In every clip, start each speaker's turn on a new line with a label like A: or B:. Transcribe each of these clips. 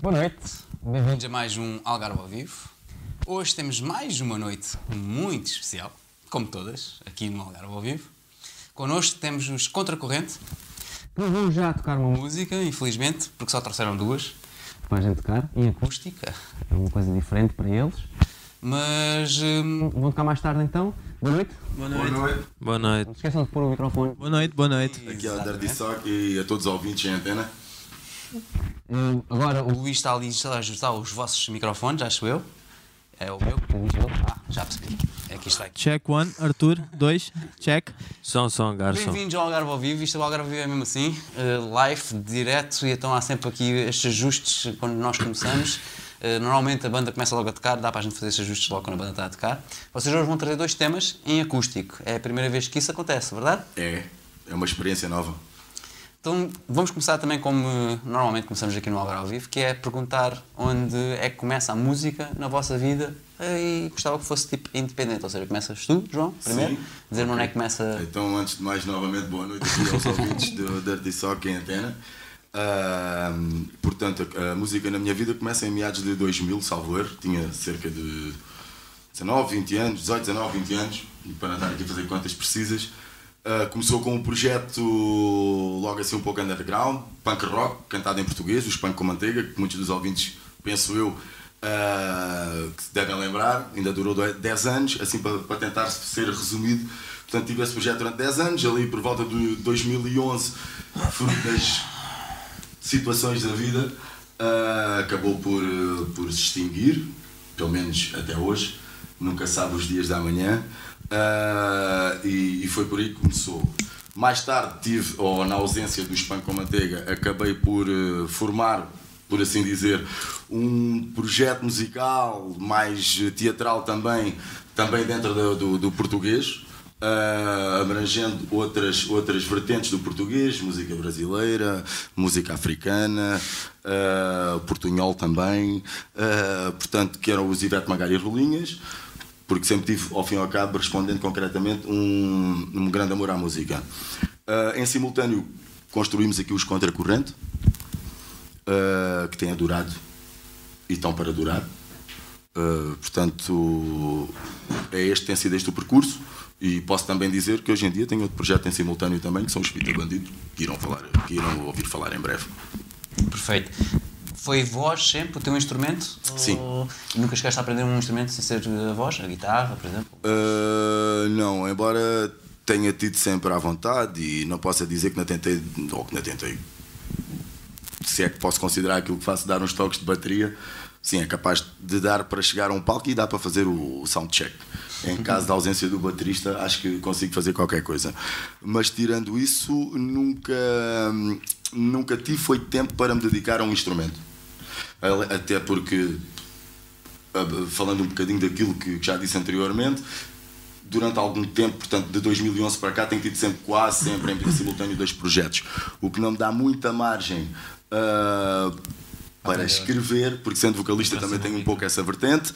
A: Boa noite, bem-vindos a mais um Algarve ao Vivo. Hoje temos mais uma noite muito especial, como todas, aqui no Algarve ao Vivo. Connosco temos os Contracorrente, que não vão já tocar uma música, infelizmente, porque só trouxeram duas para a gente tocar, em acústica, é uma coisa diferente para eles. Mas hum, vão tocar mais tarde então. Boa noite.
B: Boa noite. Boa noite.
C: Boa noite.
A: Não se esqueçam de pôr o microfone.
C: Boa noite, boa noite.
B: Aqui é o Dardi Sock e a todos os ouvintes em antena.
A: Hum, agora o Luís está ali a ajustar os vossos microfones, acho eu. É o meu? Ah, já percebi. É que está aqui.
C: Check one, Arthur, dois, check. Som, som, garçom.
A: Bem-vindos ao Algarve ao Vivo, isto é o Algarve ao Vivo é mesmo assim, eh, live, direto, e então há sempre aqui estes ajustes quando nós começamos. Eh, normalmente a banda começa logo a tocar, dá para a gente fazer estes ajustes logo quando a banda está a tocar. Vocês hoje vão trazer dois temas em acústico, é a primeira vez que isso acontece, verdade?
B: É, é uma experiência nova.
A: Então vamos começar também como eh, normalmente começamos aqui no Algarve ao Vivo, que é perguntar onde é que começa a música na vossa vida e gostava que fosse tipo independente, ou seja, começas tu, João, primeiro,
B: Sim.
A: dizer-me onde é que começa
B: Então, antes de mais, novamente, boa noite aqui aos ouvintes do Dirty Sock em antena. Ahm, portanto, a, a música na minha vida começa em meados de 2000, salvo erro. Tinha cerca de 19, 20 anos, 18, 19, 20 anos, e para não estar aqui a fazer contas precisas. Ah, começou com um projeto logo assim um pouco underground, punk rock, cantado em português, os punk com manteiga, que muitos dos ouvintes, penso eu, ah, que se devem lembrar, ainda durou doi- 10 anos, assim para, para tentar ser resumido. Portanto, tive esse projeto durante 10 anos, ali por volta de 2011, fruto das situações da vida, ah, acabou por, eh, por se extinguir, pelo menos até hoje, nunca sabe os dias da manhã, Ah, e, e foi por aí que começou. Mais tarde tive, ou na ausência do Espanho com Manteiga, acabei por eh, formar, por assim dizer, um projeto musical mais eh, teatral também, também dentro do- do- do português, ah, abrangendo outras, outras vertentes do português, música brasileira, música africana, ah, portunhol também, ah, portanto, que eram os Ivete Magari e Rolinhas, porque sempre tive, ao fim e ao cabo, respondendo concretamente, um, um grande amor à música. Ah, em simultâneo, construímos aqui os Contracorrente, ah, que têm durado e estão para durar. Uh, portanto, é este tem sido este o percurso. E posso também dizer que hoje em dia tenho outro projeto em simultâneo também, que são os Fita Bandido, que irão, falar, que irão ouvir falar em breve.
A: Perfeito. Foi voz sempre o teu instrumento?
B: Sim.
A: Ou nunca chegaste a aprender um instrumento sem ser a
D: eh,
A: voz? A guitarra, por exemplo?
B: Uh, não, embora tenha tido sempre à vontade e não possa dizer que não tentei, ou que não tentei, se é que posso considerar aquilo que faço, dar uns toques de bateria, sim, é capaz de dar para chegar a um palco e dá para fazer o soundcheck. Em caso da ausência do baterista, acho que consigo fazer qualquer coisa. Mas tirando isso, nunca, nunca tive foi tempo para me dedicar a um instrumento. Ale- Até porque Uh, falando um bocadinho daquilo que que já disse anteriormente, durante algum tempo, portanto, de 2011 para cá, tenho tido sempre, quase sempre, em simultâneo, dois projetos. O que não me dá muita margem. uh, para escrever, porque sendo vocalista também tenho um pouco essa vertente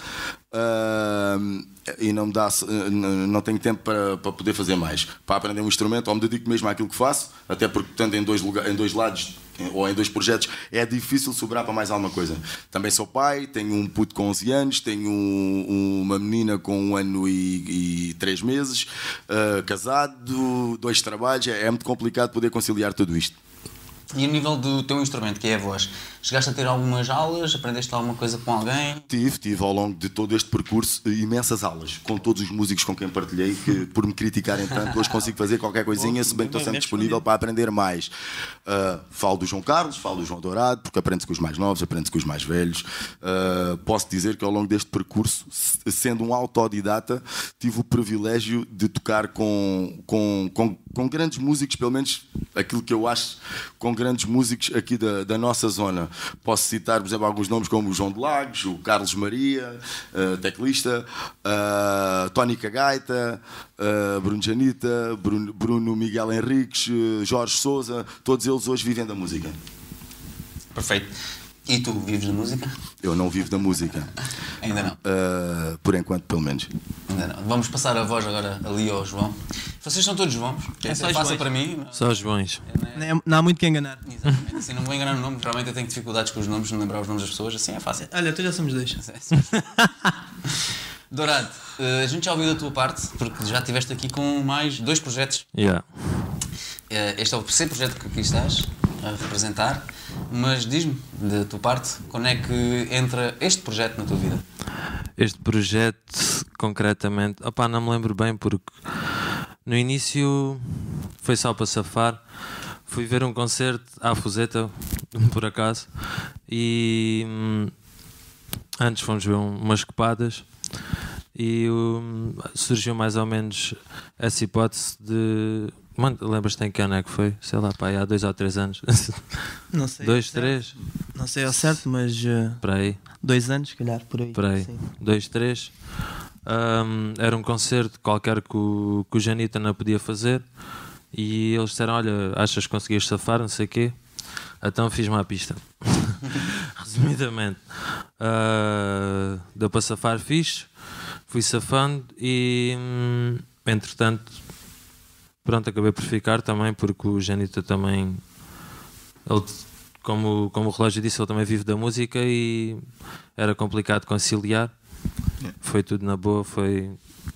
B: uh, e não me dá uh, n- não tenho tempo para, para poder fazer mais para aprender um instrumento ou me dedico mesmo àquilo que faço até porque portanto em dois, lugar, em dois lados em- ou em dois projetos, é difícil sobrar para mais alguma coisa. Também sou pai, tenho um puto com 11 anos, tenho um- uma menina com um ano e, e três meses, ah, casado, dois trabalhos, é, é muito complicado poder conciliar tudo isto.
A: E a nível do teu instrumento, que é a voz, chegaste a ter algumas aulas? Aprendeste alguma coisa com alguém?
B: Tive, tive ao longo de todo este percurso eh, imensas aulas com todos os músicos com quem partilhei, que por me criticarem tanto, hoje consigo fazer qualquer coisinha, se bem que estou sempre disponível para aprender mais. Ah, falo do João Carlos, falo do João Dourado, porque aprende-se com os mais novos, aprende-se com os mais velhos. Ah, posso dizer que ao longo deste percurso, se- sendo um autodidata, tive o privilégio de tocar com, com, com, com grandes músicos, pelo menos aquilo que eu acho, com grandes músicos aqui da, da nossa zona. Posso citar, por exemplo, alguns nomes como o João de Lagos, o Carlos Maria, eh, teclista, eh, Tony Cagaita, eh, Bruno Janita, Bruno, Bruno Miguel Henriques, eh, Jorge Souza, todos eles hoje vivem da música.
A: Perfeito.
D: E tu vives de música?
B: Eu não vivo da música.
D: Ainda não.
B: Ah, por enquanto, pelo menos.
D: Ainda não. Vamos passar a voz agora ali ao João. Vocês são todos João. É
E: só
D: passa
E: Joões.
D: para mim. mas-
E: Só os bons.
C: Não, é- não há muito que enganar.
D: Exatamente. Assim, não me vou enganar no nome. Realmente eu tenho dificuldades com os nomes, não lembrar os nomes das pessoas. Assim é fácil.
C: Olha, tu já somos dois.
D: Dourado, eh, a gente já ouviu da tua parte, porque já estiveste aqui com mais dois projetos.
E: Yeah.
D: Eh, Este é o terceiro projeto que aqui estás a representar. Mas diz-me, da tua parte, quando é que entra este projeto na tua vida?
E: Este projeto, concretamente, opá, não me lembro bem porque no início foi só para safar. Fui ver um concerto à Fuseta, por acaso, e hum, antes fomos ver um- umas copadas e hum, surgiu mais ou menos essa hipótese de. Mano, Lembras-te em que ano é que foi? Sei lá, pá, aí há dois ou três anos.
C: Não sei.
E: dois,
C: certo.
E: três?
C: Não sei ao certo, mas eh,
E: Para aí.
C: dois anos, se calhar, por aí.
E: por aí,
C: Sim.
E: dois, três. Ahm, era um concerto qualquer que o, que o Janita não podia fazer e eles disseram: Olha, achas que conseguias safar? Não sei o quê. Então fiz uma pista. Resumidamente, Ah, deu para safar, fiz, fui safando e hum, entretanto, pronto, acabei por ficar também porque o Janita também ele, como, como o relógio disse, ele também vive da música e era complicado conciliar. Foi tudo na boa, foi,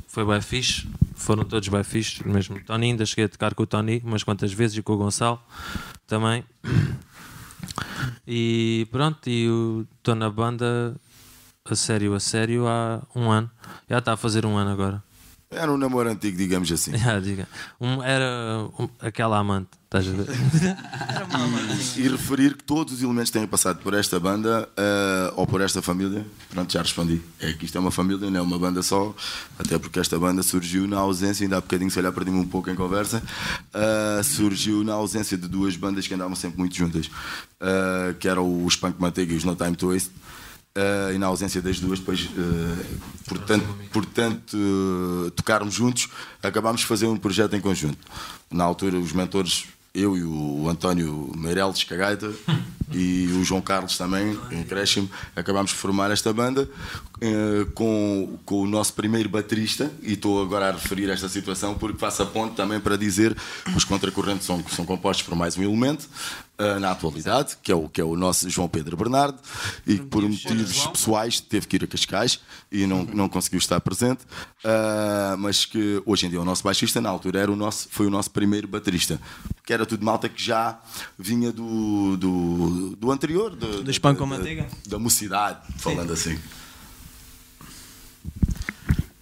E: foi bem fixe. Foram todos bem fixes mesmo. Tony, ainda cheguei a tocar com o Tony umas quantas vezes e com o Gonçalo também. E pronto, e eu estou na banda a sério, a sério há um ano. Já está a fazer um ano agora.
B: Era um namoro antigo, digamos assim.
E: Já, diga. Um- era um- aquela amante, estás a ver?
B: E referir que todos os elementos que têm passado por esta banda eh, ou por esta família, pronto, já respondi. É que isto é uma família, não é uma banda só, até porque esta banda surgiu na ausência, ainda há bocadinho se olhar para mim um pouco em conversa, eh, surgiu na ausência de duas bandas que andavam sempre muito juntas, eh, que eram os Punk Manteiga e os No Time to Waste. Eh, e na ausência das duas, depois, eh, portanto, portanto eh, tocarmos juntos, acabámos de fazer um projeto em conjunto. Na altura, os mentores, eu e o António Meireles Cagaita e o João Carlos também, em Crescimo, acabámos de formar esta banda eh, com, com o nosso primeiro baterista, e estou agora a referir esta situação porque faço a ponte também para dizer que os contracorrentes são, são compostos por mais um elemento eh, na atualidade, que é, o, que é o nosso João Pedro Bernardo, e que por motivos pessoais teve que ir a Cascais e não, não conseguiu estar presente, ah, mas que hoje em dia é o nosso baixista, na altura era o nosso, foi o nosso primeiro baterista, que era tudo malta que já vinha do, do, do anterior, do,
C: Dos pão com manteiga?
B: da mocidade, falando assim.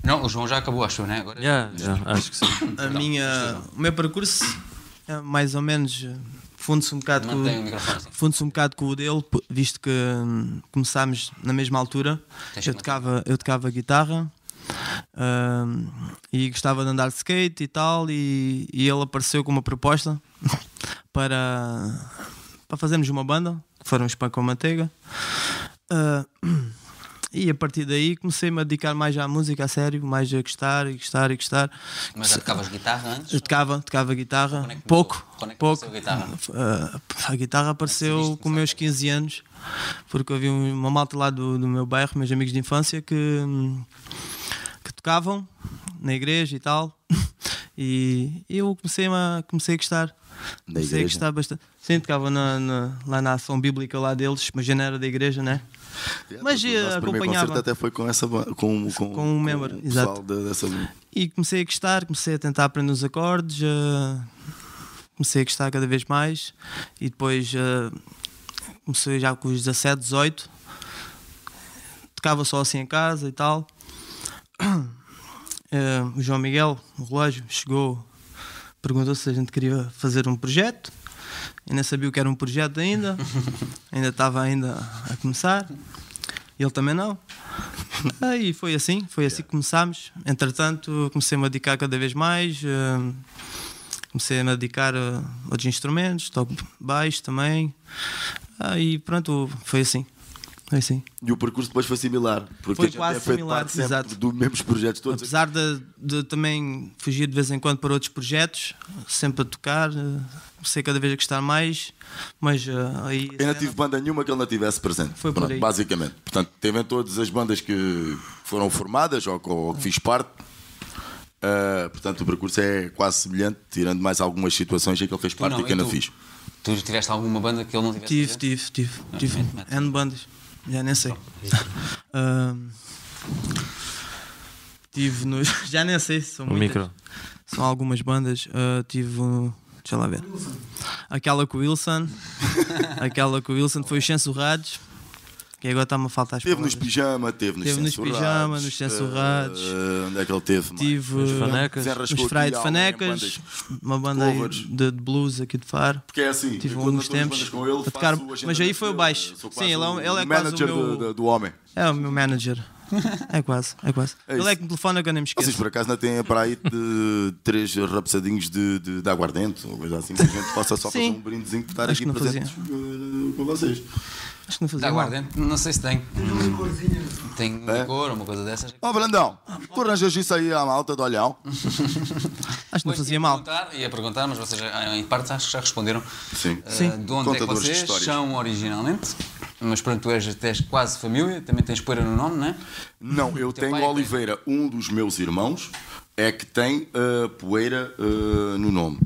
D: Não, o João já acabou, acho, né? Agora
E: Já, já, acho que sim.
C: A minha, o meu percurso é mais ou menos eh, funde-se um bocado com,
D: mantém o microfone assim.
C: funde-se um bocado com o dele, p- visto que hum, começámos na mesma altura.
D: Tens
C: Eu
D: que
C: tocava, eu tocava guitarra hum, e gostava de andar de skate e tal, e, e ele apareceu com uma proposta para, para fazermos uma banda, que foram os Pão com Manteiga. Ah, e a partir daí comecei-me a dedicar mais à música, a sério, mais a gostar e gostar e gostar.
D: Mas já tocavas guitarra antes?
C: Eu tocava, tocava guitarra,
D: Quando é que
C: pouco,
D: começou- quando é que
C: pouco.
D: começou a guitarra? Assim,
C: Ah, a guitarra apareceu com meus 15 anos, porque havia um, uma malta lá do, do meu bairro, meus amigos de infância, que, hum, que tocavam na igreja e tal. E eu comecei a, comecei a gostar.
B: Da
C: comecei a
B: igreja?
C: gostar bastante. Sim, tocava na- na- lá na ação bíblica lá deles, mas já não era da igreja, né? Mas,
B: o
C: eh,
B: nosso primeiro
C: acompanhava.
B: concerto até foi com essa ba- com, com,
C: Com um membro,
B: o pessoal
C: exato.
B: da- dessa banda.
C: E comecei a gostar, comecei a tentar aprender os acordes, eh, comecei a gostar cada vez mais e depois eh, comecei já com os 17, 18, tocava só assim em casa e tal. Eh, o João Miguel, o relógio, chegou, perguntou se a gente queria fazer um projeto. Ainda sabia o que era um projeto ainda, ainda estava ainda a começar. Ele também não. Ah, E foi assim, foi assim que começámos. Entretanto, comecei-me a dedicar cada vez mais, eh, comecei-me a dedicar a outros instrumentos, toco baixo também. Ah, E pronto, foi assim. É assim.
B: E o percurso depois foi similar, porque
C: Foi
B: a gente
C: quase
B: é feito
C: similar,
B: parte sempre
C: exato.
B: dos mesmos projetos todos.
C: Apesar de, de também fugir de vez em quando para outros projetos, sempre a tocar, eh, comecei cada vez a gostar mais, mas eh, aí.
B: Eu não tive banda nenhuma que ele não tivesse presente.
C: Foi por aí.
B: Basicamente. Portanto, teve em todas as bandas que foram formadas ou, que- ou que fiz parte. Ah, portanto, o percurso é quase semelhante, tirando mais algumas situações em que ele fez
D: Tu
B: parte
D: não,
B: e que eu
D: e
B: não
C: então
D: tu?
B: fiz.
D: Tu tiveste alguma banda que ele não tivesse?
C: Tive,
D: presente?
C: tive, tive. tive.
D: mete-
C: N bandas. Já nem sei. Ahm, tive no. Já nem sei, são
E: O
C: muitas.
E: micro.
C: São algumas bandas. Ah, tive. uh, Deixa lá ver. Aquela com o Wilson. Aquela com o Wilson foi os Censurrados. Que agora está-me a faltar as
B: Teve nos
C: palavras.
B: pijama, teve nos
C: Teve nos
B: censurados,
C: pijama, nos censurados.
B: ah, onde é que ele teve? mais?
C: Tive.
E: Os
C: ah,
E: fanecas.
B: Zé Rascou
C: Os
B: aqui
C: Fried
B: alguém,
C: Fanecas,
B: bandas.
C: uma banda aí
B: covers.
C: de, de blues aqui de Faro.
B: Porque é assim,
C: Tive
B: quando
C: alguns
B: eu estou nas
C: tempos
B: bandas com ele,
C: a tocar-
B: faço agenda
C: mas aí
B: dele,
C: foi o
B: eu
C: baixo.
B: sou
C: Sim,
B: quase
C: ele é um- ele é quase o
B: manager
C: meu-
B: do, do- do homem.
C: É o meu manager. É quase, é quase.
B: isso.
C: Ele é que me telefona que eu nem me
B: Vocês
C: esqueço.
B: por acaso não têm para aí de três rapsadinhos de, de, de aguardente ou coisa assim que a gente possa só fazer
C: Sim.
B: um brindezinho por estar
C: Acho
B: aqui
C: que não fazia.
B: presentes eh, com vocês.
C: Acho que não
D: Está
C: fazia mal.
D: aguardente? Não sei se tem. Tem um
C: É?
D: licor, uma coisa dessas.
B: Ó Brandão, tu arranjas isso aí à malta do olhão.
C: Acho que não
D: Pois,
C: fazia
D: ia
C: mal.
D: perguntar- Ia perguntar, mas vocês ah, em parte acho que já responderam.
B: Sim.
D: Ah,
C: Sim.
D: de onde é que
B: Contadores de
D: vocês
B: histórias.
D: são originalmente? Mas pronto, tu és até quase família, também tens poeira no nome, não é?
B: Não, eu
D: Teu
B: tenho
D: pai é
B: Oliveira, um dos meus irmãos, é que tem eh, poeira eh, no nome.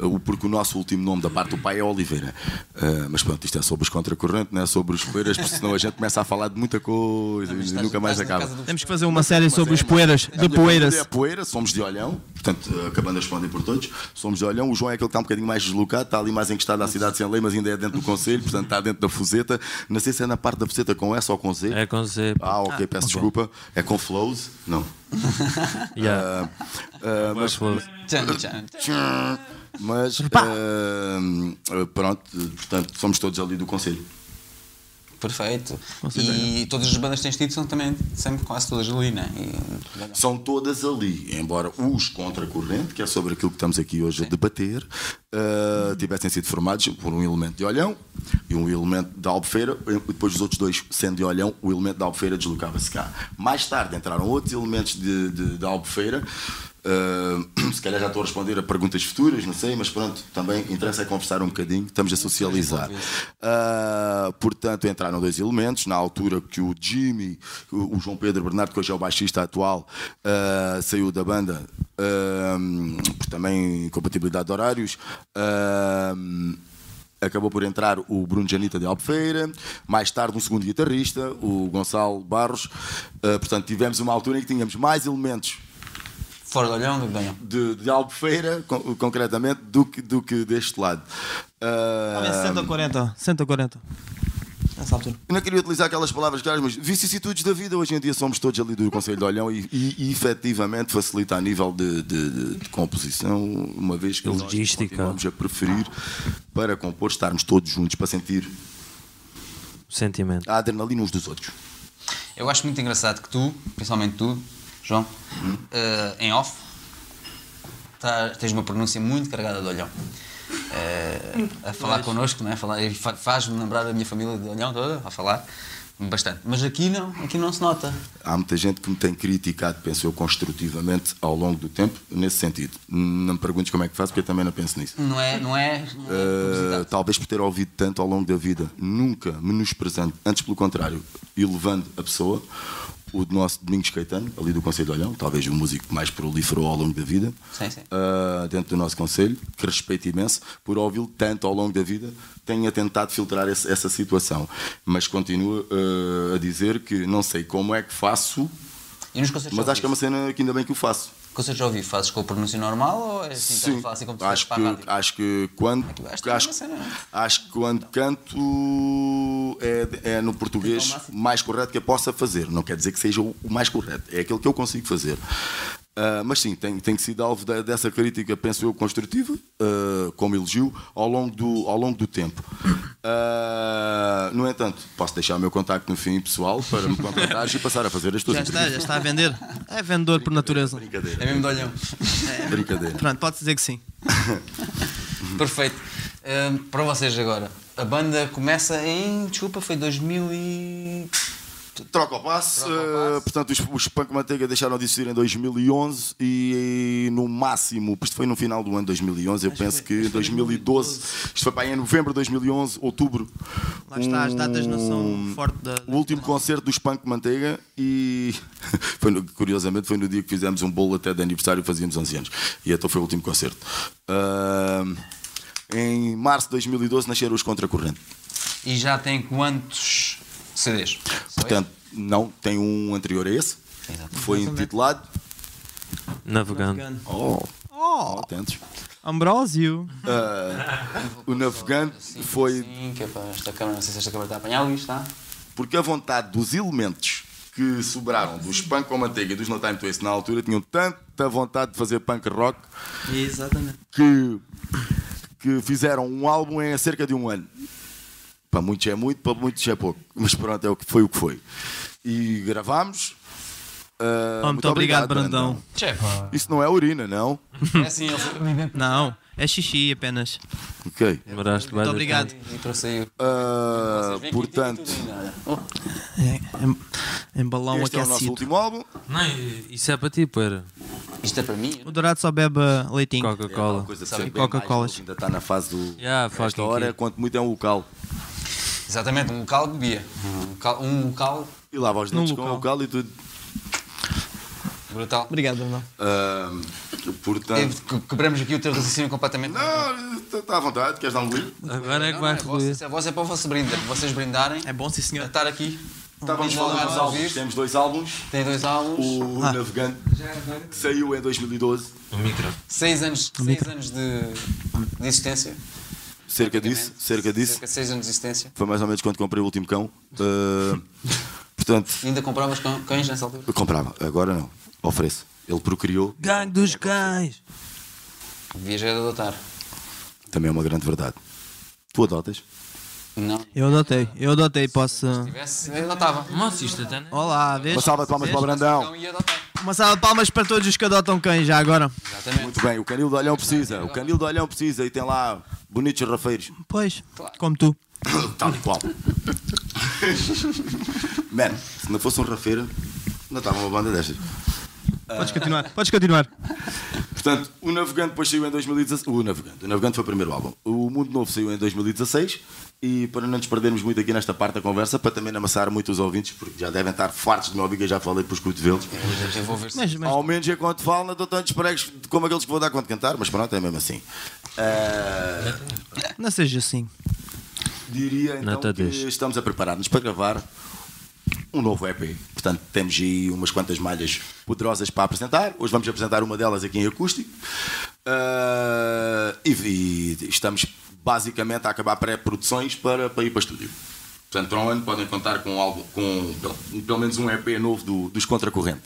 B: Eh, o- Porque o nosso último nome da parte do pai é Oliveira. Eh, mas pronto, isto é sobre os contracorrente, não é sobre os poeiras, porque senão a gente começa a falar de muita coisa e
D: Estás-
B: nunca mais
D: estás na
B: acaba.
D: casa do-
C: Temos que fazer uma série sobre os poeiras,
B: A minha
C: de
B: família É
C: poeiras.
B: poeira, somos de Olhão, portanto, eh, acabando a responder por todos, somos de Olhão. O João é aquele que está um bocadinho mais deslocado, está ali mais encostado à cidade sem lei, mas ainda é dentro do Conselho, portanto, está dentro da Fuseta. Não sei se é na parte da Fuseta com S ou com Z.
E: É com Z.
B: Ah, ok, peço desculpa. É com Flows? Não.
E: Yeah.
B: Ah, mas
E: Flow.
D: Tchan, tchan, tchan.
B: mas ah, pronto, portanto, somos todos ali do Conselho.
D: Perfeito. E todas as bandas que tens tido são também sempre quase todas ali, não é? E-
B: São todas ali, embora os contracorrente, que é sobre aquilo que estamos aqui hoje a debater, ah, tivessem sido formados por um elemento de Olhão e um elemento da Albufeira, e depois os outros dois sendo de Olhão, o elemento da Albufeira deslocava-se cá. Mais tarde entraram outros elementos de, de- da Albufeira. ah, se calhar já estou a responder a perguntas futuras, não sei, mas pronto, também interessa é conversar um bocadinho, estamos a socializar. Ah, portanto, entraram dois elementos. Na altura que o Jimmy, o o João Pedro Bernardo, que hoje é o baixista atual, ah, saiu da banda, ah, por também incompatibilidade de horários. ah, Acabou por entrar o Bruno Janita de Albufeira, mais tarde um segundo guitarrista, o Gonçalo Barros. Ah, portanto, tivemos uma altura em que tínhamos mais elementos
D: Fora do olhão, do que do olhão.
B: de, de Albufeira, con- concretamente, do que, do que deste lado. Ah,
C: 60 ou 40, 60 ou 40. Nessa altura.
B: Eu não queria utilizar aquelas palavras caras, mas vicissitudes da vida. Hoje em dia somos todos ali do Conselho de Olhão e, e, e efetivamente facilita a nível de, de- de- de composição, uma vez que nós
E: Logística.
B: continuamos a preferir para compor estarmos todos juntos para sentir
E: Sentimento.
B: a adrenalina uns dos outros.
D: Eu acho muito engraçado que tu, principalmente tu, João, eh, em off, tá- tens uma pronúncia muito carregada de olhão. Eh, a falar connosco, não é? Falar- e fa- faz-me lembrar a minha família de olhão toda, a falar bastante. Mas aqui não, aqui não se nota.
B: Há muita gente que me tem criticado, penso eu, construtivamente ao longo do tempo, nesse sentido. Não me perguntes como é que faço, porque eu também não penso nisso.
D: Não é, não é, não é
B: Uh,
D: propositado.
B: talvez por ter ouvido tanto ao longo da vida, nunca menosprezando, antes pelo contrário, elevando a pessoa, o nosso Domingos Caetano, ali do Conselho de Olhão, talvez o músico que mais proliferou ao longo da vida,
D: Sim, sim.
B: uh, dentro do nosso Conselho, que respeito imenso, por ouvi-lo tanto ao longo da vida, tenha tentado filtrar esse- essa situação. Mas continuo uh, a dizer que não sei como é que faço,
D: E nos concertos
B: mas
D: ao
B: acho que é uma
D: vivo?
B: cena que ainda bem que o faço.
D: Concertos ao vivo, fazes com a pronúncia normal ou é assim, estás a falar assim como tu fazes
B: acho
D: para a rádio?
B: que, acho que quando
D: tu és
B: acho,
D: também uma cena, não é?
B: acho que quando canto é, é no português mais correto que eu possa fazer. Não quer dizer que seja o o mais correto, é aquele que eu consigo fazer. Ah, mas sim, tem, tem sido alvo de- dessa crítica, penso eu, construtiva, ah, como elogio, ao longo do, ao longo do tempo. Ah, no entanto, posso deixar o meu contacto no fim pessoal para me contratar e passar a fazer as tuas
C: Já está, já
B: entrevistas.
C: está a vender. É vendedor por natureza.
D: É mesmo de olhão.
B: Brincadeira.
C: Pronto, pode dizer que sim.
D: Perfeito. Hum, para vocês agora,
A: a banda começa em. Desculpa, foi 2000 e.
B: Troca o passo.
A: Troca o passo.
B: eh, portanto, os, os Punk Manteiga deixaram de existir em 2011 e, no máximo, isto foi no final do ano 2011, eu penso que em 2012, isto foi para aí em novembro de 2011, outubro.
C: Lá está, as datas não são
B: um-
C: forte da. da-
B: O último concerto dos Punk Manteiga e foi no- curiosamente foi no dia que fizemos um bolo até de aniversário, fazíamos 11 anos. E então foi o último concerto. Ahm, em março de 2012 nasceram os Contracorrente.
A: E já tem quantos CDs?
B: Portanto, não, tem um anterior a esse.
A: Exato.
B: Foi intitulado. Ah,
E: Navegando.
B: Oh,
C: Oh,
B: atentos.
C: Ambrósio.
B: O navegante foi
A: Sim, que é para esta câmara, não sei se esta câmara está a apanhar, tá? Luís, está?
B: porque a vontade dos elementos que sobraram dos punk com manteiga e dos No Time to Waste na altura tinham tanta vontade de fazer punk rock
C: Exatamente.
B: que, que fizeram um álbum em cerca de um ano. Para muitos é muito, para muitos é pouco. Mas pronto, é o que foi o que foi. E gravámos. Ah,
C: Oh, muito obrigado, Brandão.
A: Chepa.
B: Isso não é urina, não?
A: É assim, ele
C: Não, é xixi apenas.
B: Ok.
E: Demoraste
C: Muito obrigado.
A: e trouxe aí. o-
B: Ah,
A: Vocês veem que
B: portanto,
A: tem tudo ainda, olha. Oh,
C: É, em, em balão
B: este é o nosso
C: aquecido.
B: último álbum.
E: Não, i- isso é para ti, pera.
A: Isto é para mim?
C: o Dourado só bebe leitinho.
E: Coca-Cola.
B: É Coisa de
A: Sabe,
B: ser bem mais,
C: Coca-Colas.
B: mas Ainda está na fase do.
E: Yeah,
B: Esta
E: fucking
B: hora,
E: kid.
B: quanto muito é um local.
A: Exatamente, um local bebia. Um local, um local
B: E lava os
C: Num
B: dentes com o
C: local.
B: local e tudo.
A: brutal.
C: Obrigado, Brandão.
B: Ah, portanto.
A: Dave, que- Quebramos aqui o teu raciocínio completamente.
B: Não, está está à vontade, queres dar um livro?
E: Agora é que
A: Não,
E: vai
A: não, é vosso,
E: fluir.
A: isso é vosso, é para o vosso brinde, é para vocês brindarem.
C: É bom, sim,
A: a
C: senhor.
B: Tá.
A: estar aqui.
B: Estávamos
A: Vamos
B: falando
A: lá,
B: dos
A: vamos
B: álbuns.
A: ouvir.
B: Temos dois álbuns.
A: Tem dois álbuns,
B: O
C: Ah.
B: Navegante que saiu em 2012,
E: O micro.
A: seis anos, seis anos de, de existência.
B: cerca disso, cerca disso.
A: Cerca de seis anos de existência.
B: Foi mais ou menos quando comprei o último cão. Ah, portanto,
A: E ainda compravas cão- cães nessa altura?
B: eu comprava, agora não, ofereço. Ele procriou,
E: Gangue dos cães!
A: Viajei a adotar.
B: também é uma grande verdade. Tu adotas?
A: Não. Se
C: Eu adotei, eu adotei, posso.
A: tivesse, eu adotava.
E: Nossa, isto até né? não
C: Olá, vês?
B: Uma salva de palmas para o Brandão.
A: Então ia adotar.
C: Uma salva de palmas para todos os que adotam cães já agora.
A: Exatamente.
B: Muito bem, o Canil do Olhão precisa, o Canil do Olhão precisa e tem lá bonitos rafeiros.
C: Pois,
A: Claro.
C: como tu.
B: Tal e qual. Man, se não fosse um rafeiro, não estava uma banda destas.
C: Podes continuar, podes continuar.
B: Portanto, o Navegante depois saiu em 2016. O Navegante, o Navegante foi o primeiro álbum. O Mundo Novo saiu em 2016. E para não nos perdermos muito aqui nesta parte da conversa, para também não amassar muito os ouvintes, porque já devem estar fartos de me ouvir, que eu já falei para os cotovelos.
A: Eu vou ver se.
C: Mas, mas
B: Ao menos enquanto falo, não dou tantos pregos como aqueles que vou dar quando cantar, mas pronto, é mesmo assim. Ah,
C: não seja assim.
B: diria então
E: Nota
B: que
E: 10.
B: estamos a preparar-nos para gravar um novo EP. Portanto, temos aí umas quantas malhas poderosas para apresentar. Hoje vamos apresentar uma delas aqui em acústico. Ah, e, e estamos basicamente a acabar pré-produções para, para ir para estúdio. Portanto, para um ano podem contar com, algo, com pelo, pelo menos um EP novo do, dos Contracorrente.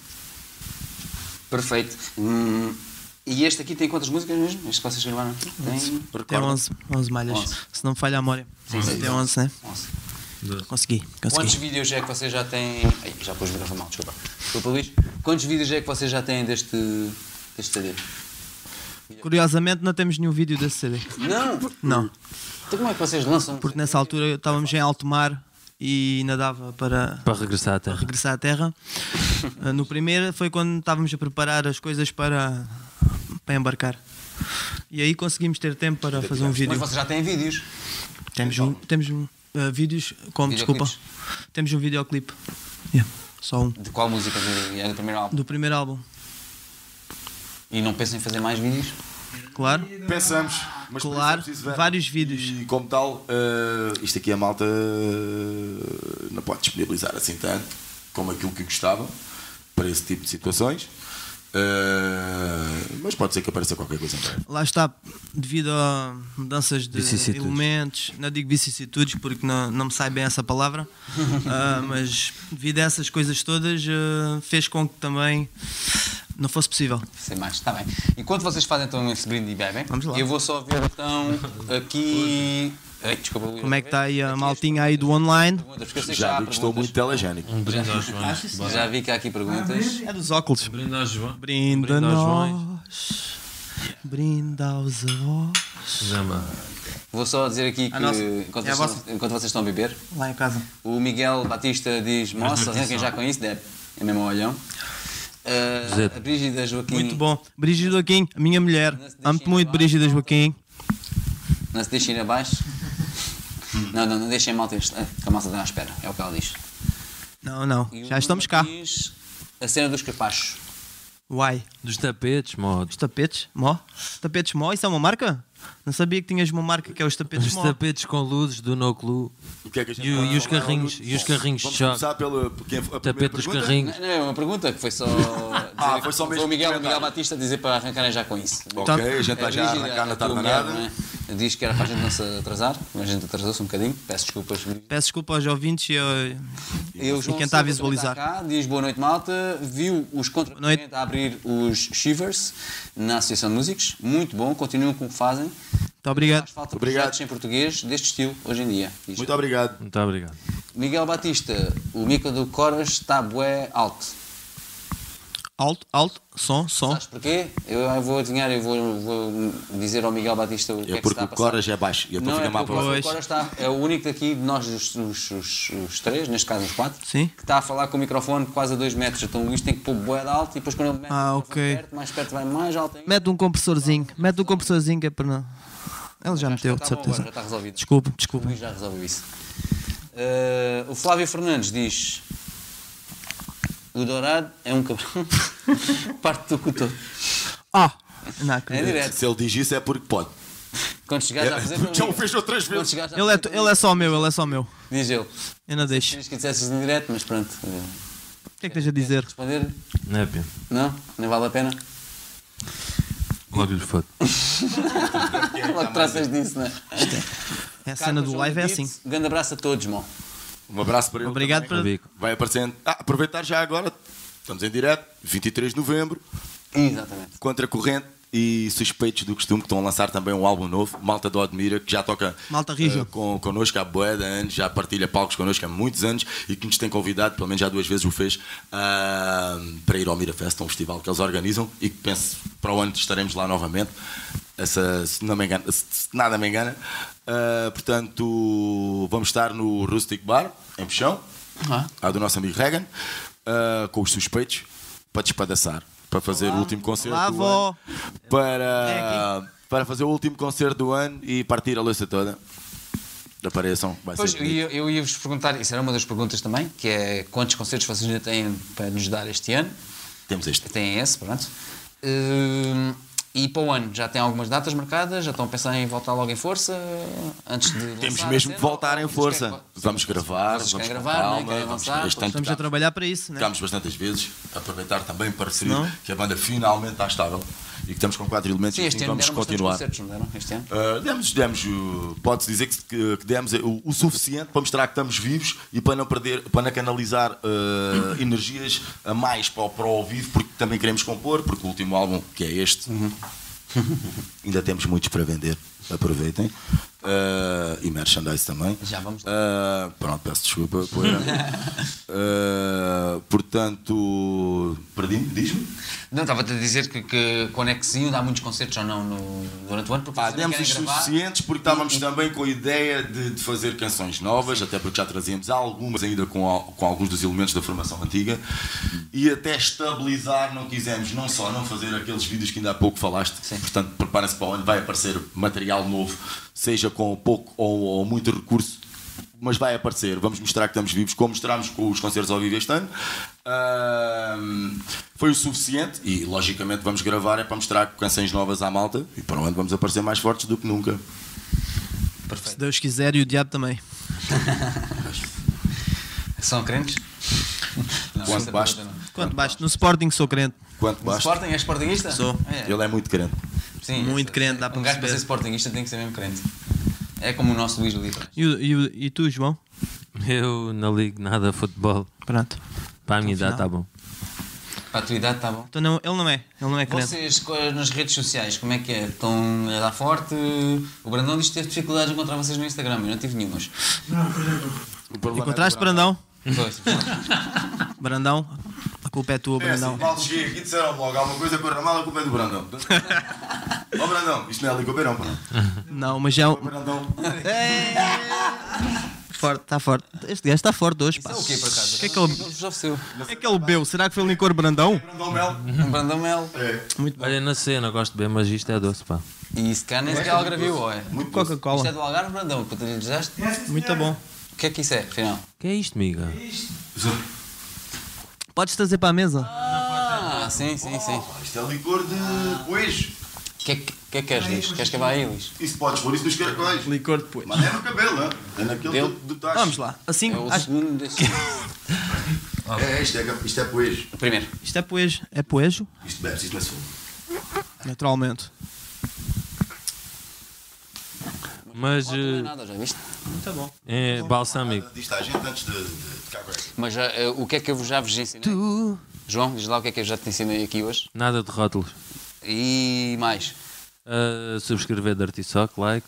A: Perfeito. Hum, e este aqui tem quantas músicas mesmo? Este que vocês gravaram aqui? Tem
C: Tem
B: Recorda?
C: 11, 11 malhas.
A: Onze.
C: Se não me falha a memória. Tem 11, né?
A: 11.
C: Consegui,
A: Quantos
C: consegui.
A: vídeos é que vocês já têm. Ai, já pus o microfone mal, desculpa. Desculpa, Luís. Quantos vídeos é que vocês já têm deste. deste CD?
C: Curiosamente, não temos nenhum vídeo desse CD.
A: Não!
C: Não,
A: Então como é que vocês lançam?
C: porque nessa altura estávamos em alto mar e nadava para
E: Para regressar à terra.
C: regressar à Terra. Ah, No primeiro foi quando estávamos a preparar as coisas para, para embarcar. E aí conseguimos ter tempo para fazer um
A: Mas
C: vídeo.
A: vocês já têm vídeos.
C: Temos, um, temos um, ah, vídeos como, desculpa, temos um videoclipe. Yeah, Só um.
A: De qual música? De- É do primeiro álbum.
C: Do primeiro álbum,
A: E não pensam em fazer mais vídeos?
C: claro.
B: Pensamos, mas por isso é
C: Claro,
B: preciso ver.
C: vários vídeos.
B: E como tal, eh, isto aqui a malta eh, não pode disponibilizar assim tanto como aquilo que gostava para esse tipo de situações. Eh, mas pode ser que apareça qualquer coisa em breve.
C: Lá está, devido a mudanças de
E: Vicissitudes.
C: elementos, não digo vicissitudes porque não, não me sai bem essa palavra, ah, mas devido a essas coisas todas, ah, fez com que também não fosse possível.
A: Sem mais, está bem. Enquanto vocês fazem então esse brinde e bebem,
C: Vamos lá.
A: eu vou só ver então aqui. Ai, desculpa, Luís.
C: Como é que está aí a maltinha aí do online?
A: Perguntas, porque eu sei que já
B: Já
A: há
B: vi que estou
A: perguntas. Hum.
B: muito telegénico.
E: Um brinde aos João.
A: Já vi que há aqui perguntas.
C: É dos óculos.
E: brinde aos João.
C: Brinda a
E: Brinda aos
C: nós, brinda aos avós.
A: Vou só dizer aqui que,
C: A nossa.
A: enquanto,
C: É a
A: vocês,
C: vossa.
A: enquanto vocês estão a beber,
C: Lá em casa.
A: o Miguel Batista diz: Nossa, quem já conhece? Deve. É mesmo olhão. Ah,
E: Zé.
A: a Brígida Joaquim.
C: Muito bom. Brígida Joaquim, a minha mulher.
A: Hum. Não se deixem
C: Amo-te muito,
A: levar.
C: Brígida Joaquim.
A: Não se deixem ir abaixo. não, não, não deixem mal ter. Que a malta está à espera. É o que ela diz.
C: Não, não.
A: E o
C: Já estamos
A: Nuno
C: cá.
A: diz a cena dos capachos.
C: Uai.
E: Dos tapetes, modos.
C: Os tapetes, mó. Tapetes mó, isso é uma marca? Não sabia que tinhas uma marca que é os tapetes
E: Os
C: mó.
E: tapetes com luzes do No Club.
B: O que é que a gente
E: E o-
B: vai
E: e os
B: falar?
E: carrinhos- e os carrinhos de
B: Vamos
E: choque.
B: começar pela por quem- a primeira
E: Tapete dos
B: pergunta? Né?
E: carrinhos.
A: Não, não, é uma pergunta que foi só. dizer-
B: Ah, foi só mesmo
A: o Miguel, o Miguel
B: comentário.
A: Batista dizer para arrancarem já com isso. Então,
B: Ok, a gente vai já
A: Brígida,
B: arrancar na
A: tua
B: tarde
A: mulher,
B: nada.
A: não é? Diz que era para a gente não se atrasar, mas a gente atrasou-se um bocadinho. Peço desculpas. Brígida.
C: Peço desculpa aos ouvintes e eu...
A: E, o João
C: quem está a
A: Silva também
C: visualizar.
A: cá, diz boa noite, malta. Viu os contratantes
C: noite.
A: a abrir os Shivers na Associação de Músicos. Muito bom, continuem com o que fazem.
C: Muito
A: Faz
C: obrigado.
A: falta
B: Obrigado.
A: projetos em português deste estilo hoje em dia. Diz.
B: Muito obrigado.
E: Muito obrigado.
A: Miguel Batista, o micro do Coras está bué alto.
C: Alto, alto, som, som.
A: Sabes porquê? Eu, eu vou adivinhar e vou, vou dizer ao Miguel Batista o que é que se está a passar.
B: é baixo e
A: Não, é porque
C: próxima.
A: o Cora está, é o único daqui de nós, os, os- os- os três, neste caso os quatro,
C: Sim.
A: que está a falar com o microfone quase a 2 metros. Então isto tem que pôr bué de alto e depois quando ele mete
C: Ah,
A: o microfone
C: ok.
A: perto, mais perto vai mais alto ainda.
C: Mete um compressorzinho. Mete um compressorzinho que é para não... Ele já meteu, de
A: Está bom agora, já
C: certeza.
A: está resolvido.
C: Desculpe,
A: O
C: desculpe.
A: Luís já resolveu isso. Eh, o Flávio Fernandes diz... O Dourado é um cabrão. Parte do cu todo.
C: Ah! Não
A: É
C: acredito.
A: direto.
B: Se ele diz isso é porque pode.
A: Quando
C: É,
A: chegares à presença...
B: Já o fez outras
A: Quando
B: vezes.
A: chegares à
C: Ele é,
A: presença,
C: ele é só meu, ele é só meu.
A: Diz ele.
C: Eu não deixo.
A: Querias que dissesses em direto, mas pronto. eh,
C: O que é que tens a dizer?
A: Responder...
E: Não é, Pio?
A: Não? Nem vale a pena?
E: Logo lhe foto.
A: Logo tratas disso, não é?
C: É A cena
A: um
C: do live é assim.
A: Grande abraço a todos, irmão.
B: Um abraço para ele.
C: Obrigado
B: também.
C: por-
E: Bico.
B: Vai aparecendo. Ah, aproveitar já agora. Estamos em direto, 23 de novembro,
A: Exatamente.
B: contra a corrente e suspeitos do costume que estão a lançar também um álbum novo, Malta do Admira, que já toca
C: Malta Rígio.
B: eh, com, connosco há boé de anos, já partilha palcos connosco há muitos anos e que nos tem convidado, pelo menos já duas vezes o fez, ah, para ir ao Mira Fest, um festival que eles organizam e que penso para o ano estaremos lá novamente. Essa- se, não me engano, se- se nada me engana. Ah, portanto, vamos estar no Rustic Bar, em Puxão,
C: Ah.
B: a do nosso amigo Regan, ah, com os suspeitos, para despedaçar, para fazer o último concerto.
C: Olá,
B: do
C: vó.
B: ano, para, para fazer o último concerto do ano e partir a louça toda. Apareçam, vai
A: Pois,
B: ser.
A: eu,
B: bonito.
A: ia- eu ia-vos perguntar, isso era uma das perguntas também, que é quantos concertos vocês ainda têm para nos dar este ano?
B: Temos este.
A: Têm esse, pronto. Hum, e para o ano, já têm algumas datas marcadas? Já estão a pensar em voltar logo em força? Antes de
B: Temos
A: lançar a
B: mesmo
A: cena?
B: de voltar em
A: Ou-
B: força. Vamos gravar,
A: Vocês
B: vamos
A: querem
B: com
A: gravar, não é?
B: calma,
A: Querem
B: vamos-
A: avançar,
B: este
A: pois.
B: ano
C: Estamos a
B: tocámos-
C: trabalhar para isso, né?
B: Tocámos bastantes vezes, aproveitar também para referir
C: Não?
B: que a banda finalmente está estável e que estamos com quatro elementos
A: Sim,
B: e
A: este
B: assim
A: ano
B: vamos
A: deram bastantes
B: continuar.
A: concertos, não deram? Este ano?
B: Uh, demos, demos uh, pode-se dizer que, que- que demos o, o suficiente para mostrar que estamos vivos e para não perder, para não canalizar uh, energias a mais para, o- para o vivo, porque também queremos compor, porque o último álbum, que é este,
A: Uhum.
B: ainda temos muitos para vender. Aproveitem. Uh, e merchandise também.
A: Já vamos
B: Uh, pronto, peço desculpa. poeira. Uh, portanto, perdi-me, diz-me.
A: Não, estava-te a dizer que, que quando é que sim, dá muitos concertos ou não no- durante o ano, porque
B: Pá,
A: vocês não
B: demos os
A: querem gravar.
B: suficientes porque estávamos também com a ideia de, de fazer canções novas, até porque já trazíamos algumas ainda com, al- com alguns dos elementos da formação antiga
A: Hum.
B: e até estabilizar não quisemos não só não fazer aqueles vídeos que ainda há pouco falaste, portanto prepara-se para onde vai aparecer material novo, seja com pouco ou, ou muito recurso mas vai aparecer. Vamos mostrar que estamos vivos, como mostramos com os concertos ao vivo este ano. Ahm, foi o suficiente e, logicamente, vamos gravar é para mostrar canções novas à malta e para onde vamos aparecer mais fortes do que nunca.
C: Se Deus quiser e o diabo também.
A: São crentes? Não,
B: Quanto
A: essa
B: basta.
A: pergunta não.
C: Quanto baixo? No Sporting sou crente.
B: Quanto
A: O
B: basta.
A: Sporting é sportinguista?
C: Sou.
A: É.
B: Ele é muito crente.
A: Sim,
C: Muito
A: é-
C: crente, dá para
A: Um gajo para ser
C: perceber.
A: sportinguista tem que ser mesmo crente. É como o nosso Luís ali atrás.
C: E, o- e o- e tu, João?
E: Eu não ligo nada a futebol.
C: Pronto.
E: Para a minha
B: Então,
E: idade está bom.
A: Para a tua idade está bom.
C: Então não, ele não é. Ele não é crente.
A: Vocês co- nas redes sociais, como é que é? Estão a dar forte? O Brandão diz que teve dificuldades em encontrar vocês no Instagram, eu não tive nenhumas.
B: O problema
A: é
C: Encontraste Brandão?
A: Pois.
C: Brandão, a culpa é tua,
B: É assim,
C: Brandão.
B: mal cheguei aqui disseram logo alguma coisa correu mal, a culpa é do Brandão. Ó Brandão, isto não é ali com o Beirão, pá.
C: Não, mas já. é
B: Ó,
C: um-
B: Brandão.
C: É. Forte, está forte. Este gajo está forte hoje, pá.
A: É o quê, por acaso?
C: O que é que ele, o
A: vos ofereceu?
C: que é que ele bebeu? Será que foi o licor Brandão?
B: Brandão Mel.
A: Um brandamel.
B: É.
C: Muito bem.
E: Olha, na cena, gosto bem, mas isto é doce, pá.
A: E se calhar nem sequer Algarvio, ou é?
B: Muito doce.
A: Isto é
C: Coca-Cola.
A: do Algarve, Brandão, que tu lhe desejaste?
C: Muito bom.
A: O que é que isso é, afinal?
E: Que é isto, miga?
C: Podes trazer para a mesa?
A: Ah, sim, sim, sim.
B: Oh, Isto é licor de poejo.
A: O que é que, que é que queres, Luís? Queres que vá aí, Luís?
B: Isso podes pôr isso nos caracóis.
C: Licor depois.
B: Mas é no cabelo, é? É naquele
A: Dele.
B: do, do tacho.
C: Vamos lá. Assim,
A: É o
C: acho-
A: segundo deste.
B: É, é, isto é, isto é poejo.
A: Primeiro.
C: isto é poejo. É poejo?
B: Isto bebes, isto não é sumo.
C: Naturalmente.
E: Mas
A: Oh, não é
E: eh,
A: nada, já viste?
C: Muito bom.
E: é balsâmico.
B: Diz-te à gente antes de, de, de cá agora.
A: Mas já, eh, o que é que eu vos já vos ensinei? Tu... João, diz lá o que é que eu já te ensinei aqui hoje.
E: Nada de rótulos.
A: E mais.
E: Ah, subscrever de Artisoc, like.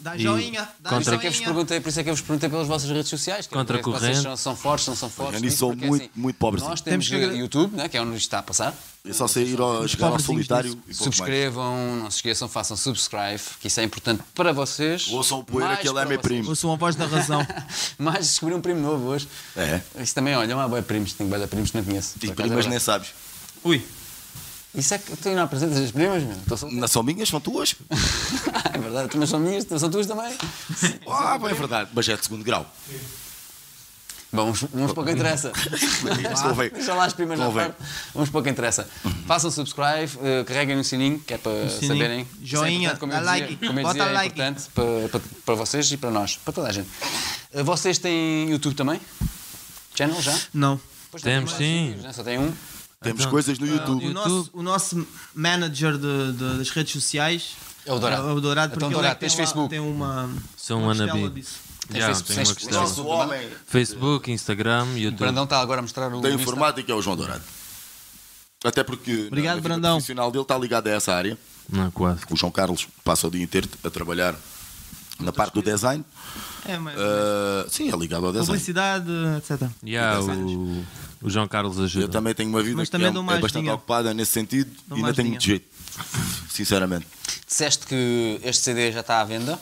C: Dá
E: E
C: joinha. Dá
A: Por isso,
E: contra-
A: é que eu vos
C: joinha.
A: perguntei, por isso é que eu vos perguntei pelas vossas redes sociais. que é
E: Contra
A: para ver se
E: corrente.
A: Vocês são, são fortes, não são fortes.
B: Eu nisso
A: nisso,
B: sou
A: porque, é assim,
B: muito, muito pobrezinho.
A: Nós temos,
C: Temos que agra-
A: eh, YouTube, né, que é onde isto está a passar.
B: É só sair ao, chegar ao
C: pobrezinhos
B: solitário e pouco mais.
A: Subscrevam, não se esqueçam, façam subscribe, que isso é importante para vocês.
B: Ouçam o poeira,
A: mais
B: que ele é
A: para
B: meu
A: vocês.
B: primo.
C: Ouçam a voz da razão.
A: Mas descobri um primo novo hoje.
B: É.
A: Isso também, olha, não há boi primos, tenho boi primos que não conheço.
B: E
A: Por acaso é
B: primas nem
A: verdade.
B: sabes.
C: Ui.
A: Isso é que tu não apresentas as primas, meu. Então são-
B: Não são minhas, são tuas.
A: é verdade, mas são minhas, são tuas também.
B: Ah, bem, é verdade. Mas é de segundo grau.
A: Bom, vamos, vamos para o que interessa.
B: Isso convém.
A: Deixa lá as primas na
B: Convém.
A: parte. Vamos para o que interessa. Façam subscribe, eh, carreguem no sininho, que é para
C: Um sininho.
A: saberem. Isso é
C: Joinha,
A: importante, como
C: dá
A: eu
C: like,
A: dizia, como eu
C: bota
A: dizia, é
C: like.
A: importante para, para, para vocês e para nós, para toda a gente. Eh, Vocês têm YouTube também? Channel já?
C: Não.
A: Pois
E: Temos,
A: tem vários
E: sim.
A: vídeos, né? Só tem um.
B: Temos coisas no
C: O
B: YouTube.
C: nosso, o nosso manager de- de- das redes sociais
A: É o Dourado.
C: É o Dourado,
A: Então,
C: porque ele é
A: Dourado,
C: que
A: tens
C: tem, lá-
A: Facebook?
C: tem uma.
E: Sou um
C: uma costela
E: wannabe.
C: disso.
A: Tem
E: Já,
A: Facebook,
E: tem uma
A: tens-
B: O nosso
A: tens-
E: questão.
B: homem
E: Facebook, Instagram,
A: O
E: YouTube.
A: Brandão está agora a mostrar o.
B: da
A: Insta.
B: informática é o João Dourado. Até porque
C: Obrigado,
B: na vida
C: Brandão.
B: profissional dele está ligado a essa área.
E: Não, quase.
B: O João Carlos passa o dia inteiro a trabalhar na parte do design.
C: É, mas.
B: Ah, sim, é ligado ao design.
C: publicidade, etc.
E: Yeah, o, o João Carlos
B: Eu
E: ajuda.
B: também tenho uma vida
C: Mas
B: que
C: também
B: é,
C: dou
B: é
C: uma
B: bastante
C: ajudinha.
B: ocupada nesse sentido
C: Dou
B: e
C: uma
B: não tenho
C: ajudinha.
B: muito jeito. Sinceramente.
A: Disseste que este CD já está à venda.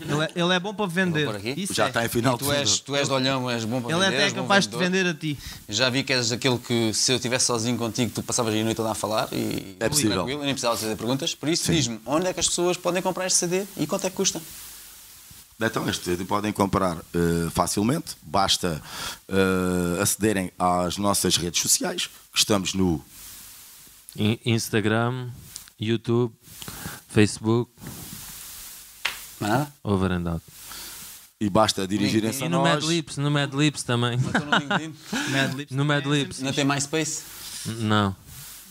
C: Ele é, ele é bom
A: Vou
C: para
A: por
C: vender.
A: aqui.
C: Isso
B: Já
C: é.
B: está em final
A: E
B: de
A: tu és, tu és de olhão, és bom para
C: Ele é
A: vender.
C: até
A: és bom
C: capaz de
A: vendedor.
C: vender a ti.
A: Já vi que és aquele que, se eu estivesse sozinho contigo, tu passavas aí a noite toda a falar e
B: É possível.
A: tranquilo, eu nem precisava fazer perguntas. Por isso, diz-me, onde é que as pessoas podem comprar este CD e quanto é que custa?
B: Então, este CD podem comprar eh, facilmente, basta eh, acederem às nossas redes sociais, que estamos no.
E: In- Instagram, YouTube, Facebook,
A: Mais é nada?
E: over and out.
B: e basta dirigirem-se
A: Só
E: E
B: a
E: no Mad
B: nós.
E: Lips, no Mad Lips também.
A: Estou no LinkedIn.
C: Mad Libs.
E: No
A: é
E: Mad Lips.
A: Não tem MySpace?
E: Não.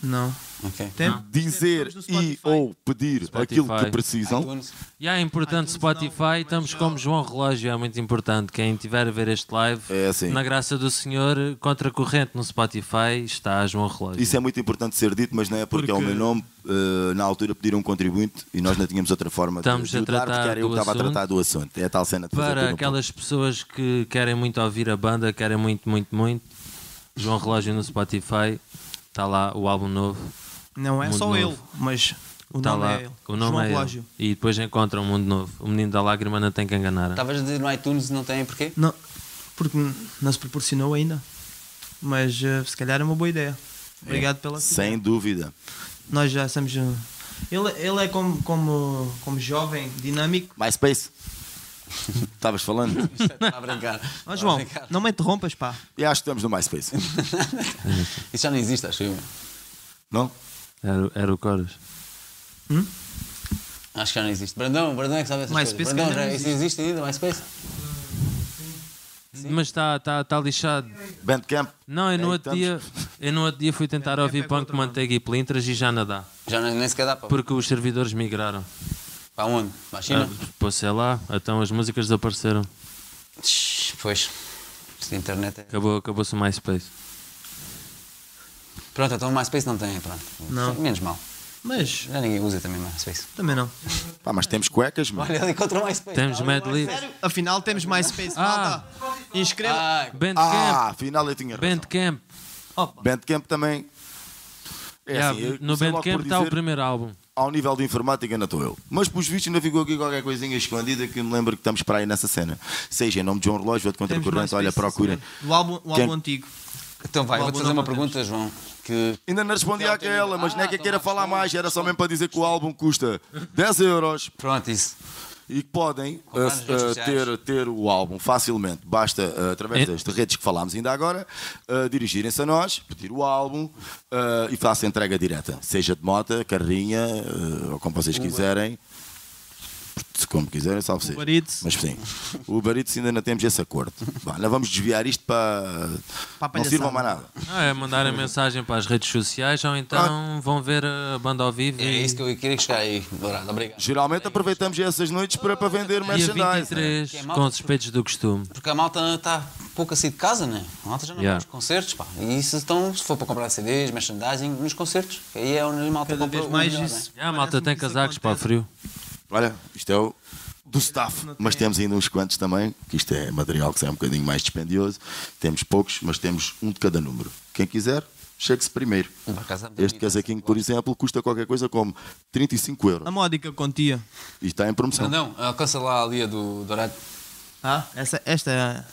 C: Não.
A: Ok.
C: Tem?
B: Dizer
C: Estamos no
B: e
C: Spotify.
B: ou pedir aquilo que
E: Spotify.
B: precisam.
A: iTunes.
E: E é importante Spotify, estamos como João Relógio, é muito importante. Quem tiver a ver este live,
B: É assim.
E: na graça do Senhor, contra corrente no Spotify está João Relógio.
B: Isso é muito importante ser dito, mas não é porque, é o
C: Porque-
B: meu nome. eh, na altura pediram um contribuinte e nós não tínhamos outra forma
E: Estamos
B: de
E: a
B: ajudar,
E: tratar
B: porque era eu
E: do
B: que estava a
E: assunto.
B: tratar do assunto. É a tal cena de fazer tudo
E: Para
B: um
E: aquelas pessoas que querem muito ouvir a banda, querem muito, muito, muito, João Relógio no Spotify, está lá o álbum novo.
C: Não é
E: Mundo
C: só
E: novo.
C: ele, mas o
E: Está
C: nome
E: lá.
C: é ele.
E: O nome
C: João
E: é ele.
C: Relógio.
E: E depois encontram um mundo novo. O menino da lágrima não tem que enganar.
C: Tá.
A: Estavas a dizer no iTunes não tem porquê?
C: Não, porque não se proporcionou ainda. Mas eh, se calhar é uma boa ideia. Obrigado
A: É.
C: pela.
B: pouco. Sem dúvida.
C: Nós já estamos. eh, Ele, ele é como, como, como jovem, dinâmico.
B: MySpace. Estavas falando?
A: Está a brincar.
C: Ó, João,
A: Está a brincar.
C: não me interrompas, pá.
B: E acho que estamos no MySpace.
A: Isso já não existe, acho eu.
B: Não?
E: Era, o- era o Coras.
A: Acho que já não existe. Brandão, Brandão é que sabe essas
C: MySpace
A: coisas.
C: que
A: Brandão,
C: ainda
A: já
C: não
A: isso existe ainda, MySpace?
E: Mas está tá, tá lixado.
B: Bandcamp.
E: Não, eu no,
B: Aí
E: outro dia, eu no outro dia fui tentar ouvir Punk Manteiga e Plintras e já não dá.
A: Já não- nem sequer dá para,
E: Porque os servidores migraram.
A: para onde? Para a China?
E: Ah, Pô, sei lá, então as músicas desapareceram.
A: Tch, Pois. Isto da internet é...
E: Acabou- Acabou-se o MySpace.
A: Pronto, então o MySpace não tem, pronto.
C: Não.
A: Menos mal.
C: Mas
A: Já ninguém usa também MySpace.
C: também não.
B: Pá, mas temos cuecas, mano.
A: Olha, ele encontrou MySpace.
E: Temos
A: Tá?
E: Mad Libs.
C: Afinal, temos mais Space
E: Ah.
C: Malta. Inscreva.
A: Ah,
E: Bandcamp.
B: Ah, afinal eu tinha razão.
E: Bandcamp.
B: Bandcamp também. assim, É
E: Yeah,
B: assim, eu
E: no
B: comecei logo
E: Bandcamp
B: por
E: está o
B: dizer-
E: primeiro álbum.
B: ao nível de informática não estou eu. Mas pelos vistos ainda ficou aqui qualquer coisinha escondida que me lembro que estamos para aí nessa cena. Seja em nome de João Relógio ou de
C: Temos mais
B: Contracorrente, olha,
C: pistas,
B: procurem.
C: senhor. Do álbum, o
B: Quem-
C: álbum antigo.
A: Então vai,
C: O
A: vou-te
C: álbum
A: fazer
C: não
A: uma
C: temos.
A: pergunta, João. Que
B: Ainda não respondi
A: Não,
B: àquela, mas
A: tem-
B: não é que
A: Ah,
B: eu queira
A: então
B: falar
A: responde,
B: mais, era só mesmo para dizer que o álbum custa 10 euros
A: pronto, isso.
B: e que podem
A: Comprar nas
B: eh,
A: redes
B: eh,
A: sociais.
B: ter, ter o álbum facilmente. Basta, eh, através
E: É.
B: das redes que falámos ainda agora, eh, dirigirem-se a nós, pedir o álbum eh, e faça entrega direta, seja de moto, carrinha eh, ou como vocês quiserem. Se Como quiserem, salve vocês.
C: Uber Eats.
B: Mas sim, o Barito ainda não temos esse acordo. Bom, não vamos desviar isto para.
C: Para a
B: não sirva
C: palhaçada.
B: mais nada.
E: Ah, é mandarem mensagem para as redes sociais ou então
B: Ah.
E: vão ver a banda ao vivo.
A: É
E: e-
A: isso que eu queria chegar aí. Dourado, obrigado.
C: É
B: Geralmente aproveitamos essas noites para, para vender
E: Dia
B: merchandise. né?
E: 23,
A: é Que é mal-
E: com os respeitos do costume.
A: Porque a malta está pouco assim de casa, né? A malta já não
E: Yeah.
A: vai nos concertos, pá. E isso então, se for para comprar CDs, merchandising, nos concertos. que Aí é onde a malta
C: Cada
A: compra
C: vez
A: o
C: mais
A: melhor,
C: isso.
A: né?
E: Ah, a malta
C: parece-me
E: tem
C: que isso
E: casacos para
C: acontece.
E: frio.
B: Olha, isto é o do staff, mas temos ainda uns quantos também, que isto é material que é um bocadinho mais dispendioso. Temos poucos, mas temos um de cada número. Quem quiser, chegue-se primeiro.
A: Por acaso é bonito,
B: Este casaquinho, por exemplo, custa qualquer coisa como 35
C: A
B: euros
C: módica quantia.
B: e está em promoção.
A: né? Não, não, alcança lá ali a do Dourado,
C: Ah, essa, esta é.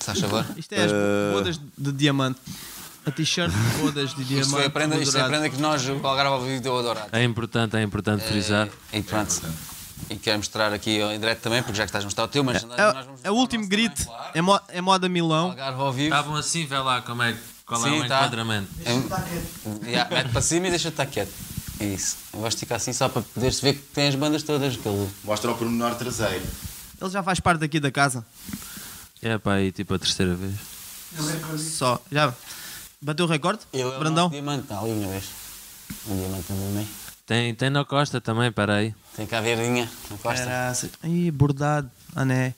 A: se faz favor.
C: Isto é as
B: Eh.
C: bodas de diamante. A t-shirt de bodas de diamante.
A: Isto é a prenda, isto é a
C: dourado.
A: prenda que nós, o Algarve ao vivo, deu a Dourado.
E: É importante, é importante frisar.
A: E pronto. E quero mostrar aqui em direto também, porque já que estás a mostrar o teu merchandising, nós vamos
C: É, é
A: mostrar
C: o último
A: nosso
C: grito.
A: também, claro.
C: É, mo- é moda Milão.
A: Algarve ao vivo.
E: Estavam assim, vê lá como é, qual é
A: Sim,
E: o
A: tá.
E: enquadramento.
A: É um- Yeah, mete para cima e deixa-te estar quieto. É isso. Eu gosto de ficar assim só para poderes ver que tem as bandas todas. Aquele...
B: Mostra o pormenor traseiro.
C: Ele já faz parte aqui da casa.
E: É pá, aí tipo a terceira vez.
C: Só. Já. Bateu o recorde?
A: Eu é o
C: Brandão.
A: nosso diamante, está ali uma vez. Um diamante no meio.
E: Tem, tem na costa também, para aí.
A: Tem cá a verdinha na costa.
C: Caraca. Ih, bordado. Ah, né?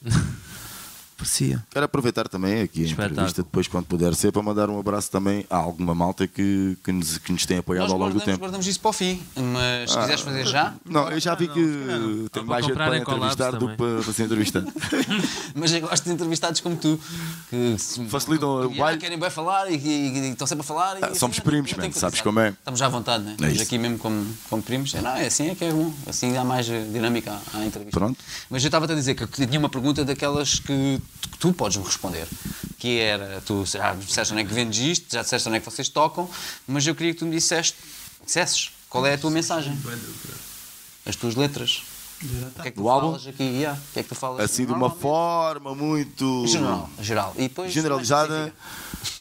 C: Parecia.
B: Quero aproveitar também aqui a
E: Espetáculo.
B: entrevista, depois quando puder ser, para mandar um abraço também a alguma malta que, que, nos, que nos tem apoiado
A: Nós
B: ao longo do
A: guardamos,
B: tempo. Ah.
A: guardamos isso para o fim, mas se quiseres fazer já.
B: Não, eu já vi que tem
E: Ou para
B: mais gente para
E: comprarem collabs
B: entrevistar do que
E: também.
B: para, para ser entrevistado.
A: Mas eu gosto de entrevistados como tu, que se-
B: Facilitam
A: que-
B: o
A: que-
B: baile.
A: é, querem bem falar e, que- e- e estão sempre a falar. e
B: Ah, somos
A: assim,
B: primos,
A: não tem
B: man,
A: que-
B: sabes
A: sabe?
B: como é?
A: Estamos já à vontade, né? Estamos
B: isso.
A: aqui mesmo como, como primos. É, não, é assim é que é bom. Assim dá mais eh, dinâmica à- à, entrevista.
B: Pronto.
A: Mas eu estava a dizer que eu tinha uma pergunta daquelas que tu, que tu podes me responder. Que era, tu já disseste onde é que vendes isto, já disseste onde é que vocês tocam, mas eu queria que tu me disseste, dissesses qual é a tua mensagem. As tuas letras. O que é que tu
B: Do álbum?
A: falas aqui? Yeah. O que é que tu falas
B: Assim, de uma
A: normalmente?
B: forma muito
A: Geral, geral. E depois,
B: generalizada,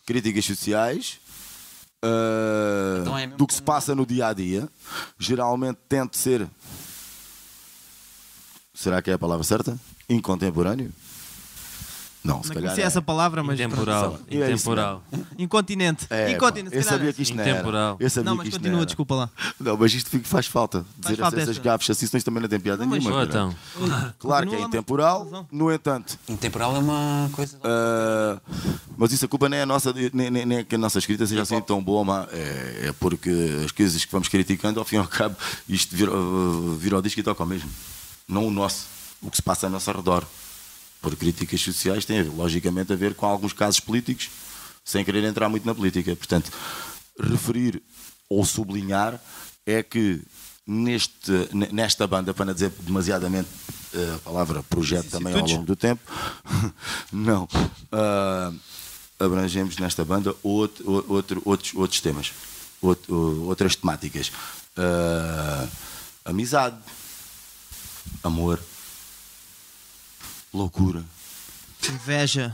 B: críticas sociais, ah,
A: Então é mesmo
B: do que se
A: como-
B: passa no dia a dia. Geralmente tento ser. Será que é a palavra certa? Incontemporâneo? Não, se
C: Não
B: calhar.
C: conhecia
B: é.
C: essa palavra, mas.
E: Intemporal.
B: E é isso
E: Intemporal.
C: Incontinente.
B: É, pá,
C: Incontinente.
B: eu
C: se calhar
B: sabia
C: é.
B: que isto não era.
E: Intemporal.
B: Eu sabia
C: Não,
B: que
C: mas
B: isto
C: continua,
B: era.
C: desculpa lá.
B: Não, mas isto fica- faz falta. Dizer
C: falta
B: essas
C: esta.
B: gafes assim, senão isto também não tem piada
C: mas-
B: nenhuma.
E: Ou
B: cara.
E: então,
B: Claro que é
C: Continua, mas-
B: intemporal,
C: razão.
B: no entanto.
A: Intemporal é uma coisa.
B: ah, mas isso a culpa nem é a nossa, nem, nem, nem é que a nossa escrita seja assim tão boa, mas é, é porque as coisas que vamos criticando, ao fim e ao cabo, isto vira, ah, vira ao disco e toca ao mesmo. Não o nosso, o que se passa ao nosso redor. Por críticas sociais tem logicamente a ver com alguns casos políticos, sem querer entrar muito na política. Portanto, referir ou sublinhar é que neste, ne- nesta banda, para não dizer demasiadamente eh, a palavra projeto também ao longo do tempo, não. ah, abrangemos nesta banda out- o- outro- outros, outros temas, out- o- outras temáticas. Ah, amizade, amor, loucura,
C: Inveja.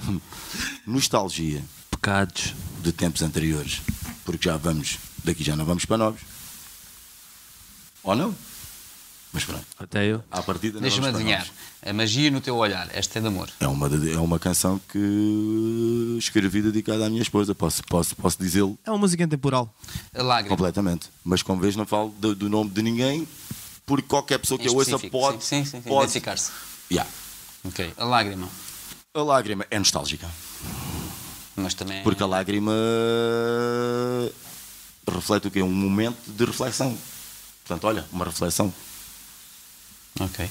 B: nostalgia
E: pecados.
B: de tempos anteriores, porque já vamos, daqui já não vamos para novos. Ou não? Mas pronto,
E: Até eu.
B: à partida não
A: Deixa-me
B: vamos para
A: adivinhar.
B: novos.
A: A magia no teu olhar. Esta é de amor.
B: É uma, ded- é uma canção que escrevi dedicada à minha esposa, posso, posso, posso dizê-lo
C: É uma música intemporal.
A: A lágrima.
B: completamente. Mas como vês, não falo do, do nome de ninguém, porque qualquer pessoa
A: Em
B: que a ouça
A: específico.
B: pode.
A: Sim, sim, sim. sim.
B: pode
A: Identificar-se.
B: Yeah.
A: Ok. A lágrima.
B: A lágrima é nostálgica.
A: Mas também.
B: É. Porque a lágrima eh, reflete o quê? Um momento de reflexão. Portanto, olha, uma reflexão.
A: Ok.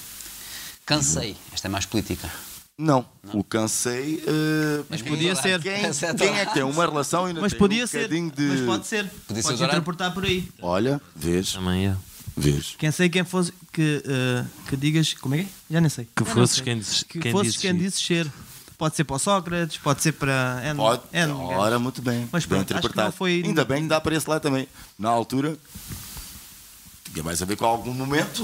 A: Cansei. Esta é mais política.
B: Não, o cansei. eh,
A: Mas
C: podia ser.
B: Quem,
A: Cansei,
B: quem é que tem uma relação e não
C: Mas
B: tem
C: podia
B: um
C: ser.
B: bocadinho de.
C: Mas pode ser.
A: Podia ser
C: Podes
A: dourado.
C: interpretar por aí.
B: Olha, vês,
E: Também é.
B: Vês?
C: Quem sei quem fosse que, eh, que digas. Como é que é? Já nem sei.
E: Que
C: Já não
E: fosses
C: sei.
E: quem dizes-
C: Que
E: quem
C: fosses
E: dizes
C: quem
E: sim.
C: dizes ser. Pode ser para o Sócrates, pode ser para. N-
B: Pode,
C: N-
B: ora, muito bem.
C: Mas
B: bem
C: pronto, acho que
B: interpretado.
C: não foi-
B: Ainda bem que dá para esse lado também. Na altura, tinha mais a ver com algum momento.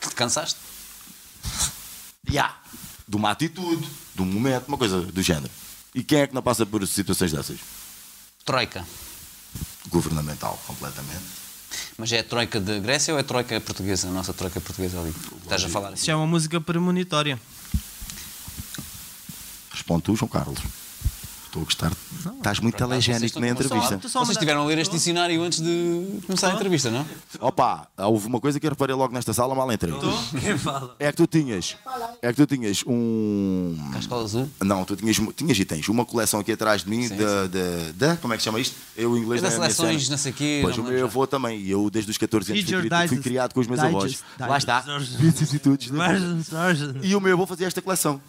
A: Que te cansaste?
B: Yeah, de uma atitude, de um momento, uma coisa do género. E quem é que não passa por situações dessas?
A: Troika.
B: Governamental, completamente.
A: Mas é a troika de Grécia ou é a troika portuguesa? A nossa troika portuguesa ali. Estás a falar
C: Se
A: assim?
C: chama é música premonitória.
B: Responde tu, João Carlos. Estou a gostar. Estás muito
A: acaso, vocês
B: telegénico
A: estão
B: na
A: com uma
B: entrevista.
C: Tu só
A: Vocês
C: mandaste-
A: tiveram a ler este dicionário antes de começar a entrevista, não?
B: Opa, houve uma coisa que eu reparei logo nesta sala, mal entrei.
E: Quem fala?
B: É que tu tinhas. É que tu tinhas um.
A: Cascola azul.
B: Não, tu tinhas, tinhas e tens uma coleção aqui atrás de mim,
A: Sim,
B: da, da, da- Como é que chama isto? Eu, em inglês,
A: É das
B: não é a minha
A: seleções,
B: cena.
A: não sei quê,
B: Pois
A: não
B: o
A: me
B: meu
A: lembro
B: avô também. E eu, desde os 14 anos,
C: Feed
B: fui
C: your
B: criado, fui
C: digest-
B: criado com os meus avós.
C: digest,
B: Lá está.
E: digest.
B: Vicissitudes.
E: Margem, Sargent.
B: né? E o meu avô fazia esta coleção.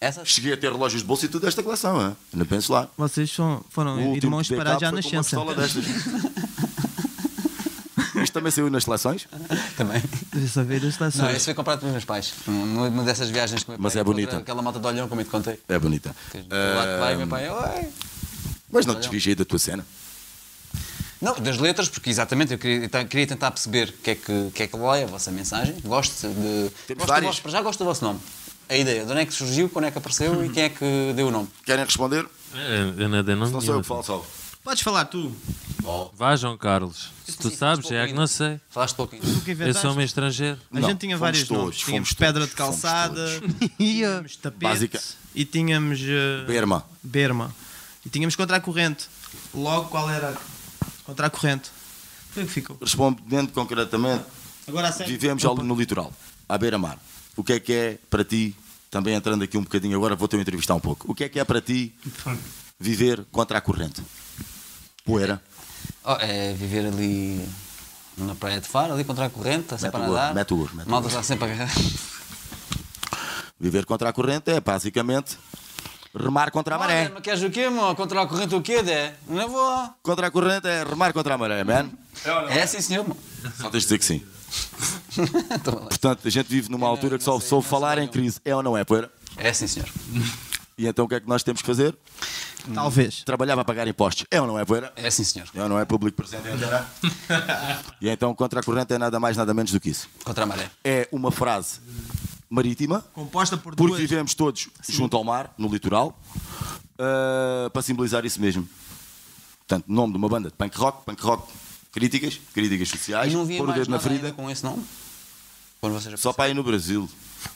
A: Essa?
B: Cheguei a ter relógios de bolso e tudo desta coleção, é? ainda penso lá.
C: Vocês são-
B: O
C: foram
B: último
C: irmãos
B: backup
C: parados já na
B: foi com uma
C: nascença.
B: pistola destas. Isto também saiu nas seleções,
A: Também.
C: Queria saber as
A: Não,
C: seleções.
A: esse foi comprado pelos meus pais. Numa numa dessas viagens que o meu
B: Mas
A: pai
B: é
A: encontrou
B: bonita.
A: Aquela malta de olhão, como eu te contei.
B: é bonita. Ah,
A: Do lado de lá e meu pai, "Oi."
B: Mas não te desvies aí da tua cena.
A: Não, das letras, porque exatamente eu queria, então, queria tentar perceber o que é que, o que é que lá é a vossa mensagem. Gosto de. gosto do
B: várias.
A: vosso- para já gosto do vosso nome. A ideia, de onde é que surgiu, quando é que apareceu e quem é que deu o nome.
B: Querem responder?
E: É, Eu não dei nome
B: Não sou eu
E: nenhum.
B: que falo, salve.
C: Podes falar tu.
E: Vá, João Carlos. Se tu
A: Sim,
E: sabes,
A: estou
E: é que
A: ouvindo.
E: não sei.
A: Falaste pouquinho.
C: Tu que
E: Eu
C: inventaste.
E: sou um estrangeiro.
C: é A
B: Não,
C: gente tinha
B: fomos
C: vários
B: todos,
C: nomes.
B: fomos
C: Tínhamos
B: todos,
C: pedra de
B: fomos
C: calçada, uh,
B: todos.
C: tínhamos tapetes
B: Básica.
C: e tínhamos eh,
B: Berma.
C: berma. E tínhamos contra a corrente. Logo qual era? Contra a corrente. Foi o que ficou.
B: Respondendo concretamente,
C: Agora a sério.
B: vivemos
C: Opa.
B: ali no litoral, à beira-mar. O que é que é para ti, também entrando aqui um bocadinho agora, vou-te entrevistar um pouco. O que é que é para ti viver contra a corrente? Poeira,
A: Oh, é viver ali na praia de Faro, ali contra a corrente, está sempre
B: Mete
A: a
B: o
A: nadar.
B: gorro, mete o gorro, mete o
A: Malta
B: gorro.
A: está sempre a agarrar.
B: viver contra a corrente é basicamente remar contra a
A: Olha,
B: maré.
A: Não queres o quê, mo? Contra a corrente o quê, Dé? Não vou.
B: Contra a corrente é remar contra a maré, man.
A: É sim, senhor, Então, mo.
B: Só tens de dizer que sim.
A: Toma lá.
B: Portanto, a gente vive numa altura que só soube falar em crise. É ou não é, poeira?
A: É sim, senhor.
B: E então o que é que nós temos que fazer?
C: Talvez.
B: Trabalhar para pagar impostos. É ou não é, poeira?
A: É sim, senhor.
B: Eu não é público presente entenderá? E então contra a corrente é nada mais, nada menos do que isso.
A: Contra a maré.
B: É uma frase marítima,
C: Composta por
B: porque
C: duas.
B: vivemos todos junto ao mar, no litoral, ah, para simbolizar isso mesmo. Portanto, nome de uma banda de punk rock, punk rock, críticas, críticas sociais,
A: E não vi
B: pôr o
A: mais
B: dedo na
A: nada ainda
B: ferida,
A: com esse nome? Quando vocês
B: só para ir no Brasil.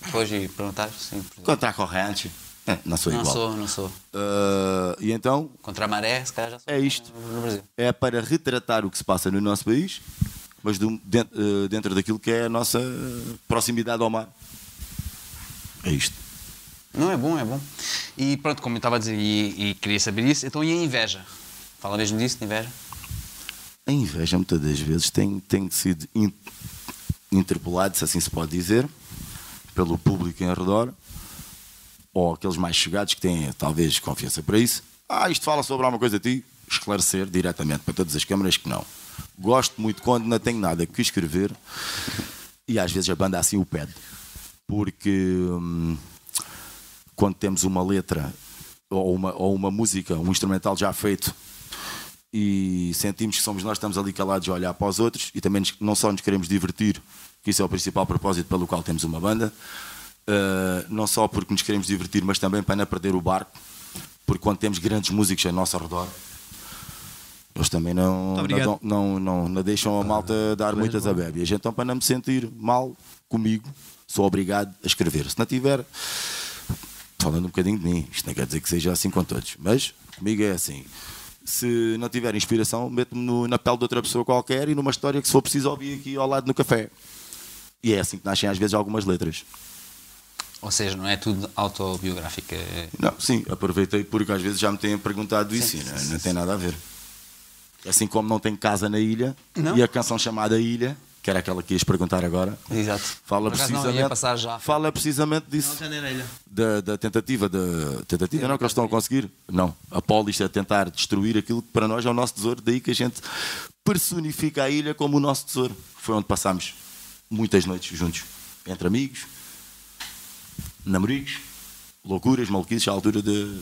A: depois e perguntar, sim. por exemplo.
B: Contra a corrente. É, não sou
A: Não
B: igual.
A: sou, não sou.
B: Ah, e então,
A: Contra a maré, se calhar já sou.
B: É isto.
A: No Brasil.
B: é para retratar o que se passa no nosso país, mas de um- dent- eh, dentro, daquilo que é a nossa proximidade ao mar. É isto.
A: Não, é bom, é bom. E pronto, como eu estava a dizer, e, e queria saber isso, então e a inveja? Fala mesmo disso, de inveja?
B: A inveja, muitas das vezes, tem, tem sido in- interpelada, se assim se pode dizer, pelo público em redor, ou aqueles mais chegados que têm, talvez, confiança para isso. Ah, isto fala sobre alguma coisa a ti? Esclarecer diretamente para todas as câmaras que não. Gosto muito quando não tenho nada que escrever e às vezes a banda assim o pede. Porque hum, quando temos uma letra ou uma, ou uma música, um instrumental já feito e sentimos que somos nós que estamos ali calados a olhar para os outros e também nos- não só nos queremos divertir, que isso é o principal propósito pelo qual temos uma banda, eh, não só porque nos queremos divertir, mas também para não perder o barco, porque quando temos grandes músicos ao nosso redor, eles também não,
C: Muito
B: não,
C: obrigado. Tá
B: dão- não, não, não deixam a malta dar muitas a bebe. E a gente, então, para não me sentir mal comigo, sou obrigado a escrever. Se não tiver, falando um bocadinho de mim, isto não quer dizer que seja assim com todos, mas comigo é assim. Se não tiver inspiração, meto-me no- na pele de outra pessoa qualquer e numa história que, se for preciso, ouvir aqui ao lado no café. E é assim que nascem às vezes algumas letras.
A: Ou seja, não é tudo autobiográfico. é-
B: Não, sim, aproveitei porque às vezes já me têm perguntado isso e não, é? não tem nada a ver. Assim como não tenho casa na ilha
A: Não?
B: e a canção chamada Ilha, que era aquela que ias perguntar agora,
A: Exato.
B: fala
A: Por acaso não, ia
B: precisamente,
A: passar já.
B: fala precisamente disso.
C: Não, já nem era ele.
B: da, da tentativa de tentativa não que eles estão a conseguir não a polis a tentar destruir aquilo que para nós é o nosso tesouro daí que a gente personifica a ilha como o nosso tesouro. Foi onde passámos muitas noites juntos, entre amigos, namorigos, loucuras, maluquices à altura de,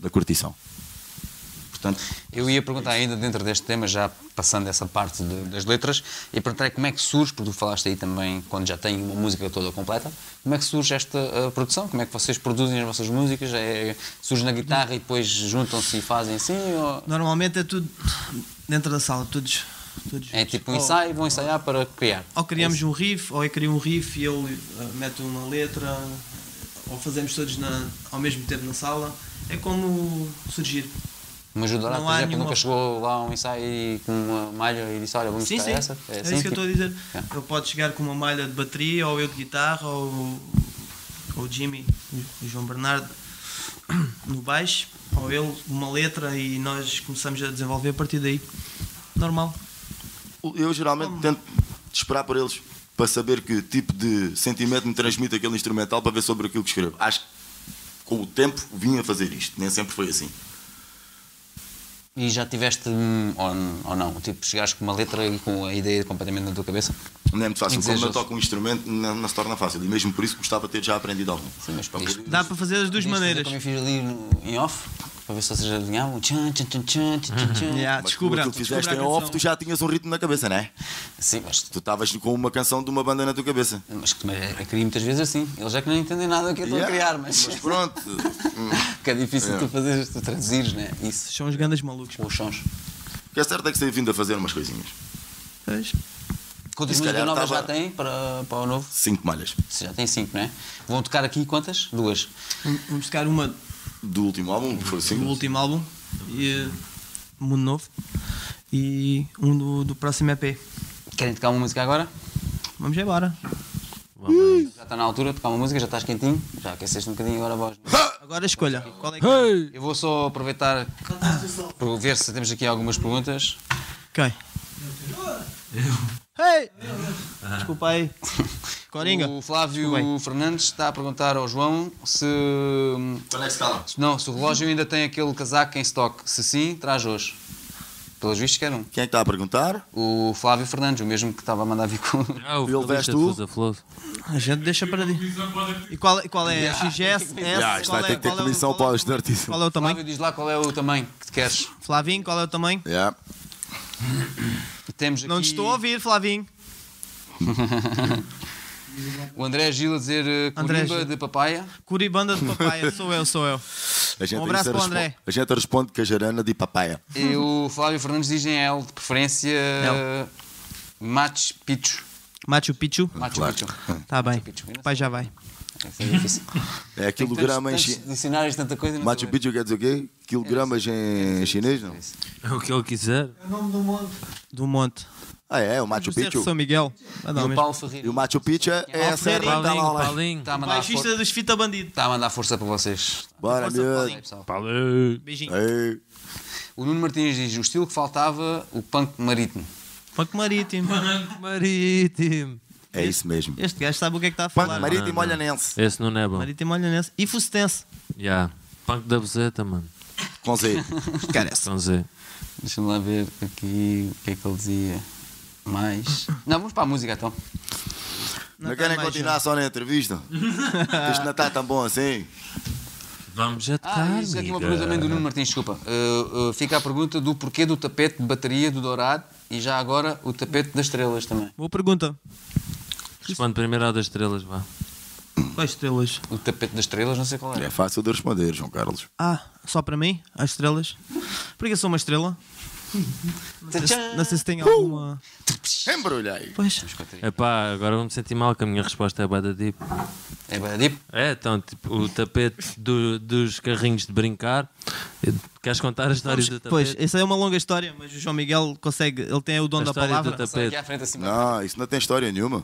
B: da curtição. Portanto,
A: Eu ia perguntar ainda dentro deste tema, já passando essa parte de- das letras, e perguntar como é que surge, porque tu falaste aí também, quando já tem uma música toda completa, como é que surge esta ah, produção? Como é que vocês produzem as vossas músicas? É, surge na guitarra e depois juntam-se e fazem assim? Ou...
C: Normalmente é tudo dentro da sala, todos. todos
A: É
C: juntos.
A: tipo um
C: Ou-
A: ensaio, vão ensaiar para criar.
C: Oh. Ou, criamos um riff, ou eu crio um riff e ele ah, mete uma letra, ou fazemos todos na- ao mesmo tempo na sala. É como surgir.
A: Uma ajudar,
C: Não
A: por
C: há
A: exemplo,
C: nenhuma-
A: nunca chegou lá a um ensaio e com uma malha e disse: Olha, vamos
C: Sim,
A: tocar
C: sim.
A: essa.
C: É,
A: assim?
C: isso que eu estou a dizer.
A: É.
C: Ele pode chegar com uma malha de bateria, ou eu de guitarra, ou ou o Jimmy, o João Bernardo, no baixo, ou ele, uma letra, e nós começamos a desenvolver a partir daí. Normal.
B: eu geralmente tento esperar por eles para saber que tipo de sentimento me transmite aquele instrumental para ver sobre aquilo que escrevo. Acho que com o tempo vim a fazer isto, nem sempre foi assim.
A: E já tiveste, hum, ou, ou não, tipo, chegaste com uma letra e com a ideia completamente na tua cabeça?
B: Não é muito fácil. Como
A: Indesejoso.
B: eu toco um instrumento, não, não se torna fácil. E mesmo por isso gostava de ter já aprendido algum.
A: Sim, mas
B: Para
A: podias-
B: poder-
C: Dá para fazer das duas
A: Podias fazer
C: maneiras.
A: é Como eu fiz ali no- em off, para ver se vocês adivinhavam. Tchan, tchan, tchan, tchan, tchan, tchan.
C: Uhum. Yeah,
B: Mas como
C: Ah, descubra,
B: tu fizeste
C: descubra
B: em
C: a
B: off,
C: canção.
B: tu já tinhas um ritmo na cabeça, não é?
A: Sim, mas,
B: Tu estavas com uma canção de uma banda na tua cabeça.
A: mas que também eu crio muitas vezes assim. Eles já que não entendem nada do que eu estou
B: Yeah,
A: a criar, mas.
B: mas pronto. Hum.
A: Porque é difícil
B: Yeah.
A: tu fazeres, tu traduzires, né? Isso.
C: São os grandes malucos.
A: Ou os sons.
B: O que é certo é que tenho vindo a fazer umas coisinhas.
C: Pois.
A: Quantas
B: E se
A: músicas
B: calhar
A: novas
B: tava-
A: já têm para, para o novo?
B: Cinco malhas.
A: Se já tem cinco, né? Vão tocar aqui quantas? Duas.
C: Vamos buscar uma
B: Do último álbum, que foi
C: do
B: cinco.
C: último álbum, e, Mundo Novo, e um do, do próximo EP.
A: Querem tocar uma música agora?
C: Vamos embora.
A: Já está na altura de tocar uma música, já estás quentinho, já aqueceste um bocadinho agora a voz.
C: Agora escolha. Qual é que...
E: Hey!
A: Eu vou só aproveitar para ver se temos aqui algumas perguntas.
C: Quem? Ei! Desculpa aí. Coringa.
A: O Flávio
C: Desculpa aí.
A: Fernandes está a perguntar ao João se.
B: Quando é que se cala?
A: se Não, se o relógio ainda tem aquele casaco em estoque. Se sim, traz hoje. Pelos vistos, quer um.
B: Quem é que está a perguntar?
A: O Flávio Fernandes, o mesmo que estava a mandar vir com.
E: Ah, o
B: Ele
E: vocalista
B: veste
E: de
B: o-
E: Fusa Flow.
C: A gente deixa para ali. E qual, e qual é?
A: Yeah.
C: XS? S?
B: Já, Ah, isto
C: qual
B: vai
C: é,
B: ter que ter
C: qual é o-
B: comissão
C: qual
B: para
C: é o-
B: os artistas.
C: Qual é o tamanho?
A: Flávio, diz lá qual é o tamanho que te queres.
C: Flavinho, qual é o tamanho?
B: Yeah.
A: E Temos aqui
C: Não te estou a ouvir, Flavinho.
A: o André Gil a dizer eh,
C: André
A: corimba
C: Gil.
A: de papaya.
C: Curibanda de papaya, sou eu, sou eu.
B: A gente
C: Um abraço
B: isso
C: para o
B: respo-
C: André.
B: A gente responde cajarana de papaya. É
A: E o Flávio Fernandes diz em L, de preferência. Machu Picchu.
C: Machu Picchu?
A: Machu Picchu.
C: Tá bem.
A: Picchu, não sei.
C: Pai já vai.
A: Isso é difícil.
B: É
A: Tem tantos-
B: quilograma em
A: tantos
B: chinês.
A: dicionários, tanta coisa. não
B: Machu
A: sei bem.
B: Picchu quer dizer o quê?
C: É
B: Quilogramas em chinês, não?
E: É o que ele quiser.
C: Do monte.
B: Ah, é, o Machu
C: José de
B: Picchu.
C: São Miguel. Ah,
A: E
C: não,
A: o
C: mesmo.
A: Paulo
B: E
A: Ferreira.
B: o Machu Picchu é
C: Paulo
B: a serra que está lá
E: Paulinho,
B: Tá. ao lado.
E: Paulinho.
A: Está a mandar for...
C: Baixista dos Fita Bandido.
A: Está a mandar força para vocês.
B: Bora,
C: Força,
B: miúdo.
A: Aí, pessoal.
E: Paulinho.
C: Beijinho.
B: Ei.
A: O Nuno Martins diz: o estilo que faltava, o punk marítimo.
C: Punk marítimo.
E: Marítimo.
B: É isso mesmo.
C: Este gajo sabe o que é que está a
B: Punk
C: falar.
B: marítimo olhanense.
E: Esse não é bom.
C: Marítimo olhanense. E Fustense.
E: Yeah. Punk da Buzeta, mano.
B: Com Z.
C: Carece.
E: São Zé.
A: Deixa-me lá ver aqui o que é que ele dizia. Mais. Não, vamos para a música então.
B: Não,
C: Não
B: querem
C: tem mais,
B: continuar só na entrevista? Isto não está tão bom assim.
E: Vamos já tocar,
A: Ah, isso aqui uma
E: amiga.
A: pergunta também do Nuno Martins, desculpa. Uh, uh, fica a pergunta do porquê do tapete de bateria do Dourado e já agora o tapete das estrelas também.
C: Boa pergunta.
E: Responde primeiro ao das estrelas, vá.
C: Quais estrelas?
A: O tapete das estrelas, não sei qual
B: É
A: é.
B: fácil de responder, João Carlos.
C: Ah, só para mim? As estrelas? Porque eu sou uma estrela.
A: Tchan!
C: Não sei se tem alguma.
E: Uh!
B: Embrulhei.
C: Pois.
E: Epá, agora vou-me sentir mal que a minha resposta é bada deep.
A: É Badip.
E: É, então, tipo, o tapete do- dos carrinhos de brincar. Queres contar as histórias do tapete?
C: Pois, essa é uma longa história, mas o João Miguel consegue, ele tem o dom
E: a
C: da
E: história do
C: palavra.
A: Aqui
E: tapete.
A: à frente assim.
B: Não, isso não tem história nenhuma.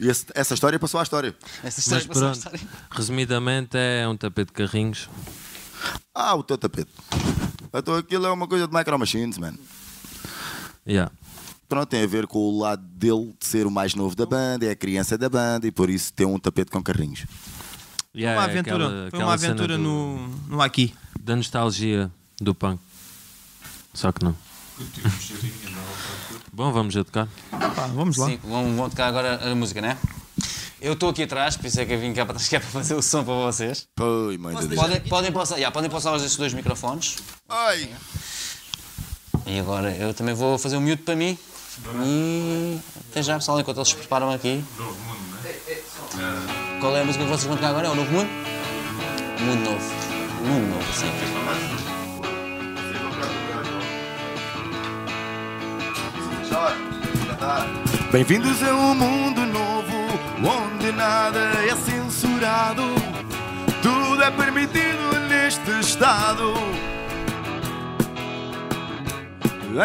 B: E esse- essa história passou à história.
A: Essa história
E: Mas
A: passou a
E: pronto,
A: história.
E: resumidamente é um tapete de carrinhos.
B: Ah, o teu tapete. Então aquilo é uma coisa de micro machines, man.
E: Yeah.
B: Pronto, tem a ver com o lado dele de ser o mais novo da banda, é a criança da banda e por isso tem um tapete com carrinhos.
C: Foi
E: Yeah,
C: uma
E: é
C: aventura,
E: aquela-
C: foi uma
E: aquela cena
C: aventura
E: do-
C: no, no aqui.
E: Da nostalgia do punk. Só que não. Bom, vamos a tocar.
C: Pá, Então, vamos lá.
A: Sim, vão, vão tocar agora a música, né? Eu estou aqui atrás, por isso é que eu vim cá para trás, que é para fazer o som para vocês.
B: Oi, mãe de Deus.
A: Podem, podem, passar, yeah, podem passar os esses dois microfones.
B: Ai!
A: E agora eu também vou fazer um mute para mim. E até já, pessoal, enquanto eles se preparam aqui. Novo mundo, né? Qual é a música que vocês vão tocar agora? É o Novo Mundo? Mundo Novo. Mundo Novo, sim.
B: Bem-vindos a um mundo novo, onde nada é censurado, tudo é permitido neste estado.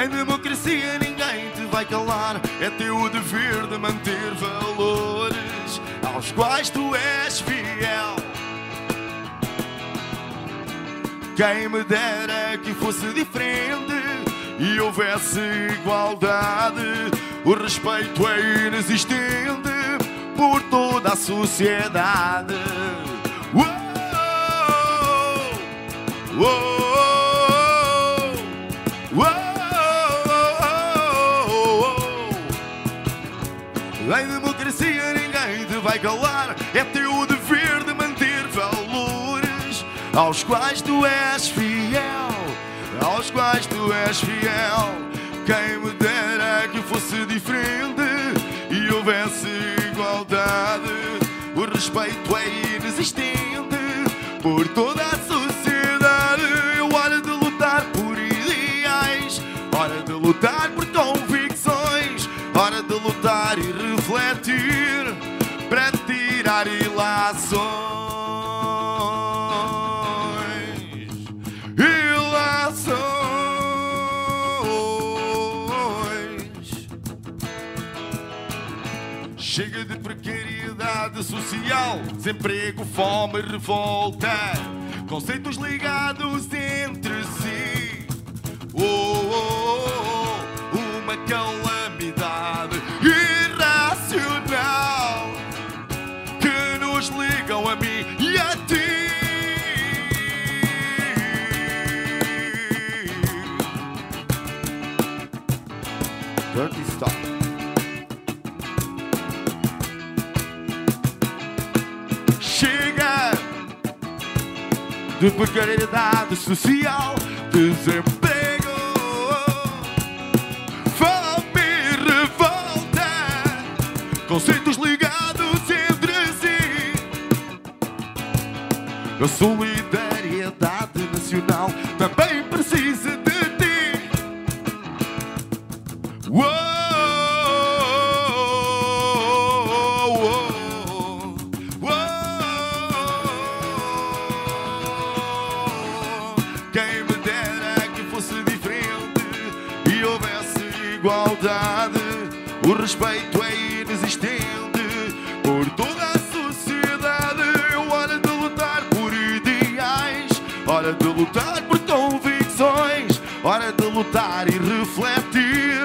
B: Em democracia ninguém te vai calar, é teu dever de manter valores aos quais tu és fiel. Quem me dera que fosse diferente e houvesse igualdade. O respeito é inexistente por toda a sociedade. Uou! Uou! Uou! Em democracia ninguém te vai calar. É teu dever de manter valores aos quais tu és fiel. Aos quais tu és fiel. Quem me dera que fosse diferente e houvesse igualdade. O respeito é inexistente por toda a sociedade. Hora de lutar por ideais, hora de lutar por convicções, hora de lutar e refletir para tirar ilações. Ilações. Chega de precariedade social, desemprego, fome, revolta. Conceitos ligados entre si. Oh, oh, oh, uma calamidade irracional que nos ligam a mim e a ti. Dirty Stop. Chega de precariedade social, desemprego, fome e revolta, conceitos ligados entre si. A solidariedade nacional também precisa de ti. Uou, uou, uou. Quem me dera que fosse diferente e houvesse igualdade. O respeito é inexistente por toda a sociedade. Hora de lutar por ideais, hora de lutar por convicções, hora de lutar e refletir,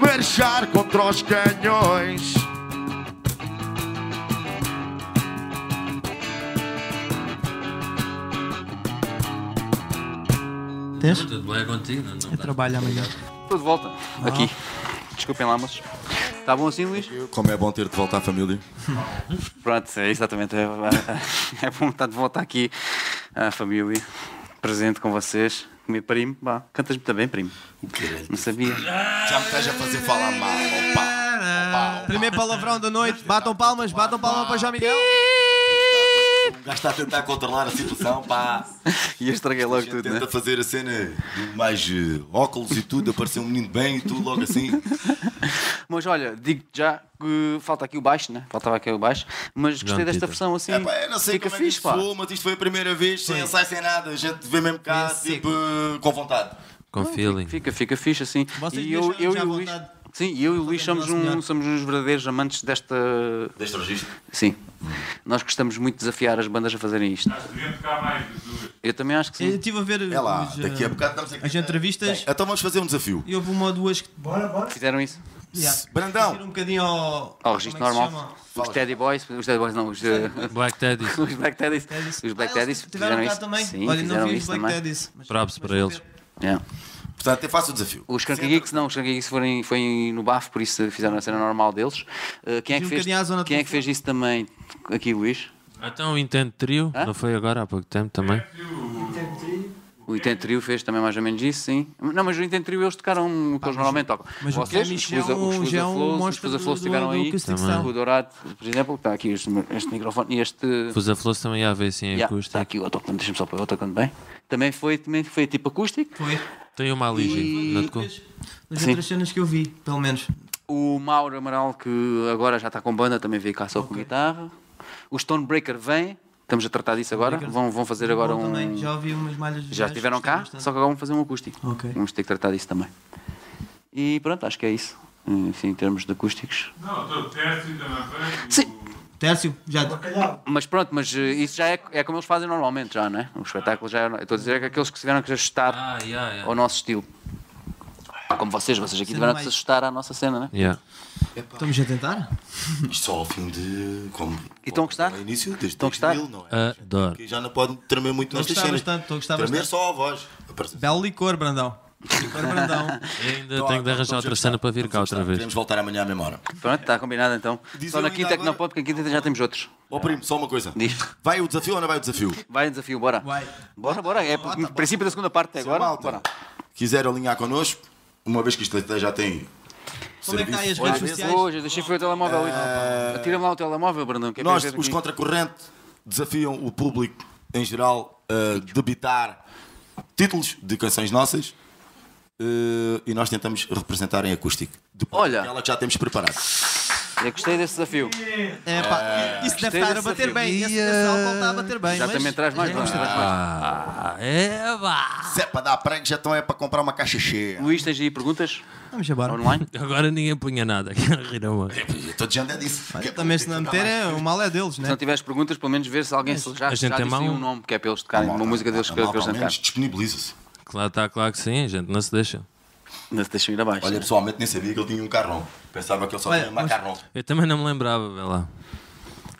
B: marchar contra os canhões.
C: Tens?
E: Tudo bem contigo? Não,
C: Eu trabalho amanhã.
A: Estou de volta. Ah. Aqui. Desculpem lá, mas. Está bom assim, Luís?
B: Como é bom ter de voltar à família.
A: Pronto, é exatamente. É, é bom estar de volta aqui à família, presente com vocês. Meu primo, vá. Cantas muito bem, primo.
B: O caralho.
A: Não sabia.
B: Já me estás a fazer falar mal, opa.
C: Primeiro palavrão da noite. Batam palmas, batam palmas para João Miguel.
B: O gajo está a tentar controlar a situação, pá.
A: E eu estraguei
B: A
A: logo
B: gente
A: tudo, né?
B: tenta fazer a cena do mais eh, óculos e tudo, apareceu um menino bem e tu logo assim.
A: Mas olha, digo já que falta aqui o baixo, né? Faltava aqui o baixo. Mas gostei desta
E: Peter.
A: versão assim.
B: É, pá, eu não sei
A: Fica
B: como é que
A: fixe,
B: isto
A: pá.
B: foi, mas isto foi a primeira vez, sem ensaio, sem nada. A gente vê mesmo cá, tipo, eh, com vontade.
E: Com feeling.
A: Fica, fica fixe assim.
C: Vocês
A: e eu,
C: deixaram-nos
A: eu e
C: à
A: o Luís.
C: vontade.
A: Sim, eu e o Luís somos,
C: nosso melhor.
A: um, somos uns verdadeiros amantes desta.
B: Deste registro.
A: Sim. Nós gostamos muito de desafiar as bandas a fazerem isto.
F: Deviam tocar mais de duas.
A: Eu também acho que
C: Eu
A: sim.
C: estive a ver
B: É lá,
C: os, eh,
B: daqui a bocado estamos aqui.
C: as entrevistas
B: Então vamos fazer um desafio.
C: e houve uma ou duas que
A: Fizeram isso.
C: yeah, tiram um
B: Brandão,
C: bocadinho ao,
A: então. Ao registro
C: como é que se
A: normal.
C: chama?
A: Os Teddy Boys, os Teddy Boys não, os, eh,
E: Black Teddy.
A: os Black Teddies. Os
C: Ah,
A: Black Teddies
C: eles
A: fizeram
C: tiveram cá
A: isso.
C: também.
A: Sim,
C: Olha, não
A: fizeram
C: vi os
A: isso
C: Black
A: também.
C: Teddies. mas-
E: Props
C: mas
E: para
C: vou
E: eles.
C: ver.
A: Yeah.
B: Portanto, até faço o desafio.
A: Os Kanka Geeks, não, os Kanka Geeks foram, foi em- no BAF, por isso fizeram a cena normal deles. Uh, quem é
C: Diz
A: que
C: um
A: fez,
C: bocadinho à zona de
A: quem é que fez isso também aqui, Luís?
E: Então o Intento Trio,
A: Hã?
E: não foi agora há pouco tempo também?
A: O Intent Trio fez também mais ou menos isso, sim. Não, mas o Intent Trio eles tocaram o que eles normalmente tocam.
C: mas o
A: Vocês,
C: Flemish
A: os Fusa
C: é um-
A: os
C: já é um
A: Fusa Flows, os
C: monstro
A: Fusa
C: do-
A: Flows
C: do-
A: tiveram
C: do
A: aí.
C: acústico sound.
A: O Dourado, por exemplo, está aqui este, este microfone e este.
E: Fusa Flow também ia ver assim
A: Yeah,
E: acústico.
A: está aqui o autocante, deixa-me só para o autocante bem. Também foi, também foi tipo acústico.
C: Foi.
E: Tem uma ali, não é te conto.
C: Das
A: Sim.
C: outras cenas que eu vi, pelo menos.
A: O Mauro Amaral, que agora já está com banda, também veio cá só com guitarra. O Stonebreaker vem, estamos a tratar disso agora. Vão, vão fazer agora
C: Bom,
A: um.
C: também, já ouvi umas malhas.
A: Já estiveram cá, só que agora vamos fazer um acústico.
C: Ok.
A: Vamos ter que tratar disso também. E pronto, acho que é isso. Enfim, em termos de acústicos.
G: Não, estou perto e também foi.
A: Sim.
C: Tércio, já.
A: Mas pronto, mas eh, isso já é, é como eles fazem normalmente, já, não é? O espetáculo já é. eu Estou a dizer que aqueles que tiveram que se ajustar
E: Ah, yeah,
A: ao
E: yeah.
A: nosso estilo. Como vocês, vocês aqui
C: Sendo
A: tiveram que se
C: mais-
A: ajustar à nossa cena, não é?
E: Yeah.
C: Estamos a tentar?
B: Isto só ao fim de. Como,
A: E estão
C: Então,
A: a gostar?
B: ao início desde
A: Estão a gostar?
B: 2000, não é?
E: Adoro.
B: Que já não pode tremer muito nestas
C: gostar
B: cenas.
C: bastante, estou a gostar
B: tremer
C: bastante.
B: só a voz. Aparece-
C: Belo licor, Brandão. Licor, Brandão.
B: Então,
E: Eu ainda tenho de
B: então,
E: arranjar
B: estamos a
E: outra cena
B: gostar,
E: para vir
B: estamos
E: cá
B: a
E: outra
B: gostar.
E: vez.
B: Podemos voltar amanhã à mesma hora.
A: Pronto, está combinado então.
B: Diz
A: Só na
B: eu ainda
A: quinta é que não
B: agora-
A: pode, porque na quinta já temos outros.
B: Ó primo, só uma coisa.
A: Diz.
B: Vai o desafio ou não vai o desafio?
A: Vai desafio, bora.
C: Vai.
A: Bora, bora.
B: Ah,
A: É
B: tá
A: o princípio da segunda parte é
B: Se
A: agora.
B: a malta
A: Bora.
B: quiser alinhar connosco, uma vez que isto até já tem.
C: Como é que está aí as
B: Olha,
C: redes
B: vezes
C: sociais?
A: Hoje, deixei foi o telemóvel. Uh... Tira-me lá o telemóvel, Brandão. que é
B: Eh, Nós,
A: para ver
B: os
A: aqui.
B: contracorrente, desafiam o público em geral a debitar títulos de canções nossas eh, e nós tentamos representar em acústico. Depois
A: Olha.
B: daquela que já temos preparado.
A: Eu gostei desse desafio.
C: É, pá, isso deve
A: Eh, Gostei
C: estar a
A: desse
C: bater
A: desafio.
C: bem. Esse esse álcool está a bater bem.
A: Exatamente,
C: mas-
A: traz mais, Brandão. Traz mais.
E: Ah, é, vá.
B: Se é para dar prego, já estão é para comprar uma caixa cheia.
A: Luís, tens aí perguntas
C: Vamos embora.
A: online?
E: Agora ninguém punha nada. Quero rir, amor.
B: Estou de janda disso.
C: Olha, Também se não
B: tá
C: meter, é, o mal é deles,
A: Se
C: né?
A: não tiveres perguntas, pelo menos ver se alguém se já,
E: a gente
A: já
E: tem
A: disse aí
E: mão?
A: um nome, que é para eles tocarem uma música deles que, que eles cantaram.
B: disponibiliza-se.
E: Claro, está claro que sim, gente. Não se deixa.
A: Não se deixam ir abaixo.
B: Olha, pessoalmente nem sabia que ele tinha um carrão. Pensava que ele só
C: Olha,
B: tinha um
C: mas-
B: macarrão.
E: Eu também não me lembrava, vê lá.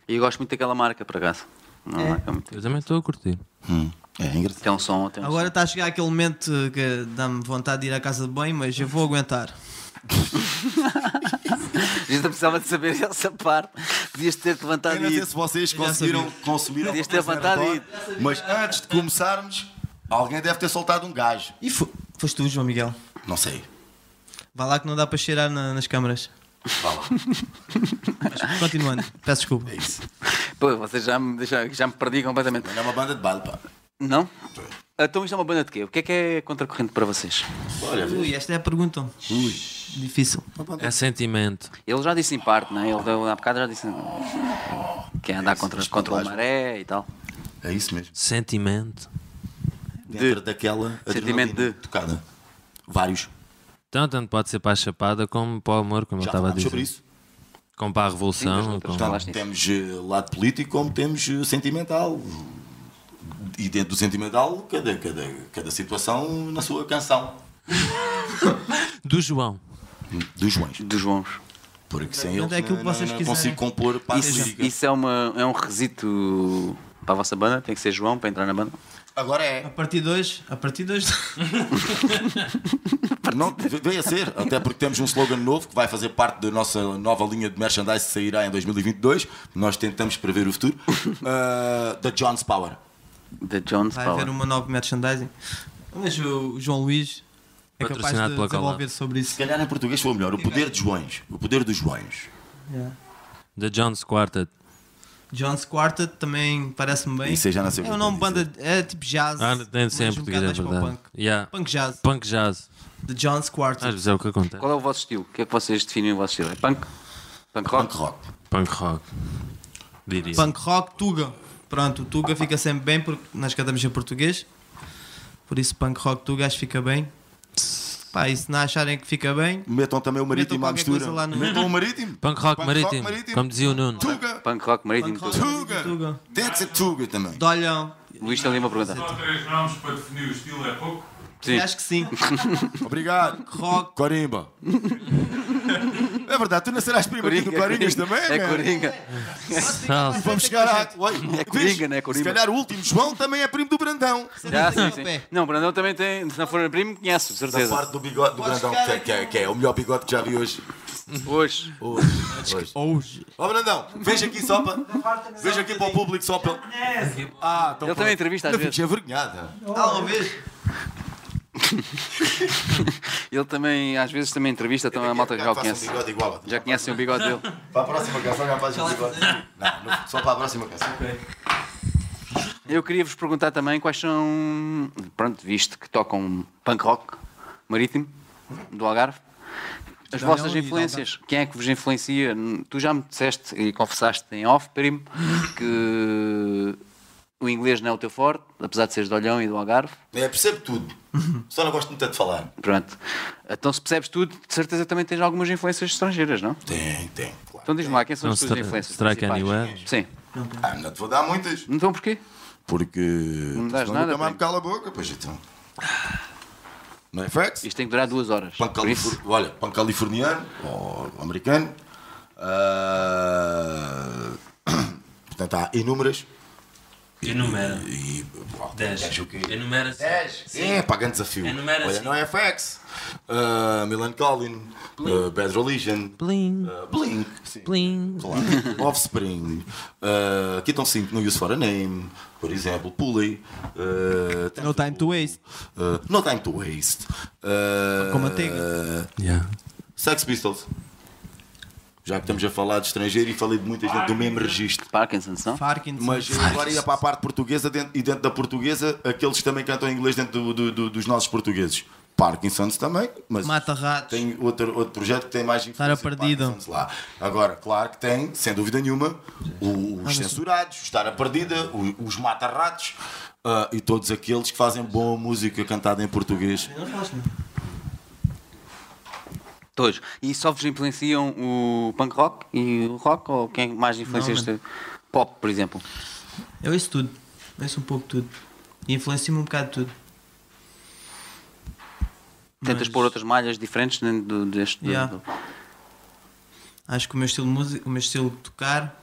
A: E eu gosto muito daquela marca, por acaso. Não, é. marca muito.
E: Eu também estou a curtir.
C: Hum.
B: É engraçado.
A: Tem um som, tem um
C: Agora está a chegar aquele momento que dá-me vontade de ir à casa de banho, mas eu vou aguentar.
A: som. A gente precisava de saber essa parte. Podias ter levantado
B: Eu não
A: e
B: sei
A: ido.
B: se vocês conseguiram consumir
A: Podias
B: alguma
A: ter
B: coisa
A: levantado
B: aleatória, Mas antes de começarmos, alguém deve ter soltado um gajo.
C: E fo- foste tu, João Miguel.
B: Não sei.
C: Vá lá que não dá para cheirar na- nas câmaras.
B: Vá lá.
C: Mas continuando, peço desculpa.
B: É isso.
A: Pô, vocês já me, deixaram- já me perdi completamente.
B: Mas é uma banda de baile, pá.
A: Não? Então isto é uma banda de quê? O que é que é contracorrente para vocês?
B: Olha,
C: Ui, esta é a pergunta. Difícil.
E: É sentimento.
A: Ele já disse em parte, não é? Ele deu- há bocado já disse que é andar contra,
B: isso,
A: contra a
B: desculpa,
A: maré e tal.
B: é isso mesmo.
E: Sentimento.
B: Dentro daquela
A: Sentimento
B: adrenalina
A: de-
B: tocada. Vários.
E: Então, tanto pode ser para a Chapada como para o amor, como eu
B: Já
E: estava a
B: falámos
E: dizer.
B: sobre isso.
E: Como para a
A: Sim,
E: Revolução.
A: das letras.
E: como-
A: Falaste
B: Portanto,
A: nisso.
B: temos eh, lado político como temos eh, sentimental. E dentro do sentimental, cada, cada, cada situação na sua canção.
E: Do João.
B: Dos Joões.
A: Dos João.
B: Porque sem eles
C: é aquilo que
B: não-
C: vocês
B: não
C: quiserem.
B: consigo compor para a lírica.
A: Isso é, uma, é um requisito para a vossa banda? Tem que ser João para entrar na banda?
B: Agora
C: A
B: é.
C: partir de hoje, a partir de hoje.
B: Não, veio a ser. Até porque temos um slogan novo que vai fazer parte da nossa nova linha de merchandise que sairá em 2022. Nós tentamos prever o futuro. Ah, da John's Power.
A: The Jones
C: Vai
A: Power.
C: haver uma nova merchandising. Mas o o João Luís é capaz
E: Patrocinado
C: de
E: pela Colab.
C: desenvolver sobre
B: Se
C: isso.
B: calhar em português foi o melhor. O poder dos Joões. O poder dos Joões.
C: Yeah.
E: The Jones Quartet.
C: John's Quartet também parece-me bem.
B: Isso aí já não sei o
C: é
B: que
C: um nome
B: quer dizer.
C: banda, é tipo jazz.
E: Ah, tem
C: mas
E: sempre
C: um
E: que
C: bocado
E: é
C: mais para o
E: verdade.
C: punk.
E: Yeah.
C: Punk jazz.
E: Punk jazz.
C: The John's Quartet.
E: Às vezes é o que acontece.
A: Qual é o vosso estilo? O que é que vocês definem o vosso estilo? É punk? Punk rock?
B: Punk rock.
E: Punk rock. Diria.
C: Punk rock, Tuga. Pronto, o Tuga fica sempre bem porque nós cantamos em português. Por isso, punk rock, Tuga, acho que fica bem. Pá, e se não acharem que fica bem,
B: Metam também o marítimo
C: Metam
B: à
C: qualquer
B: mistura.
C: coisa lá no-
B: Metam o marítimo.
E: Punk rock marítimo, como dizia o Nuno.
B: Tuga.
A: Punk rock, marítimo.
C: Punk
A: tudo.
C: rock.
B: Tuga.
C: Tuga.
B: Deve a Tuga também.
C: Dolhão.
A: Luís tem ali uma pergunta.
G: Só três nomes para definir o estilo é pouco.
A: Sim.
C: Acho que sim.
B: Obrigado.
C: Rock,
B: Corimba. É verdade, tu nascerás primo aqui do Clarinhas também, né?
A: É
B: man.
A: Coringa.
E: Não,
B: Vamos chegar a. Ué,
A: É Coringa, né?
B: Se
A: Coringa.
B: calhar o último João também é primo do Brandão.
A: Já, sim,
C: Ao
A: sim.
C: pé.
A: Não, Brandão também tem. Se não for primo, conheço, de
B: Da
A: certeza.
B: parte do bigode do Brandão, que é, que, é, que é o melhor bigode que já vi hoje.
A: Hoje.
B: Hoje. hoje. Ó Brandão, veja aqui só para. Veja aqui para o público só para. Ah, então
A: Ele também entrevista às
B: Eu fico
A: vezes.
B: envergonhada.
C: Talvez.
A: Ele também, às vezes, também entrevista então a malta que já o
B: Faça um
A: conhece.
B: bigode igual a ti.
A: Já conhecem o bigode dele.
B: Para a próxima canção, já faz um bigode. Não, não, só para a próxima canção.
A: Eu queria vos perguntar também quais são. Pronto, visto que tocam punk rock marítimo do Algarve. As
C: Daniel
A: vossas
C: e
A: influências, quem é que vos influencia? Tu já me disseste e confessaste em off, primo, que o inglês não é o teu forte, apesar de seres de Olhão e do Algarve.
B: É, percebo tudo. Só não gosto muito é de falar.
A: Pronto. Então, se percebes tudo, de certeza também tens algumas influências estrangeiras, não?
B: Tem, tem, claro.
A: Então diz-me lá, quem são
E: Não,
A: as tuas
E: Stra-
A: influências?
E: Strike
A: principais?
E: Anywhere.
A: Sim.
B: Ah, não te vou dar muitas.
A: Então porquê?
B: Porque. Não
A: dás nada,
B: Nunca mais
A: primo.
B: me cala a boca, pois então. Não é facts?
A: Isto tem que durar duas horas.
B: Punk
A: Por isso,
B: califor... Olha, pão californiano ou americano. Ah, Portanto, há inúmeras.
E: Enumera.
B: E. pá,
E: 10.
B: gajo que-
E: Enumera.
B: É, pá, grande desafio.
E: Enumera,
B: Olha,
E: sim.
B: não é facts. Ah, Milan Collin, ah, Bad Religion,
E: Plim,
B: ah, Blink, sim,
E: plim.
B: claro. Offspring, ah, aqui estão 5 no Use for a Name, por exemplo, Pulley. ah, tem
C: No time to waste.
B: Uh, no Time to Waste. Uh,
C: Com manteiga.
E: Yeah.
B: Sex Pistols. Já que estamos a falar de estrangeiro e falei de muita gente do mesmo registro.
A: Parkinson, não?
C: Parkinson.
B: Mas eu agora ia para a parte portuguesa dentro- e dentro da portuguesa, aqueles que também cantam em inglês dentro do- do- do- dos nossos portugueses. Parkinson's também, mas
C: Mata ratos.
B: tem outro, outro projeto que tem mais
C: Sara
B: influência de
C: Perdida.
B: Parkinson's lá. Agora, claro que tem, sem dúvida nenhuma, o- os censurados, os Sara Perdida, o- os mata-ratos ah, e todos aqueles que fazem boa música cantada em português.
A: Todos. E só vos influenciam o punk rock e o rock? Ou quem é mais influencia
C: Não,
A: este pop, por exemplo?
C: Eu ouço tudo. Eu ouço um pouco tudo. E influencia-me um bocado tudo.
A: Tentas
C: Mas-
A: pôr outras malhas diferentes dentro do- deste. do-
C: Yeah.
A: do-
C: Acho que o meu estilo de música, o meu estilo de tocar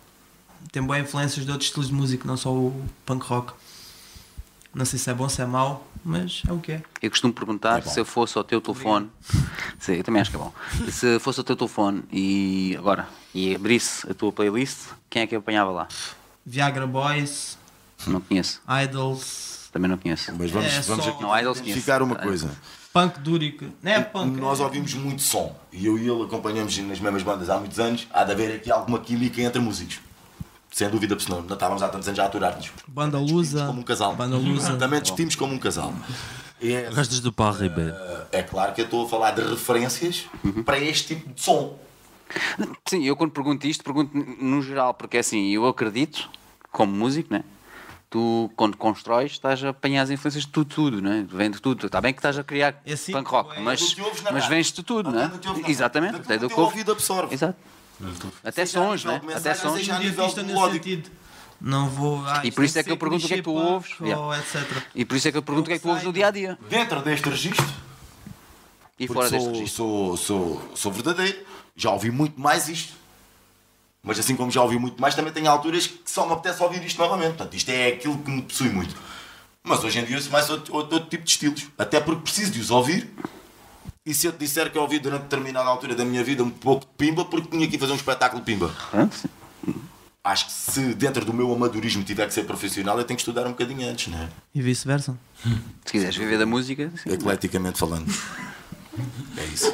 C: tem boas influências de outros estilos de música, não só o punk rock. Não sei se é bom, se é mau, mas é o que é.
A: Eu costumo perguntar se eu fosse ao teu telefone. Sim, eu também acho que é bom. Se fosse ao teu telefone e agora e abrisse a tua playlist, quem é que eu apanhava lá?
C: Viagra Boys,
A: Não conheço.
C: Idols,
A: Também não conheço.
B: Mas vamos,
C: É,
B: vamos
C: só-
B: aqui
A: Não, Idols
B: identificar
A: conheço.
B: uma coisa.
C: Punk Durico. Não é punk.
B: Nós
C: é-
B: ouvimos muito som e eu e ele acompanhamos nas mesmas bandas há muitos anos. Há de haver aqui alguma química entre músicos. Sem dúvida, porque senão não estávamos há tantos anos a aturar-nos.
C: Banda
B: Discutimos
C: Lusa.
B: Como um casal.
C: Banda Lusa.
B: Também discutimos como um casal. É,
E: Gostas do Paulo Ribeiro?
B: é claro que eu estou a falar de referências para este tipo de som.
A: Sim, eu quando pergunto isto, pergunto n- no geral, porque assim, eu acredito, como músico, né? Tu, quando constróis, estás a apanhar as influências de tudo, tudo, né? Vem de tudo. Está bem que estás a criar
C: É assim,
A: punk rock,
C: é
A: mas,
B: do que ouves na
A: mas
B: rádio.
A: vens de tudo,
B: Até
A: né?
B: do que ouves na
A: Exatamente,
B: rádio.
A: até
B: Daquilo
A: do
B: que o
A: que
B: teu
A: ouves.
B: ouvido absorve.
A: Exato. Até
B: Seja a
A: sons,
B: nível
A: né?
B: de
A: Até
B: mensagem,
A: sons.
B: seja- Já a
C: Hoje em
B: nível
C: dia vista nesse
B: melódico.
C: sentido. Não vou. ah,
A: E
C: isto
A: por isso
C: tem
A: é que eu
C: ser
A: pergunto o que é que tu
C: clichê punk
A: ouves, yeah.
C: Ou etc.
A: E por isso é que eu pergunto o que é que tu ouves do
C: Outside.
A: dia a dia
B: Dentro deste registro,
A: e
B: Porque
A: fora deste
B: sou,
A: registro.
B: sou, sou, sou verdadeiro. Já ouvi muito mais isto. Mas assim como já ouvi muito mais, também tenho alturas que só me apetece ouvir isto novamente. Portanto, isto é aquilo que me possui muito. Mas hoje em dia ouço mais outro, outro, outro tipo de estilos. Até porque preciso de os ouvir. E se eu te disser que eu ouvi durante determinada altura da minha vida um pouco de pimba, porque tinha que ir fazer um espetáculo de pimba.
A: Pronto, sim.
B: Acho que se dentro do meu amadorismo tiver que ser profissional, eu tenho que estudar um bocadinho antes, né?
C: E vice-versa.
A: Se quiseres viver da música,
E: É
A: sim,
B: Ecleticamente falando. É isso.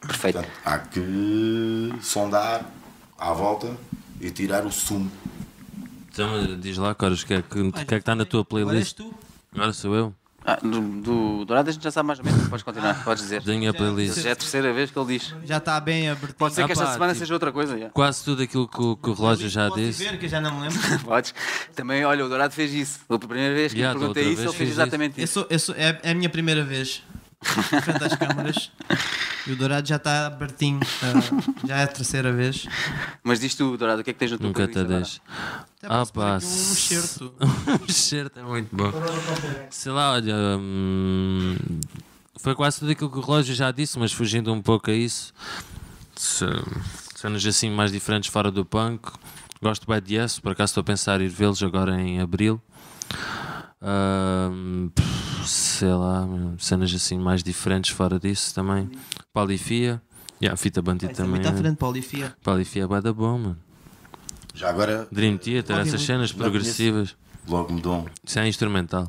A: perfeito.
E: tá.
B: Portanto, há que sondar à volta e tirar o sumo.
E: Então, diz lá, Coros, o que é que o que é que está na tua
C: Agora és
E: playlist?
C: tu.
E: Agora sou eu.
A: Ah, do, do Dourado a gente já sabe mais ou menos, podes continuar, podes dizer.
E: Tenho minha playlist.
A: Já é a terceira vez que ele diz.
C: Já está bem aberto.
A: Pode ser que
E: Ah,
A: esta
E: pá,
A: semana
E: tipo-
A: seja outra coisa, já.
E: Quase tudo aquilo que, o- que o relógio já
C: Posso
E: disse.
C: ver que eu já não me lembro.
A: Podes. Também, olha, o Dourado fez isso. A primeira vez que
E: Yeah,
A: lhe
E: da
A: perguntei
E: outra
A: isso, ele fez
E: vez fiz isso.
A: exatamente
C: Eu
A: isso.
C: sou, eu sou, é, é a minha primeira vez em frente às câmaras e o Dourado já está abertinho. ah, já é a terceira vez.
A: Mas diz tu, Dourado, o que é que tens no teu
E: Nunca te
A: playlist agora?
E: deixo. Ah, pá.
C: Um certo.
E: Um certo é muito bom. Sei lá, olha. hum, Foi quase tudo aquilo que o relógio já disse, mas fugindo um pouco a isso. Se- Cenas assim mais diferentes fora do punk. Gosto bem de Yes, por acaso estou a pensar em ir vê-los agora em abril. Ahm, pff, sei lá, cenas assim mais diferentes fora disso também. Palifia. Yeah, fita Bandit
C: Também
E: também.
C: está à
E: né?
C: frente, Paulifia.
E: Palifia é bué da bom, mano.
B: Já agora,
E: Dream Theater, essas cenas
B: Não conheço.
E: progressivas.
B: logo me dão.
E: Isso é instrumental.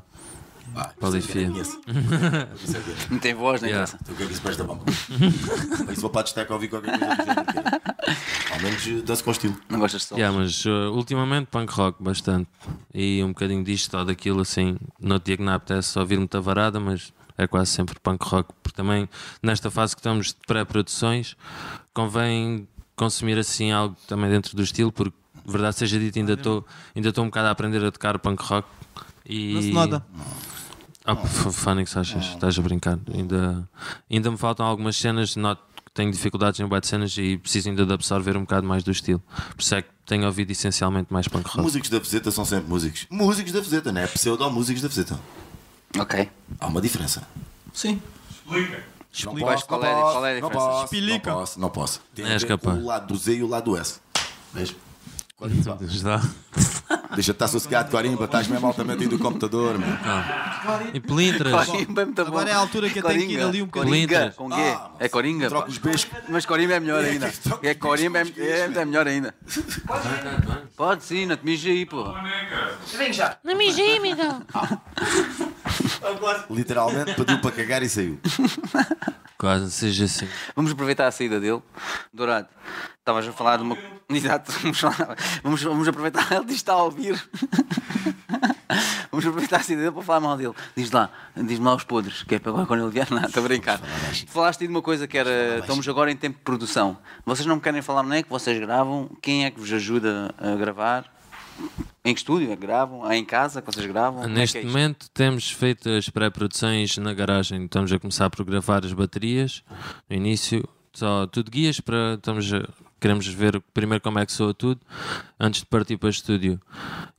B: Ah,
E: Polifia.
B: Isso é que é.
A: Não tem voz, nem
E: Yeah.
A: graça.
B: Então, o que é que isso presta bom? Isso vou para destaque ouvir qualquer coisa do género. que é. Ao menos eh, dá-se com estilo.
A: Não gostas de sol.
E: Yeah, mas uh, ultimamente punk rock bastante. E um bocadinho disto ou daquilo assim. No dia que não apetece ouvir muita varada, mas é quase sempre punk rock. Porque também nesta fase que estamos de pré-produções convém consumir assim algo também dentro do estilo, porque verdade seja dita, ainda estou ainda estou um bocado a aprender a tocar punk rock. E...
C: Não se nota.
E: Ah, f- Fónix, achas? Estás a brincar? Ainda, ainda me faltam algumas cenas, noto que tenho dificuldades em boate cenas e preciso ainda de absorver um bocado mais do estilo. Por isso é que tenho ouvido essencialmente mais punk rock.
B: Músicos da Fuseta são sempre músicos. Músicos da Fuseta, não é? Pseudo-músicos da Fuseta.
A: Ok.
B: Há uma diferença.
C: Sim.
G: Explica.
B: Não
A: Explica. Mas qual é- qual é a
B: não
A: diferença?
B: posso,
C: Espilica.
B: Não posso, não posso. Tem a
E: És
B: ver com
E: capaz.
B: o lado do Z e o lado do S. Vejo.
E: Ajudar.
B: Deixa-te estar sossegado, Corimba. Estás mesmo altamente aí do computador, mano.
E: E pelintras.
A: Corimba é muito bom.
C: Agora é a altura que eu tenho que ir ali um bocadinho.
A: Coringa,
E: Coringa.
A: com G. é Coringa.
B: Troca
A: pá.
B: os beijos.
A: Mas Corimba é melhor ainda.
B: troca
A: É Corimba é, é, é melhor ainda. Pode sim, não te mija aí, pô.
G: Onde é, cara?
H: Não me gime, então.
B: Literalmente pediu para cagar e saiu.
E: Quase, seja assim.
A: Vamos aproveitar a saída dele. Dourado, estavas a falar de uma. Exato, vamos, falar- vamos, vamos aproveitar. Ele diz que está a ouvir. Vamos aproveitar a saída dele para falar mal dele. Diz lá, diz-me lá os podres, que é para agora quando ele vier. Não, estou a brincar. Falaste aí de uma coisa que era. Estamos agora em tempo de produção. Vocês não me querem falar onde é que vocês gravam? Quem é que vos ajuda a gravar? Em que estúdio é que gravam? Ah, em casa que vocês gravam? Como é
E: Neste
A: que é isto?
E: momento temos feito as pré-produções na garagem. Estamos a começar por gravar as baterias. No início, só tudo guias para. Estamos a- queremos ver primeiro como é que soa tudo antes de partir para o estúdio.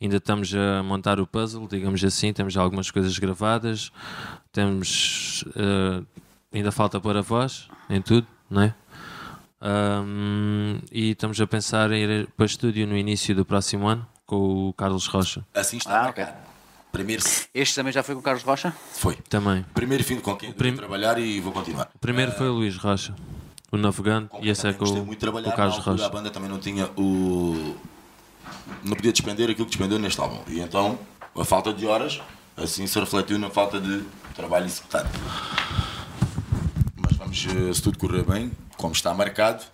E: Ainda estamos a montar o puzzle, digamos assim. Temos já algumas coisas gravadas. Temos. eh, ainda falta pôr a voz em tudo, não é? Ahm, e estamos a pensar em ir para o estúdio no início do próximo ano com o Carlos Rocha
B: Assim está.
A: Ah, ok.
B: Primeiro
A: Este também já foi com o Carlos Rocha?
B: foi.
E: também.
B: Primeiro fim com quem
E: prim-
B: vou trabalhar e vou continuar.
E: O primeiro foi o Luís Rocha, o navegante,
B: Com
E: e esse é
B: também
E: com
B: gostei
E: o,
B: muito de
E: com
B: trabalhar,
E: o Carlos
B: na altura, A
E: Rocha.
B: banda também não tinha o. Não podia despender aquilo que despendeu neste álbum. E então, a falta de horas, assim se refletiu na falta de trabalho executado. Mas vamos, eh, se tudo correr bem, como está marcado,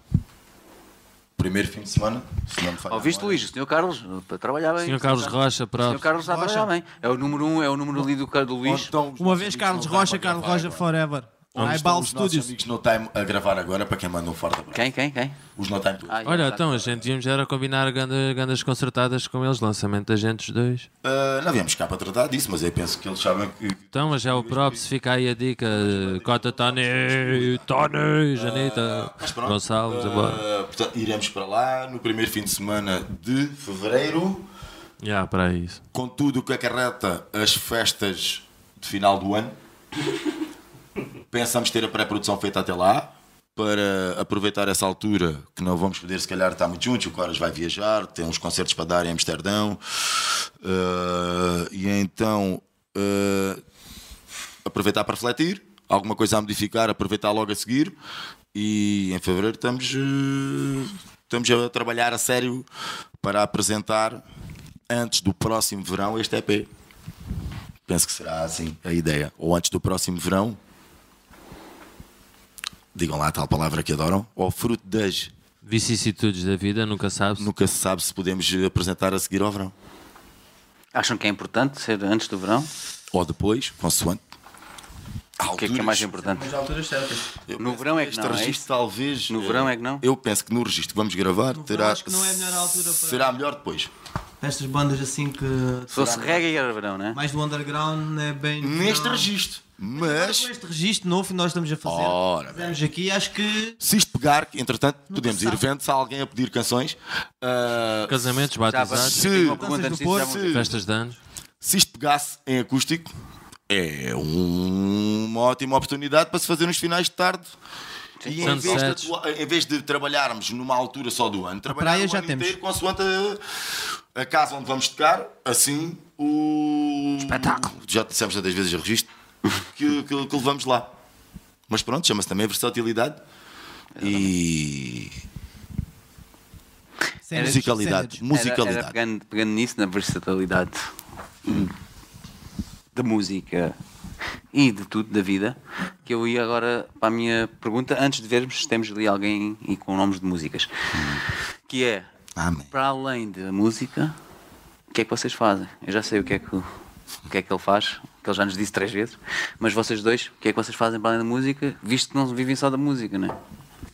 B: primeiro fim de semana, se não me falha a
A: Ouviste,
B: memória.
A: Luís? O senhor Carlos eh, para trabalhar bem.
E: Senhor Carlos Rocha,
A: O senhor
E: pronto.
A: Carlos está a trabalhar bem. É o número um, é o número ali do, Car- do
B: Onde
A: Luís.
B: estão Então, os
C: Uma
B: nossos
C: vez
B: amigos
C: Carlos
B: no Time
C: Rocha,
B: a
C: Carlos
B: gravar
C: Rocha
B: agora?
C: Forever.
B: Onde
C: Ai,
B: estão
C: Bal
B: os nossos
C: Studios.
B: amigos no Time a gravar agora, para quem manda um forte abraço.
A: Quem, quem, quem?
B: Os No Time Tour.
A: Ah,
E: Olha,
A: exato.
E: então a gente íamos era combinar grandes, grandes concertadas com eles, lançamento da gente os dois.
B: Ah, não viemos cá para tratar disso, mas eu penso que eles sabem que.
E: Então, mas é o próprio, se fica aí a dica, cota Tony, Tony, Janita,
B: Ah, Mas pronto,
E: Gonçalves,
B: ah,
E: agora.
B: portanto, iremos para lá no primeiro fim de semana de fevereiro,
E: Já, para isso.
B: com tudo o que acarreta as festas de final do ano. Pensamos ter a pré-produção feita até lá. Para aproveitar essa altura, que não vamos poder, se calhar, estar muito juntos, o Coras vai viajar, tem uns concertos para dar em Amsterdão. Ah, e então, ah, aproveitar para refletir, alguma coisa a modificar, aproveitar logo a seguir. E em fevereiro estamos, eh, estamos a trabalhar a sério para apresentar antes do próximo verão este EP. Penso que será assim a ideia. Ou antes do próximo verão, digam lá a tal palavra que adoram, ou fruto das.
E: Vicissitudes da vida, nunca sabes.
B: Nunca se sabe se podemos eh, apresentar a seguir ao verão.
A: Acham que é importante ser antes do verão?
B: Ou depois, consoante.
A: O que é que é mais importante? No verão é que
B: Este
A: não, é
B: registro
A: isso?
B: talvez.
A: No
B: eh,
A: verão é que não?
B: Eu penso que no registro que vamos gravar terá.
C: acho que não é a melhor altura para-
B: Será melhor depois.
C: Para Estas bandas assim que.
A: Se fosse reggae era verão, né?
C: Mais do underground, é bem.
B: Neste
C: não.
B: registro.
C: Com
B: Mas.
C: este registro novo que nós estamos a fazer.
B: Ora,
C: Fizemos aqui, acho que.
B: Se isto pegar, entretanto, podemos ir vendo se há alguém a pedir canções. Ah,
E: Casamentos,
A: Já vamos-
E: batizados,
B: se-
A: eu tenho uma pergunta antes
C: Danças do
A: disso, já vamos-
B: se,
E: festas de anos.
B: se isto pegasse em acústico, é um- uma ótima oportunidade para se fazer uns finais de tarde. E em vez, de
E: Sunsets.
B: atua- em vez de trabalharmos numa altura só do ano, trabalhar o
C: praia já
B: ano
C: temos.
B: inteiro consoante a, a casa onde vamos tocar, assim o. Espetáculo! Já dissemos tantas vezes o registro que, que, que levamos lá. Mas pronto, chama-se também versatilidade e
C: Cenas,
B: musicalidade.
C: cenas.
B: Musicalidade.
A: Era, era pegando, pegando nisso na versatilidade da música e de tudo, da vida, que eu ia agora para a minha pergunta, antes de vermos se temos ali alguém e com nomes de músicas,
B: Hum.
A: que é,
B: Amém.
A: para além da música, o que é que vocês fazem? Eu já sei o que é que, o que, é que ele faz, que ele já nos disse três vezes, mas vocês dois, o que é que vocês fazem para além da música, visto que não vivem só da música, né?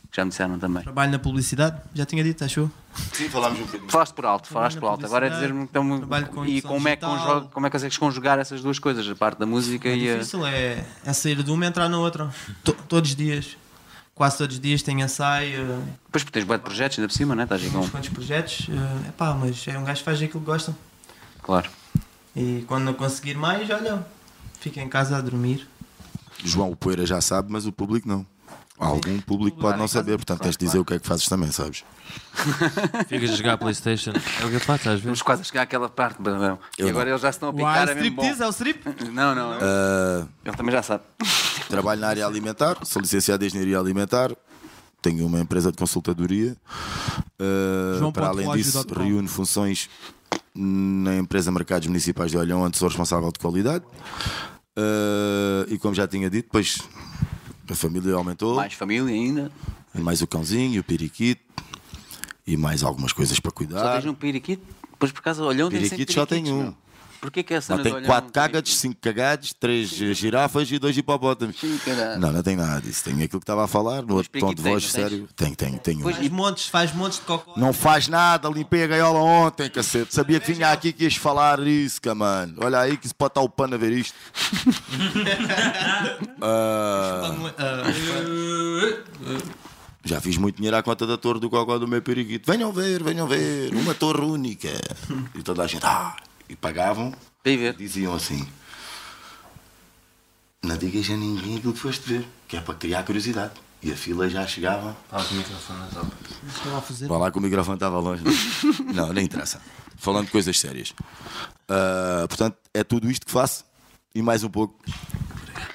A: Que Já me disseram também.
C: Trabalho na publicidade, já tinha dito, achou?
B: Sim, falámos um bocadinho.
A: Falaste por alto, falaste
C: na
A: por alto. Agora é
C: publicidade,
A: dizer-me então,
C: trabalho com
A: e
C: edição
A: como é, que
C: digital.
A: conjuga, como é que consegues conjugar essas duas coisas, a parte da música
C: É
A: e a.
C: difícil é, é sair de uma e entrar na outra. To- todos os dias. Quase todos os dias tem ensaio, eh,
A: Depois porque tens bué de projetos ainda por cima, né? Estás aí
C: uns
A: com.
C: quantos projetos. É pá, mas é um gajo que faz aquilo que gosta.
A: Claro.
C: E quando não conseguir mais, olha, fica em casa a dormir.
B: João, o Poeira já sabe, mas o público não. Algum público pode não saber, portanto tens de dizer o que é que fazes também, sabes?
E: Ficas a jogar a Playstation. É o que eu faço às vezes.
A: Vamos quase a chegar àquela parte, Brandão. E
B: Eu
A: agora
B: não. Ah.
A: eles já se estão a
C: Uai,
A: picar é mesmo bom.
C: striptease, é o strip?
A: Não, não. Ele também já sabe.
B: Trabalho na área alimentar, sou licenciado em Engenharia Alimentar, tenho uma empresa de consultadoria. Uh,
C: João
B: para
C: ponto
B: além
C: Lógio
B: disso,
C: ponto com.
B: reúno funções na empresa Mercados Municipais de Olhão, onde sou responsável de qualidade. Uh, e como já tinha dito, depois a família aumentou,
A: Mais família ainda.
B: E mais o cãozinho, o periquito e mais algumas coisas para
A: Só
B: cuidar.
A: tens um piriquito. Depois por causa do olhão tem sempre
B: Ah. Periquito só tem
A: piriquitos,
B: um.
A: meu. Porquê que é a cena do
B: Não, tem
A: olhão
B: quatro
A: tem
B: cagados, cinco cagados, três eh, girafas e dois hipopótamos.
A: Sim, caralho.
B: Não, não tem nada disso. Tem aquilo que estava a falar, no outro tom
A: periquito
B: de voz,
A: tem, não Ah. tens?
B: sério. Tem, tem, tem. um.
A: Pois,
C: Faz montes, faz montes de cocó.
B: Não faz nada, limpei a gaiola ontem, cacete. Sabia que vinha aqui que ias falar isso, cá, mano. Olha aí que se pode estar o pano a ver isto.
C: ah,
B: Já fiz muito dinheiro à conta da torre do Gogó do meu periquito. Venham ver, venham ver, uma torre única. E toda a gente, ah, e pagavam,
A: Vem ver.
B: diziam assim: Não digas a ninguém aquilo que foste ver, que é para criar curiosidade. E a fila já chegava.
C: Estão a fazer.
B: Vá lá que o microfone estava longe. Não, Não, nem interessa. Falando de coisas sérias. Ah, portanto, é tudo isto que faço e mais um pouco.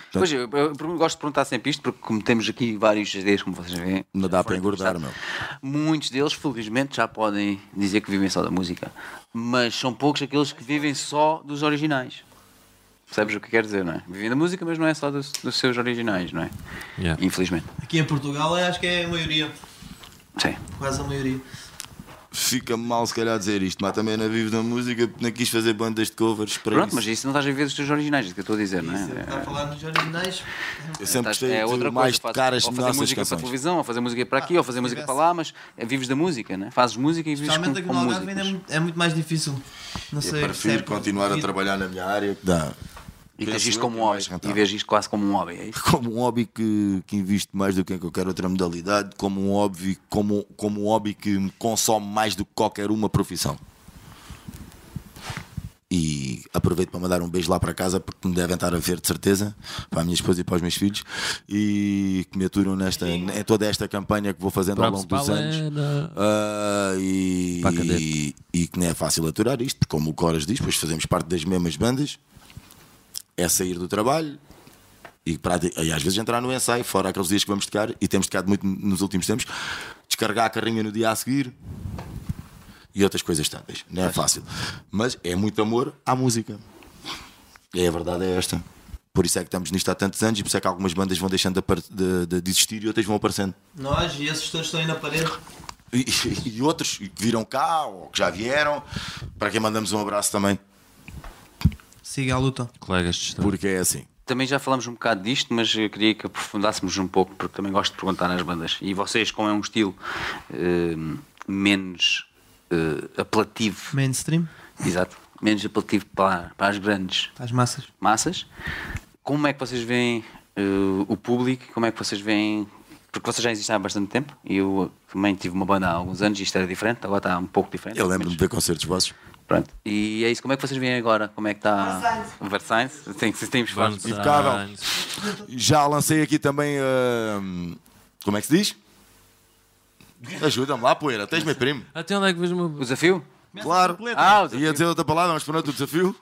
B: Então-
A: Pois, eu, eu- eu gosto de perguntar sempre isto, porque como temos aqui vários CDs, como vocês veem,
B: Não dá para engordar, meu.
A: Muitos deles, felizmente, já podem dizer que vivem só da música. Mas são poucos aqueles que vivem só dos originais. Percebes o que quero dizer, não é? Vivem da música, mas não é só dos, dos seus originais, não é?
E: Yeah.
A: Infelizmente.
C: Aqui em Portugal eu acho que é a maioria.
A: Sim.
C: Quase a maioria.
B: Fica mal se calhar dizer isto, mas também não vivo da música, porque não quis fazer bandas de covers para
A: Pronto,
B: É isso.
A: mas isso não estás a viver dos teus originais, é isso que eu estou a dizer, não
C: Isso, Está a
A: é?
C: falar nos originais.
B: Eu sempre
A: Estás-
B: gostei
A: é outra
B: de mais
A: coisa, faz-
B: de caras
A: ou
B: de
A: fazer
B: nossas
A: música para
B: canções.
A: televisão, ou fazer música para aqui, ou fazer música
C: Ah, tivesse-
A: para lá, mas é, vives da música, né? Fazes música e vives com,
C: Principalmente aqui
A: com
C: no Algarve ainda é
A: músicas.
C: muito, é muito mais difícil. Não sei.
B: Eu
C: se é
B: prefiro
C: por-
B: continuar a trabalhar na minha área que dá.
A: E
B: Penso
A: tens isto
B: eu
A: como
B: que
A: um
B: é
A: hobby,
B: mais
A: e
B: rentável.
A: vês isto quase como um hobby, é isso?
B: Como um hobby que, que invisto mais do que em qualquer outra modalidade, como um, hobby, como, como um hobby que me consome mais do que qualquer uma profissão. E aproveito para mandar um beijo lá para casa, porque me devem estar a ver de certeza, para a minha esposa e para os meus filhos, e que me aturam nesta, em toda esta campanha que vou fazendo ao
E: Props
B: longo dos
E: para a
B: anos.
E: Helena.
B: Ah, e,
E: Para a cadete.
B: e, e que não é fácil aturar isto, porque como o Coras diz, pois fazemos parte das mesmas bandas, é sair do trabalho e, prati- e às vezes entrar no ensaio, fora aqueles dias que vamos tocar, e temos tocado muito nos últimos tempos, descarregar a carrinha no dia a seguir e outras coisas tantas. Não é fácil. Mas é muito amor à música. É a verdade é esta. Por isso é que estamos nisto há tantos anos e por isso é que algumas bandas vão deixando de apar- de- de- de existir e outras vão aparecendo.
C: Nós e esses todos estão aí na parede.
B: E, e outros que viram cá ou que já vieram, para quem mandamos um abraço também,
C: Siga a luta.
E: Colegas de estrada.
B: porque é assim.
A: Também já falámos um bocado disto, mas eu queria que aprofundássemos um pouco, porque também gosto de perguntar nas bandas. E vocês, como é um estilo eh, menos eh, apelativo,
C: Mainstream.
A: exato, menos apelativo para, para as grandes
C: As massas.
A: massas, como é que vocês veem eh, o público? Como é que vocês veem. Porque vocês já existem há bastante tempo e eu também tive uma banda há alguns anos e isto era diferente, agora está um pouco diferente.
B: Eu lembro-me de ver concertos vossos
A: Pronto. E é isso, como é que vocês veem agora? Como é que está. Versailles. Versailles? Tem, tem, tem
E: Vamos
B: impecável.
E: dar-
B: Já lancei aqui também. ah, como é que se diz? Ajuda-me lá, poeira. Tens meu primo?
E: Até onde é que vejo o
A: O
E: meu.
A: desafio?
B: Claro.
A: Ah, o
B: Ia
A: desafio.
B: dizer outra palavra, mas pronto, o desafio.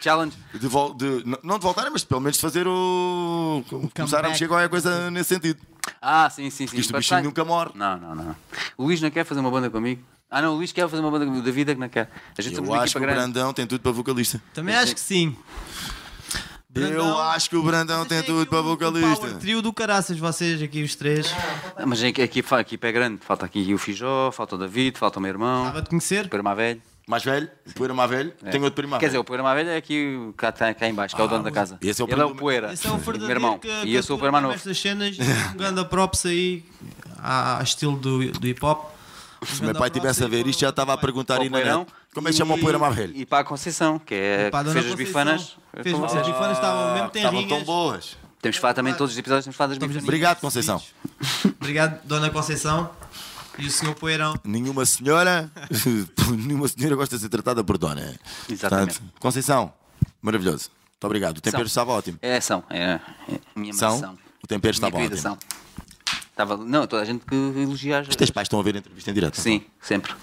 A: Challenge.
B: De vol- de- n- não de voltar, mas pelo menos de fazer o. começar a mexer qualquer coisa nesse sentido.
A: Ah, sim, sim, sim.
B: Isto o
A: Mas
B: bichinho
A: sai.
B: nunca morre.
A: Não, não, não. O Luís não quer fazer uma banda comigo. Ah, não, o Luís quer fazer uma banda comigo. O David é que não quer. A gente somos
B: Eu
A: uma
B: acho que
A: equipa
B: o
A: grande.
B: Brandão tem tudo para vocalista.
C: Também acho que sim.
B: Eu acho que o Brandão tem
A: um
B: tudo para vocalista.
C: Power trio do caraças, vocês aqui os três.
A: Ah, Mas a equipa, a equipa é grande. Falta aqui o Fijó, falta o David, falta o meu irmão,
C: Estava a
A: o
C: te conhecer?
A: Poeira Velho.
B: Mais velho, poeira mais velho, tem outro primo. mais
A: É. Quer
B: velho.
A: dizer, o Poeira Velho é aqui o- cá, tá- cá em baixo, que é o dono da casa.
B: esse é o
A: Ele é
B: primo
A: o Poeira.
C: Esse é o
A: meu
C: verdadeiro
A: irmão.
C: que
A: e eu sou o Poeira mais novo.
C: Estas cenas, um grande props aí a estilo do, do hip hop. Um
B: Se meu pai estivesse a ver isto, já estava a perguntar
A: Ao
B: aí na
A: Poeirão.
B: net. Como é que chama o poeira mais velho?
A: E para a Conceição, que é
C: Pá,
A: que
C: Dona
A: fez as
C: Conceição
A: bifanas.
C: Fez
A: Então,
C: as bifanas, estavam mesmo
B: Estavam tão
C: tenrinhas.
B: boas.
A: Temos falado também todos os episódios, temos falado das
C: Estamos a-
A: bifanas.
B: Obrigado, Conceição.
C: Obrigado, Dona Conceição e o Senhor Poeirão.
B: Nenhuma senhora, nenhuma senhora gosta de ser tratada por dona.
A: Exatamente.
B: Portanto, Conceição, maravilhoso. Muito obrigado. O tempero
A: São.
B: estava
C: assim.
B: ótimo.
A: É, são. É, é minha
B: São.
A: mãe são.
B: O tempero estava
A: Minha querida
B: ótimo.
A: são. Estava, não, toda a gente que elogia as...
B: Os teus pais estão a ver a entrevista em direto.
A: Sim, sempre.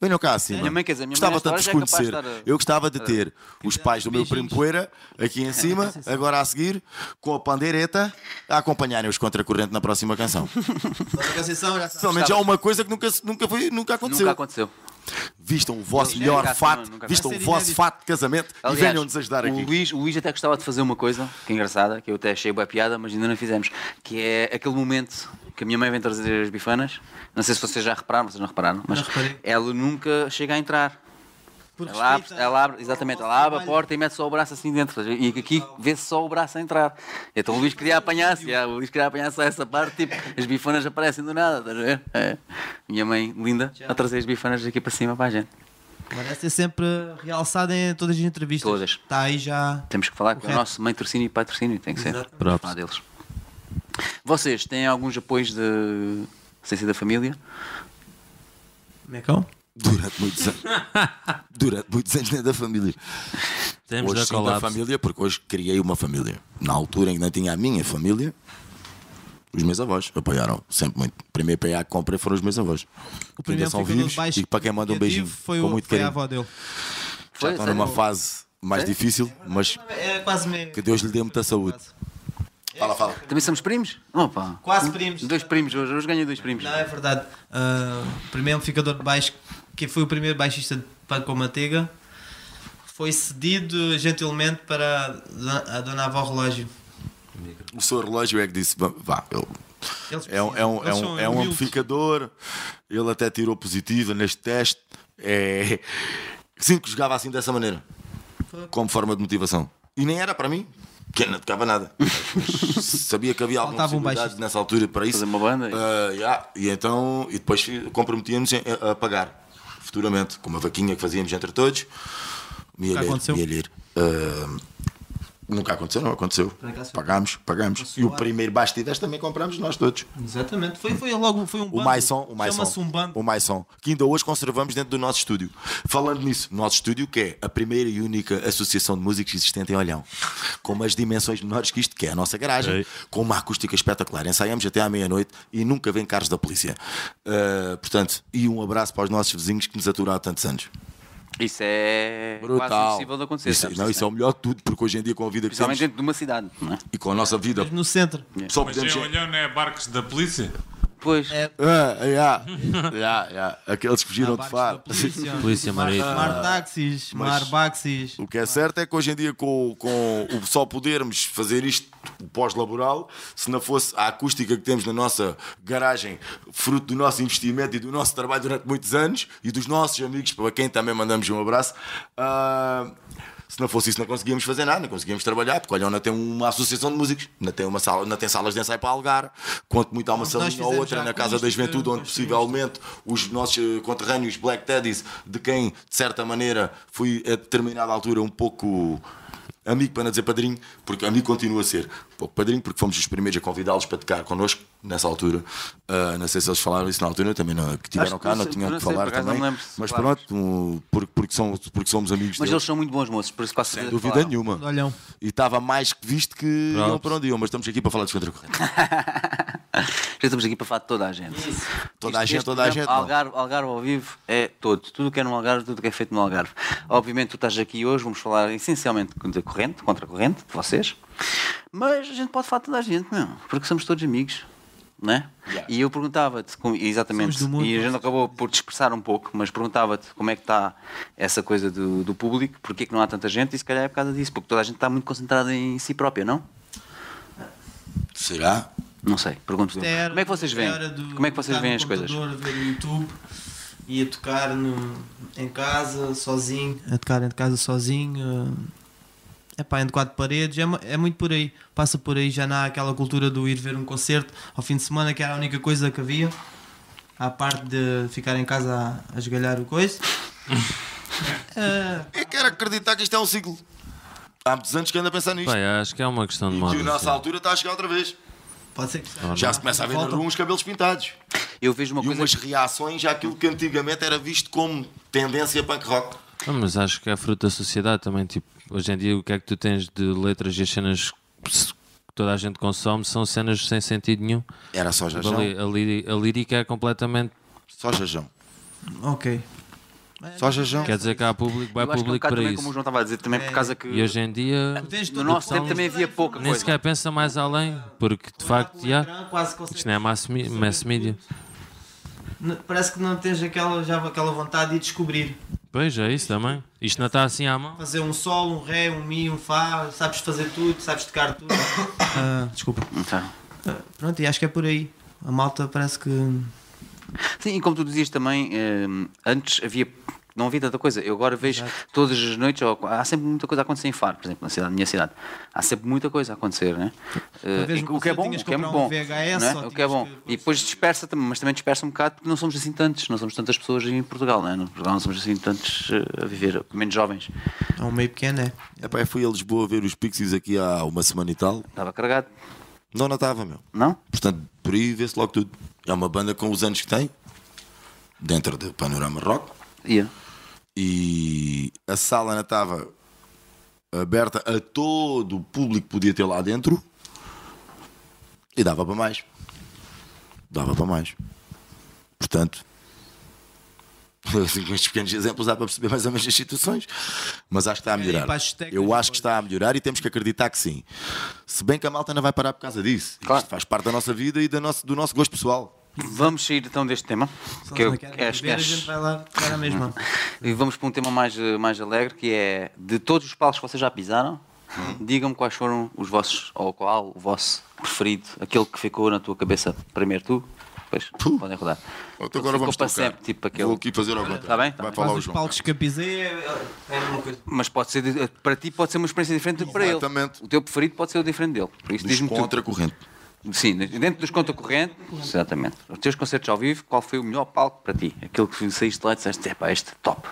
B: Venham cá acima.
A: Minha mãe, quer dizer, minha mãe
B: gostava
A: nesta
B: tanto
A: hora
B: de
A: já
B: os
A: é capaz de estar
B: conhecer.
A: a-
B: Eu gostava de ter os pais do meu primo Poeira aqui em cima, agora a seguir, com a pandeireta, a acompanharem os contracorrente na próxima canção.
C: Dona Conceição, já sabe.
B: Principalmente já é uma coisa que nunca, se- nunca, foi, nunca aconteceu.
A: Nunca aconteceu.
B: Vistam o vosso
A: Não,
B: melhor
A: nunca
B: fato,
A: aconteceu, nunca
B: vistam o
C: aconteceu.
B: vosso fato de casamento e
A: Aliás,
B: venham-nos ajudar
A: o
B: aqui.
A: Luís, o Luís até gostava de fazer uma coisa que é engraçada, que eu até achei boa piada, mas ainda não fizemos, que é aquele momento que a minha mãe vem trazer as bifanas. Não sei se vocês já repararam, vocês não repararam, mas
C: Não reparei.
A: ela nunca chega a entrar.
C: Por
A: Ela abre,
C: respeito,
A: ela abre, exatamente, ela abre a
C: trabalho.
A: porta e mete só o braço assim dentro. E aqui vê-se só o braço a entrar. Então o Luís queria apanhar-se, já, o Luís queria apanhar-se a essa parte, tipo, as bifanas aparecem do nada, estás a ver? É. Minha mãe linda a trazer as bifanas aqui para cima para a gente.
C: Parece ser sempre realçada em todas as entrevistas.
A: Todas.
C: Está aí já.
A: Temos que falar com o
C: Correto.
A: nosso mãe torcínio e pai torcínio, tem que ser.
C: Exato.
A: Vamos falar deles. Vocês têm alguns apoios de. sem ser da família?
C: Como é que é?
B: Durante muitos anos. Durante muitos anos nem da família.
E: Temos
B: hoje
E: da
B: sim da
E: colapso.
B: família, porque hoje criei uma família. Na altura em que não tinha a minha família, os meus avós apoiaram sempre muito. O primeiro PA que comprei foram os meus avós.
C: O
B: Que ainda
C: primeiro
B: são
C: ficador
B: vivos
C: de baixo
B: e para quem manda um
C: eu
B: beijinho.
C: tive Foi,
B: com
C: o,
B: muito
C: foi a
B: carinho.
C: avó dele.
A: Foi,
B: Estão
A: sério?
B: numa fase mais difícil, mas
C: É quase É meio.
B: que Deus lhe dê muita saúde. Fala, fala.
A: Também somos primos? Opa!
C: Quase primos.
A: Dois primos hoje, hoje ganhei dois primos.
C: Não, é verdade. Ah, o primeiro ficador de baixo, que foi o primeiro baixista de Pão com Manteiga, foi cedido gentilmente para a dona- a dona avó relógio.
B: O seu relógio é que disse: "Vá, vá, eu
C: Eles
B: É um, é um, é
C: eles
B: um,
C: são
B: é um
C: humildes.
B: amplificador. Ele até tirou positiva neste teste. É... Sinto que jogava assim dessa maneira, como forma de motivação. E nem era para mim, que eu não tocava nada. Mas sabia que havia alguma
C: Faltava um
B: possibilidade
C: baixista.
B: nessa altura para isso.
A: Fazer uma banda?
B: Ah, yeah. E então, e depois comprometíamos em- a, a pagar futuramente, com uma vaquinha que fazíamos entre todos. Mielheiro,
C: aconteceu?
B: mielheiro. Ah, Nunca aconteceu, não aconteceu.
C: acaso foi.
B: Pagámos, pagámos. E o primeiro baixo que tiveste também comprámos nós todos.
C: Exatamente. Foi, foi logo foi um
B: O
C: bando.
B: Maison, o Maison,
C: Chama-se um bando.
B: o Maison, que ainda hoje conservamos dentro do nosso estúdio. Falando nisso, nosso estúdio que é a primeira e única associação de músicos existente em Olhão, com umas dimensões menores que isto, que é a nossa garagem, com uma acústica espetacular. Ensaiamos até à meia-noite e nunca vem carros da polícia. Ah, portanto, e um abraço para os nossos vizinhos que nos aturaram há tantos anos.
A: Isso é quase
B: Brutal.
A: impossível de acontecer.
B: Isso-
A: sabes?
B: não, isso é o melhor de tudo, porque hoje em dia com a vida que
A: Principalmente
B: temos
A: dentro de uma cidade, não é?
B: e com a nossa vida
C: No centro.
B: só
G: Mas sem
B: podemos.
G: olhão não é barcos da polícia?
A: Pois.
C: É,
B: Ah, yeah, yeah, yeah. Aqueles que fugiram de
C: Barcos
B: faro.
C: da polícia.
E: Polícia
C: mar,
E: marítima.
C: mar táxis, mar baxis.
B: O que é certo é que hoje em dia, com, com o só podermos fazer isto pós-laboral, se não fosse a acústica que temos na nossa garagem, fruto do nosso investimento e do nosso trabalho durante muitos anos e dos nossos amigos, para quem também mandamos um abraço. ah, se não fosse isso, não conseguíamos fazer nada, não conseguíamos trabalhar, porque olha, não tem uma associação de músicos, não tem, uma sala, não tem salas de ensaio para alugar, quanto muito há uma
C: Nós
B: salinha
C: fizemos
B: ou outra
C: já
B: na Casa da
C: acústica,
B: Juventude, onde
C: construímos
B: possível Atualmente, os nossos eh, conterrâneos Black Teddies, de quem, de certa maneira, fui a determinada altura um pouco amigo para não dizer padrinho, porque amigo continua a ser pouco padrinho, porque fomos os primeiros a convidá-los para tocar connosco nessa altura. Ah, não sei se eles falaram isso na altura, também não, porque tiveram
A: Acho que
B: cá,
A: não
B: não
A: sei,
B: tinham
A: não
B: que
A: sei,
B: falar
A: por acaso
B: também.
A: não me lembro se
B: Mas
A: falaram.
B: pronto, um, porque, porque, somos, porque somos amigos
A: Mas
B: deles,
A: eles são muito bons moços, por isso quase
B: sem dúvida nenhuma.
I: Olhão.
B: E estava mais que visto que
E: Props.
B: iam para onde iam, mas estamos aqui para falar dos contracorrentes.
A: Já estamos aqui para falar de toda a gente.
B: Toda a
A: Este- este
B: gente,
A: é
B: toda a
A: programa,
B: gente. não.
A: Algarve, Algarve ao vivo é todo. Tudo o que é no Algarve, tudo o que é feito no Algarve. Obviamente, tu estás aqui hoje, vamos falar essencialmente da corrente, contra a corrente, de vocês. Mas a gente pode falar de toda a gente, não? Porque somos todos amigos. Não é? E eu perguntava-te, com- exatamente,
I: Somos do mundo.
A: e a gente acabou por dispersar um pouco, mas perguntava-te como é que está essa coisa do, do público, porque é que não há tanta gente, e se calhar é por causa disso, porque toda a gente está muito concentrada em si própria, não?
B: Será?
A: Não sei, pergunto-te.
C: Esta era-
A: Como é que vocês
C: esta
A: veem?
C: era do-
A: Como é que vocês
C: tocar
A: veem
C: no
A: as coisas?
C: computador, a ver o YouTube e a tocar no- em casa, sozinho. A tocar em casa sozinho. É pá, entre quatro paredes. É, mu- é muito por aí. Passa por aí. Já não há aquela cultura do ir ver um concerto ao fim de semana, que era a única coisa que havia. À parte de ficar em casa a, a esgalhar o coiso.
B: Eu quero acreditar que isto é um ciclo. Há muitos anos que ando a pensar nisto.
E: Bem, acho que é uma questão de
B: e que
E: moda.
B: a nossa
E: sim.
B: altura está a chegar outra vez.
C: Pode ser que seja.
B: Já se começa a ver na
C: Falta- um.
B: rua uns cabelos pintados.
A: Eu vejo uma
B: e
A: coisa
B: umas reações àquilo que antigamente era visto como tendência punk rock.
E: Ah, mas acho que é fruto da sociedade também. Tipo, hoje em dia, o que é que tu tens de letras e as cenas que toda a gente consome são cenas sem sentido nenhum.
B: Era só
E: A, li- a li- a lírica é completamente.
B: Só jajão.
C: Ok.
B: Só jajão.
E: Quer dizer que há público, vai
A: Eu acho que é um
E: público
A: bocado
E: para
A: também,
E: isso.
A: como o João estava a dizer, também por causa que
E: E hoje em dia
C: Tens
A: no
C: É. tudo.
A: nosso tempo também havia pouca
E: nem
A: coisa.
E: sequer pensa mais além, porque de facto,
C: Um
E: já,
C: ecrã, quase consegues-
E: isto não é mass, mi- mass media.
C: N- Parece que não tens aquela, já aquela vontade de descobrir.
E: Pois é, isso também. Isto não está assim à mão.
C: Fazer um sol, um ré, um mi, um fá, sabes fazer tudo, sabes tocar tudo. Ah, desculpa.
A: Então.
C: Ah, pronto, e acho que é por aí. A malta parece que. é
A: Sim, e como tu dizias também, eh, antes havia. Não havia tanta coisa. Eu agora vejo todas as noites, ou- há sempre muita coisa a acontecer em Faro, por exemplo, na, cidade, na minha cidade. Há sempre muita coisa a acontecer, né? Eh,
C: vez
A: e-
C: no
A: o que é
C: concerto
A: bom,
C: tinhas
A: o
C: que
A: que é muito
C: comprar um
A: bom.
C: VHS,
A: né?
C: só
A: O que é
C: tinhas
A: bom.
C: que-
A: E depois dispersa também, mas também dispersa um bocado porque não somos assim tantos, não somos tantas pessoas em Portugal, né? No Portugal não somos assim tantos eh, a viver, menos jovens.
C: É um meio pequeno, é.
B: Epá, eu fui a Lisboa ver os Pixies aqui há uma semana e tal.
A: Estava carregado,
B: Não, não estava, meu.
A: não?
B: Portanto, por aí vê-se logo tudo. É uma banda com os anos que tem, dentro do panorama rock.
A: Ia.
B: e a sala ainda estava aberta a todo o público que podia ter lá dentro e dava para mais. Dava para mais. Portanto, assim, com estes pequenos exemplos dá para perceber mais ou menos as situações. Mas acho que está a melhorar.
C: É, para as técnicas,
B: Eu acho que está a melhorar e temos que acreditar que sim. Se bem que a malta não vai parar por causa disso.
A: Claro.
B: Isto faz parte da nossa vida e do nosso, do nosso gosto pessoal.
A: Vamos sair então deste tema.
C: Se
A: Que
C: eles
A: eu,
C: não
A: que
C: querem
A: acho,
C: ver, a gente
A: acho,
C: vai lá tocar a mesma.
A: E vamos para um tema mais, eh, mais alegre que é de todos os palcos que vocês já pisaram, digam-me quais foram os vossos, ou qual o vosso preferido, aquele que ficou na tua cabeça primeiro tu, depois podem rodar.
B: Então
A: Ficou
B: agora vamos
A: para
B: tocar.
A: sempre, tipo aquele.
B: Vou aqui fazer ao contrário.
A: Está bem, está
B: Vai
A: bem.
B: falar
C: Mas
B: o
C: os
B: João.
C: palcos que eu pisei é, é a mesma coisa.
A: Mas pode ser, de- para ti pode ser uma experiência diferente do que para ele.
B: Exatamente.
A: O teu preferido pode ser o diferente dele. Por isso diz-me
B: Diz-me
A: tu.
B: contra a corrente.
A: Sim, dentro dos conta corrente. Exatamente. Os teus concertos ao vivo, qual foi o melhor palco para ti? Aquele que saíste lá e disseste, é pá, este top.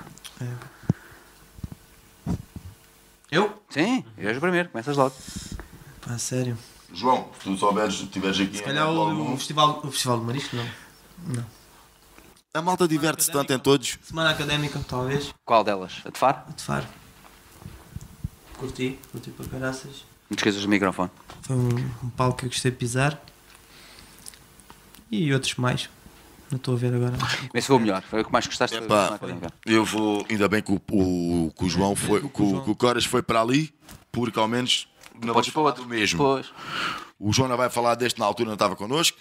C: Eu?
A: Sim, eu és o primeiro, começas logo.
C: Pá, sério.
B: João, se tu souberes, tiveres aqui.
C: Se calhar o, o festival, o festival do Marisco, não.
B: A malta diverte-se tanto em todos.
C: Semana académica, talvez.
A: Qual delas? A de Faro?
C: De Faro. Curti, curti para caraças.
A: Não te esqueças do microfone.
C: Foi um, um palco que eu gostei de pisar. E outros mais. Não estou a ver agora.
A: Esse foi o melhor, foi o que mais gostaste da
B: Epá.
A: da académica.
B: Eu vou. Ainda bem que o, o- que o João foi. Que, o- que o Coras foi para ali, porque ao menos.
A: Podes
B: Não vamos
A: para
B: falar
A: outro
B: do mesmo.
A: Pois.
B: O João não vai falar deste na altura, não estava connosco.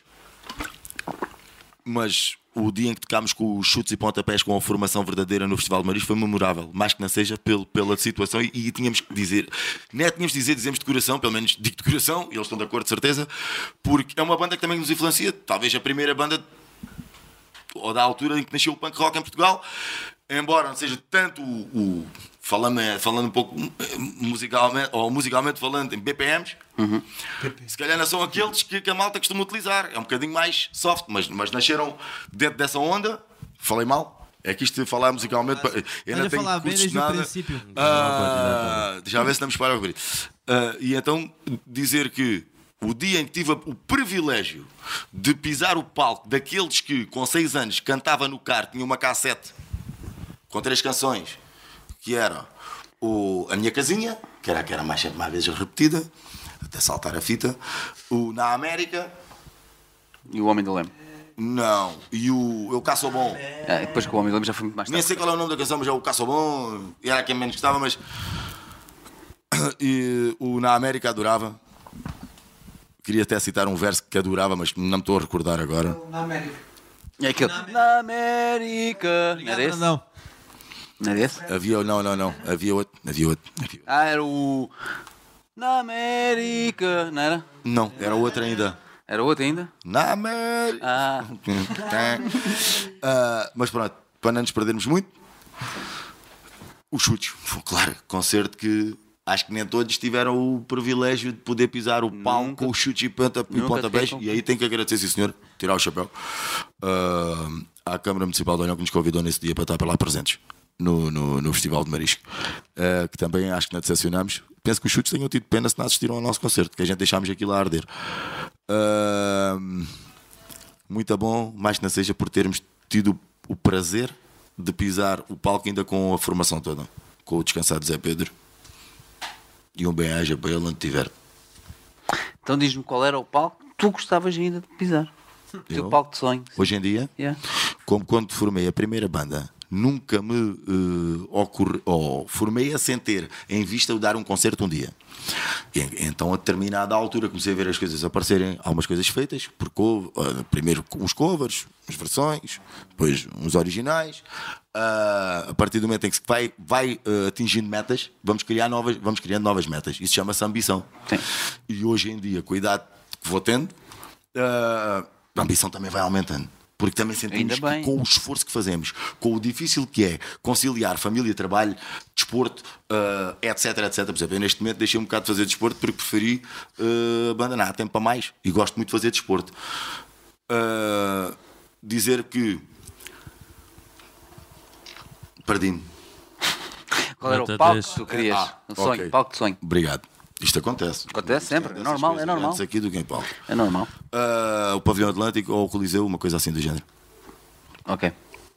B: Mas o dia em que tocámos com os chutes e pontapés com a formação verdadeira no Festival de Maris foi memorável, mais que não seja pelo, pela situação. E, e tínhamos que dizer, nem é tínhamos que dizer, dizemos de coração, pelo menos digo de coração, e eles estão de acordo, de certeza, porque é uma banda que também nos influencia. Talvez a primeira banda ou da altura em que nasceu o punk rock em Portugal, embora não seja tanto o, o- falando, falando um pouco eh, musicalmente, ou musicalmente falando em BPMs, se calhar não são aqueles que, que a malta costuma utilizar. É um bocadinho mais soft, mas, mas nasceram dentro dessa onda. Falei mal? É que isto de falar musicalmente. pa- Eu
C: Estás
B: não
C: a
B: tenho
C: falar bem
B: cursos
C: desde
B: de
C: o
B: nada.
C: princípio.
B: Ah, já vê se não me espalha o grito. Ah, e então dizer que o dia em que tive o privilégio de pisar o palco daqueles que com 6 anos cantava no carro, tinha uma cassete com três canções, que era o A Minha Casinha, que era a que era mais, mais vezes repetida, até saltar a fita, o Na América,
A: E o Homem do Leme.
B: não, e o Eu Caço ao Bom.
A: Ah, depois que o Homem do Leme já foi muito mais
B: Nem
A: tarde.
B: sei qual é o nome da canção, mas é o Caço Bom, era quem menos gostava, mas. E o Na América adorava. Queria até citar um verso que adorava, mas não me estou a recordar agora.
A: É aquele. Na América. Não era esse?
C: Não.
A: Não é era esse?
B: Havia, não, não, não, havia outro, havia outro. havia outro.
A: Ah, era o. Na América. Não era?
B: Não, era outro ainda.
A: Era outro ainda?
B: Na América.
A: Ah,
B: Tá. Ah, mas pronto, para não nos perdermos muito, os chutes. Foi, Claro, concerto que acho que nem todos tiveram o privilégio de poder pisar o palco
A: Nunca.
B: com os chutes e ponta- e
A: Nunca
B: pontapés.
A: teve.
B: E aí tenho que agradecer, sim senhor, tirar o chapéu ah, à Câmara Municipal de Olhão que nos convidou nesse dia para estar para lá presentes. No, no, no Festival de Marisco, Ah, que também acho que não decepcionámos. Penso que os chutes tenham tido pena se não assistiram ao nosso concerto, que a gente deixámos aquilo a arder. Ah, muito bom, mais que não seja por termos tido o prazer de pisar o palco ainda com a formação toda, com o descansado Zé Pedro e um bem-aja para ele onde tiver.
A: então diz-me qual era o palco que tu gostavas ainda de pisar. O
B: Eu?
A: teu palco de sonho.
B: Hoje em dia,
A: Yeah.
B: como quando formei a primeira banda, nunca me eh, ocorre, ou formei-a sem ter em vista o dar um concerto um dia. E, então, a determinada altura, comecei a ver as coisas aparecerem, algumas coisas feitas, porque houve, ah, primeiro os covers, as versões, depois uns originais. Ah, a partir do momento em que se vai, vai eh, atingindo metas, vamos, criar novas, vamos criando novas metas. Isso chama-se ambição.
A: Sim.
B: E hoje em dia, com a idade que vou tendo, ah, a ambição também vai aumentando. Porque também sentimos
A: Ainda
B: que
A: bem.
B: com o esforço que fazemos, com o difícil que é conciliar família, trabalho, desporto, ah, etc, etc. Por exemplo, eu neste momento deixei um bocado de fazer desporto porque preferi ah, abandonar. Há tempo para mais e gosto muito de fazer desporto. Ah, dizer que. Perdi-me.
A: Qual era o
E: Nota
A: palco
E: dez.
A: que tu querias?
B: Ah,
A: um sonho,
B: ok.
A: palco de sonho.
B: Obrigado. Isto acontece.
A: Acontece sempre,
B: Essas
A: normal,
B: coisas
A: é normal.
B: antes aqui do que em palco.
A: É normal.
B: Ah, o Pavilhão Atlântico ou o Coliseu, uma coisa assim do género.
A: Ok.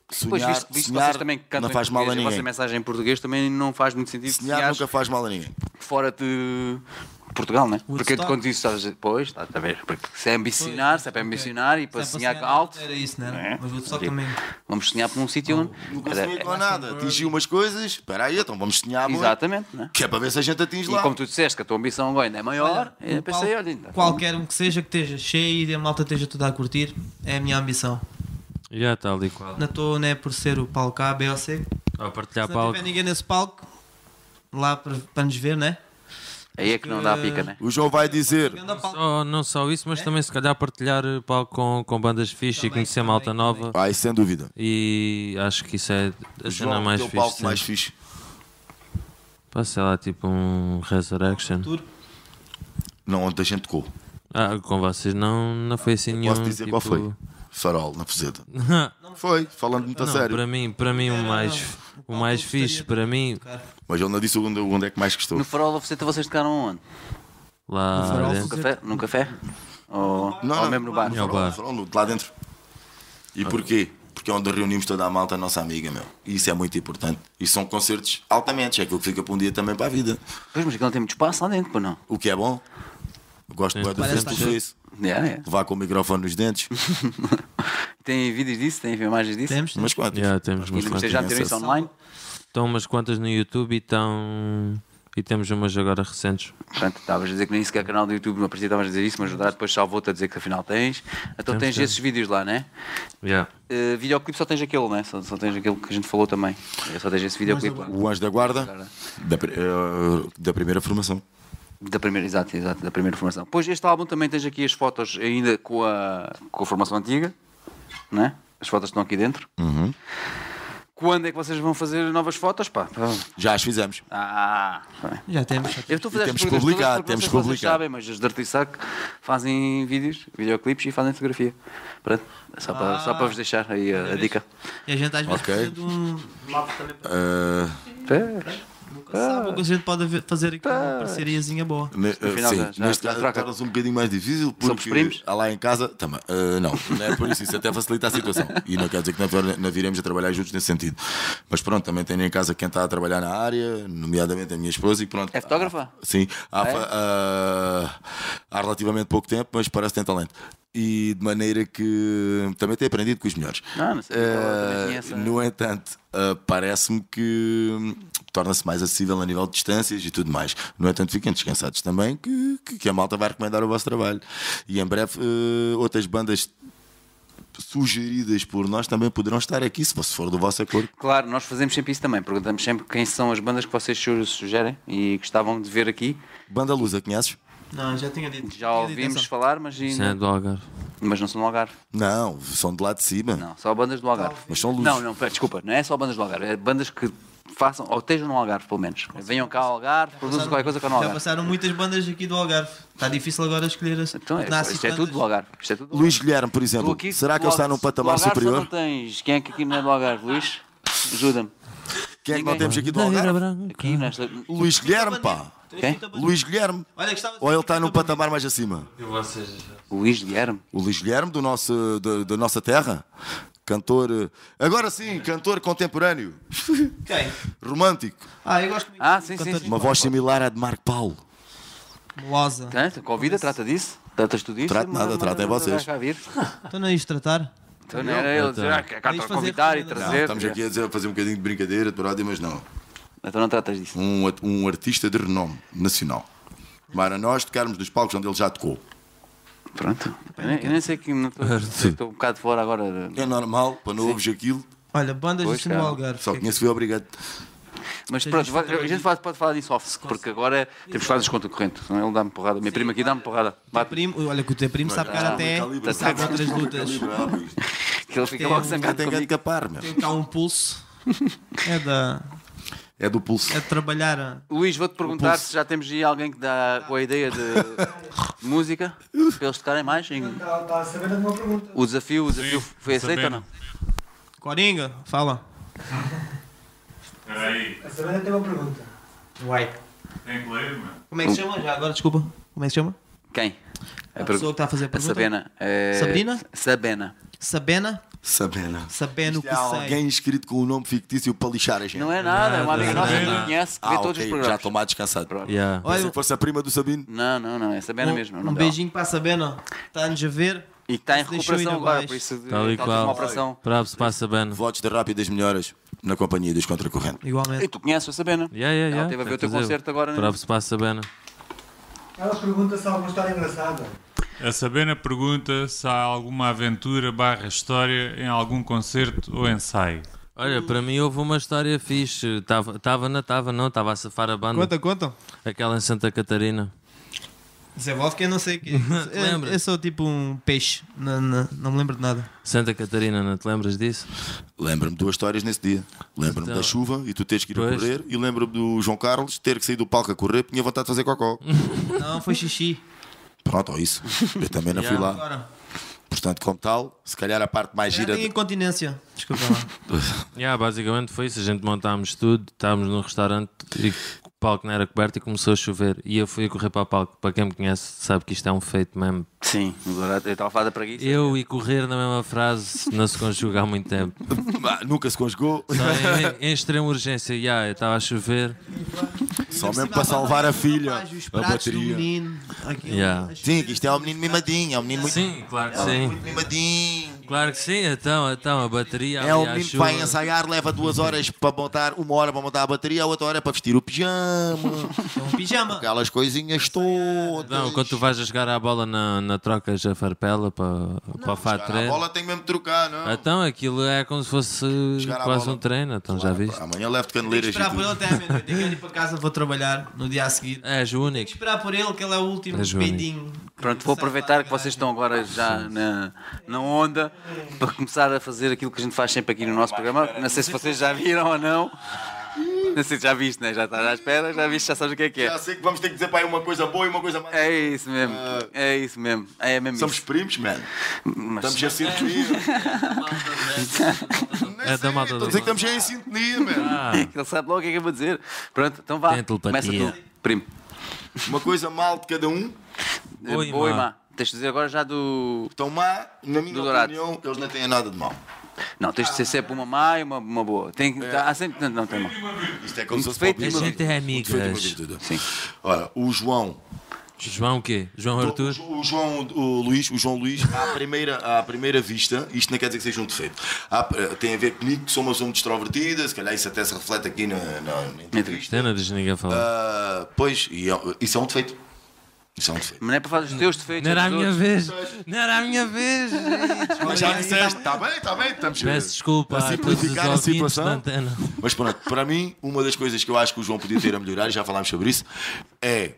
A: Pois
B: Sonhar-
A: visto, visto que
B: sonhar
A: vocês também cantam
B: não
A: em
B: faz mal a
A: português, vossa
B: ninguém.
A: mensagem em português também não faz muito sentido se
B: Sonhar nunca faz mal a ninguém.
A: fora de Portugal, né? Porque
C: Woodstock.
A: quando isso estás a pois, está a ver. Porque se é ambicionar, se é para ambicionar e para
C: Se é
A: sonhar
C: sonhar,
A: alto,
C: Era isso, não
A: É.
C: era? Mas vou só
A: Ok.
C: também.
A: vamos sonhar para um sítio onde. é,
B: Nunca
A: Era-
B: sonhei com nada. Atingi umas coisas, espera aí, então vamos sonhar amor.
A: Exatamente, né?
B: Que é para ver se a gente atinge
A: E
B: lá.
A: como tu disseste que a tua ambição agora ainda é maior,
C: Olha, um
A: eu
C: o
A: pensei,
C: qual-
A: olha, ainda.
C: Qualquer um que seja, que esteja cheio e a malta esteja toda a curtir, é a minha ambição.
E: Já tal e qual.
C: Não estou, né, por ser o palco A, B ou C.
E: A partilhar
C: Se não
E: palco.
C: tiver ninguém nesse palco, lá para, para nos ver, né?
A: Aí é que não dá a pica, né?
B: O João vai dizer.
C: Grande palco.
E: Só- não só isso, mas também se calhar partilhar eh, palco com, com bandas fixe e
C: Também,
E: conhecer
C: também,
E: malta
C: também.
E: nova.
B: Ai, sem dúvida.
E: E acho que isso é a
B: O
E: cena
B: João
E: mais
B: tem o
E: fixe.
B: palco
E: sim.
B: mais fixe.
E: Pá, sei lá, tipo um
B: Ah,
E: Resurrection.
C: Tour.
B: Não, onde a gente tocou.
E: Ah, com vocês não, não foi assim nenhum.
B: Posso dizer
E: tipo...
B: qual foi? Farol, na fuzeta. Foi, falando muito a
E: Não,
B: sério.
E: para mim, para mim o mais, o mais fixe, para mim,
B: Mas ele não disse onde, onde é que mais gostou.
A: No farol da Foceta vocês tocaram onde?
E: lá
C: Farol.
A: Num
E: dentro.
A: café? Num café? Ou, ou mesmo no bar?
B: No farol,
E: bar.
B: no farol, no- lá dentro. E porquê? Porque é onde reunimos toda a malta, a nossa amiga, meu. E isso é muito importante. E são concertos altamente, é aquilo que fica para um dia também para a vida.
A: Pois, mas aquilo não tem muito espaço lá dentro, pois não?
B: O que é bom. Eu Gosto muito
E: Parece
B: do
E: que-
B: Suíço.
A: Yeah, yeah.
B: Levar com o microfone nos dentes.
A: é. Tem vídeos disso, tem imagens disso.
C: Temos,
B: Mas quantas?
E: Já, temos
A: E
E: umas
A: vocês
E: quantas.
A: já tiram isso
B: Acesso.
A: online?
E: Estão umas quantas no YouTube e estão. E temos umas agora recentes.
A: Portanto, estavas a dizer que nem sequer canal do YouTube, não parecia estavas a dizer isso, mas ajudar, depois salvou-te a dizer que afinal tens. Então
E: Temos,
A: tens
E: temos.
A: esses vídeos lá, né?
E: Yeah.
A: Uh, videoclipe só tens aquele, né? Só, só tens aquele que a gente falou também. Eh, Só tens esse videoclipe lá.
B: O Anjo da Guarda, da, pri- eh, da primeira formação.
A: Da primeira, exato, exato, da primeira formação. Pois este álbum também tens aqui as fotos ainda com a, com a formação antiga, né? As fotos estão aqui dentro.
B: Uhum.
A: Quando é que vocês vão fazer novas fotos? Pá?
B: Já as fizemos.
A: Ah! está bem.
C: já temos.
A: Eu estou a
B: E
A: fazer as
B: temos
A: perguntas
B: publicado,
A: todas porque não
B: temos
A: sei se vocês
B: publicado.
A: sabem, mas os Dirty Sack
C: Ah.
A: fazem vídeos, videoclipes e fazem fotografia. Pronto, só, para, só para vos deixar aí a, a dica.
C: E a gente às vezes
B: Ok.
C: precisa de um mapa também para
B: Ah,
A: É,
C: nunca se sabe o que a gente pode haver- fazer aqui uma parceriazinha boa.
B: Ne- eh,
A: final
B: sim,
A: já- já-
B: neste
A: já
B: caso
A: troca.
B: torna-se um bocadinho mais difícil
A: Somos
B: porque
A: primos?
B: há lá em casa também, eh, não, não é por isso, isso até facilita a situação e não quer dizer que não, vir- não viremos a trabalhar juntos nesse sentido, mas pronto, também tenho em casa quem está a trabalhar na área, nomeadamente a minha esposa e pronto. Ah,
A: É fotógrafa?
B: Sim, há,
A: É?
B: fa- ah, há relativamente pouco tempo, mas parece que tem talento. E de maneira que também tem aprendido com os melhores.
A: Ah, não sabia que ela também
B: Ah,
A: tinha essa-
B: No entanto, ah, parece-me que hum, torna-se mais acessível a nível de distâncias e tudo mais. No entanto, fiquem descansados também que, que- que a malta vai recomendar o vosso trabalho. E em breve, ah, outras bandas sugeridas por nós também poderão estar aqui, se fosse for do vosso acordo.
A: Claro, nós fazemos sempre isso também. Perguntamos sempre quem são as bandas que vocês su- sugerem e gostavam de ver aqui.
B: Banda Lusa, conheces?
C: Não, já tinha dito.
A: Já ouvimos falar, mas, ainda-
E: Sim, é do Algarve.
A: mas não são do Algarve.
B: Não, são de lá de cima.
A: Não, só bandas do Algarve.
B: Mas são luzes.
A: Não, não, pera, desculpa, não é só bandas do Algarve. É bandas que façam, ou estejam no Algarve, pelo menos. Venham cá ao Algarve, produzam qualquer coisa cá no
C: Já
A: Algarve.
C: passaram muitas bandas aqui do Algarve. Está difícil agora escolher assim.
A: Então, é,
C: Não há assim
A: isto é tudo
C: tantas.
A: do Algarve. Isto é tudo do Algarve.
B: Luís Guilherme, por exemplo,
A: Tu aqui,
B: será
A: do
B: que ele está
A: Algarve-
B: num
A: do
B: patamar
A: Algarve só
B: superior?
A: Não tens. Quem é que aqui não é do Algarve? Luís? Ajuda-me.
B: Quem é que não
A: Ninguém.
B: temos aqui do Algarve?
A: Aqui nesta.
B: Luís Guilherme, pá!
C: Então é
A: Quem?
B: Luís Guilherme!
C: Olha, gostava de
B: Ou ele tá
C: saber
B: está
C: quem
B: num
C: é que
B: patamar mais acima?
A: Luís Guilherme.
B: O Luís Guilherme, do nosso, da, da nossa terra? Cantor. eh, Agora sim, cantor contemporâneo,
C: Quem?
B: romântico.
C: Ah, eu gosto muito.
A: Ah, sim, sim.
C: Cantor
A: sim.
B: Uma voz similar à de Marco Paulo.
C: Loza.
A: Portanto, Convida, trata disso. Tratas tudo isso?
B: Trato nada,
A: Manda-
B: tratem
A: manda- manda
B: vocês.
A: cá vir.
C: Então não é isto tratar?
A: Então não era ele dizer, ah, cá
C: Tens de
A: estou a
C: fazer
A: convidar e
C: recomenda-
B: Não,
A: trazer.
B: estamos aqui a dizer- a fazer um bocadinho de brincadeira, de rádio, mas não.
A: Então não tratas disso.
B: Um, at- um artista de renome nacional. Para nós tocarmos nos palcos onde ele já tocou.
A: Pronto. Eu nem, eu nem sei que não estou- estou um bocado fora agora.
B: É normal, para não ouves aquilo,
C: Olha, bandas
A: Pois,
C: assim do
A: cara.
C: Algarve.
B: só
C: Que-
B: conheço foi obrigado.
A: Mas
C: Seja
A: pronto,
C: isto
A: vai-
C: também
A: a
C: digo.
A: gente faz- pode falar disso off, porque agora temos que falar dos contas correntes, senão é? ele dá-me porrada. Minha prima aqui dá-me porrada.
C: Teu
A: Bate,
C: primo, olha que o teu primo sabe cara até
B: tá Calibre, Tá
C: sabe
B: calibre,
C: outras lutas.
B: calibre, ah, isto.
A: que ele fica logo
B: Já
A: sangrado
B: tem que
A: comigo.
B: capar, meu.
C: Tem cá um pulso. É, da,
B: É do pulso.
C: é de trabalhar. a-
A: Luís, vou-te perguntar se já temos aí alguém que dá com a ideia de música para eles tocarem mais. em- O desafio, o desafio foi aceito ou
G: Sabena.
A: não?
C: Coringa, fala.
G: Espera aí,
I: A Sabana tem uma pergunta.
C: Uai.
G: tem que ler, mano.
C: Como é que se chama? Já agora, desculpa. Como é que se chama?
A: Quem?
C: A pessoa que está a fazer a
A: A
C: pergunta.
A: Sabena. É-
C: Sabrina?
A: Sabena.
C: Sabena?
B: Sabena.
C: Sabena o que
B: Há é alguém
C: sei.
B: escrito com um nome fictício para lixar a gente.
A: É Não é nada, é uma amiga nossa que me conhece, que vê
B: Ah,
A: todos os
B: ok, já
A: programas.
B: estou mais descansado.
A: Pronto.
E: Yeah.
B: Olha,
C: Olha,
B: se fosse a prima do Sabino,
A: Não, não, não, é Sabena mesmo. o
C: um, um
A: nome dela.
C: beijinho para a Sabena. Está-nos a ver.
A: E que está
B: tá
A: em
C: Se deixou ir
A: recuperação agora,
C: abaixo.
A: por isso de-
E: Tal
A: ela
E: e
A: teve
E: qual.
A: uma operação.
E: Bravo, se passa bem.
B: votos de rápidas melhoras na companhia dos Contracorrente.
A: E
C: Igualmente.
A: tu conheces a Sabena?
E: Yeah, yeah, yeah.
A: Ela teve a ver o teu
E: Fazer.
A: concerto agora.
E: Bravo, se passa bem.
I: Ela pergunta se há alguma história engraçada.
G: A Sabena pergunta se há alguma aventura barra história em algum concerto ou ensaio.
A: Hum.
E: Olha, para mim houve uma história fixe. Estava na, estava não, estava a safar a banda.
C: Conta, conta.
E: Aquela em Santa Catarina.
C: Desenvolve que eu não sei o quê.
E: Te
C: eu,
E: lembras?
C: eu sou tipo um peixe. Não, não, não me lembro de nada.
E: Santa Catarina, não te lembras disso?
B: Lembra-me duas histórias nesse dia. Lembra-me da chuva e tu teres que ir a
E: Então, Pois.
B: correr. E lembra-me do João Carlos ter que sair do palco a correr porque tinha vontade de fazer cocó.
C: Não, foi xixi.
B: Pronto, ó, isso. Eu também não fui lá.
C: Agora.
B: Portanto, como tal, se calhar a parte mais
C: Já
B: gira.
C: tem
B: de-
C: incontinência. Desculpa lá.
E: Yeah, basicamente foi isso. A gente montámos tudo, estávamos num restaurante e o palco não era coberto e começou a chover. E eu fui a correr para o palco. Para quem me conhece, sabe que isto é um feito mesmo.
A: Sim, agora eu estava a falar da preguiça.
E: Eu e correr na mesma frase não se conjuga há muito tempo.
B: Ah, Nunca se conjugou.
E: Só em, em extrema urgência, yeah, eu estava a chover.
B: Só mesmo para salvar a filha.
C: Rapaz, os
B: A
C: pratos do
B: bateria.
C: menino. Aquilo.
E: Yeah.
B: Sim, que isto é um menino mimadinho. É um menino muito
E: Sim, claro que sim.
B: mimadinho.
E: Claro que sim, então, então a bateria
B: É
E: ali
B: um
E: à
B: menino que
E: chuva.
B: vai ensaiar, leva duas horas para montar, uma hora para montar a bateria, outra hora para vestir o pijama,
C: É um pijama.
B: aquelas coisinhas todas.
E: Não, quando tu vais a jogar a bola na, na troca já farpela para, para o fato de
B: Cara, a
E: treino.
B: bola tem mesmo de trocar, não?
E: Então aquilo é como se fosse
B: Jogar à
E: quase
B: bola.
E: um treino, então já viste?
B: Amanhã levo de
C: Tenho que
B: caneleiras e
C: esperar por ele
B: tudo.
C: até à meia-noite. Tenho que ir para casa, vou trabalhar no dia a seguir. Tenho
E: És o
C: que
E: único.
C: esperar por ele, que ele é o último
E: És o único.
C: peidinho.
A: Pronto, vou aproveitar que vocês estão agora já na, na onda para começar a fazer aquilo que a gente faz sempre aqui no nosso programa. Não sei se vocês já viram ou não. Não sei, já viste, né? Já estás à espera, já viste, já sabes o que é que é.
B: Já sei que vamos ter que dizer para aí uma coisa boa e uma coisa má.
A: É isso mesmo, é isso mesmo, é mesmo
B: Ah. Somos
A: isso.
B: primos, mano.
A: Mas-
B: Estamos em sintonia.
E: É da malta
B: Estou a
E: do
B: dizer que estamos em sintonia, mano.
E: Ah,
A: Ele sabe logo o que é que eu vou dizer. Pronto, então vá,
E: Tem
A: começa
E: telepatia.
A: tu, primo.
B: Uma coisa mal de cada um.
A: Eh,
E: Oi,
A: Boa e
E: má.
A: má. Tens de dizer agora já do...
B: Então, má, na minha
A: Do Dourado.
B: opinião, eles não têm nada de mal.
A: Não, tens de ser sempre uma má e uma, uma boa. Tem que... Há sempre... Não, não tem mal.
B: Isto é como se fosse
A: defeito
B: para o
A: e uma
B: Bíblia.
A: virtude.
E: A gente é
B: Um defeito e uma
E: amigas.
B: virtude.
A: Sim.
B: Ora, o João
E: João o quê? João Arthur?
B: O, o João o Luís, o João Luís, à primeira, à primeira vista, isto não quer dizer que seja um defeito. Há- tem a ver comigo que sou uma pessoa muito extrovertida, se calhar isso até se reflete aqui na, na- na entrevista.
E: Tem nada de é ninguém a falar.
B: Ah, pois, e é- isso é um defeito. Isso é um defeito.
A: Mas não é para fazer os teus
B: Ah,
A: defeitos.
E: Não era a
A: dos
E: minha
A: outros.
E: vez! Não era a minha vez! gente.
B: Mas já disseste, está bem, está bem, estamos
E: Peço desculpa
B: Para
E: a todos os
B: simplificar a
E: ouvintes da
B: situação.
E: antena.
B: Mas pronto, para mim, uma das coisas que eu acho que o João podia ter a melhorar, e já falámos sobre isso, é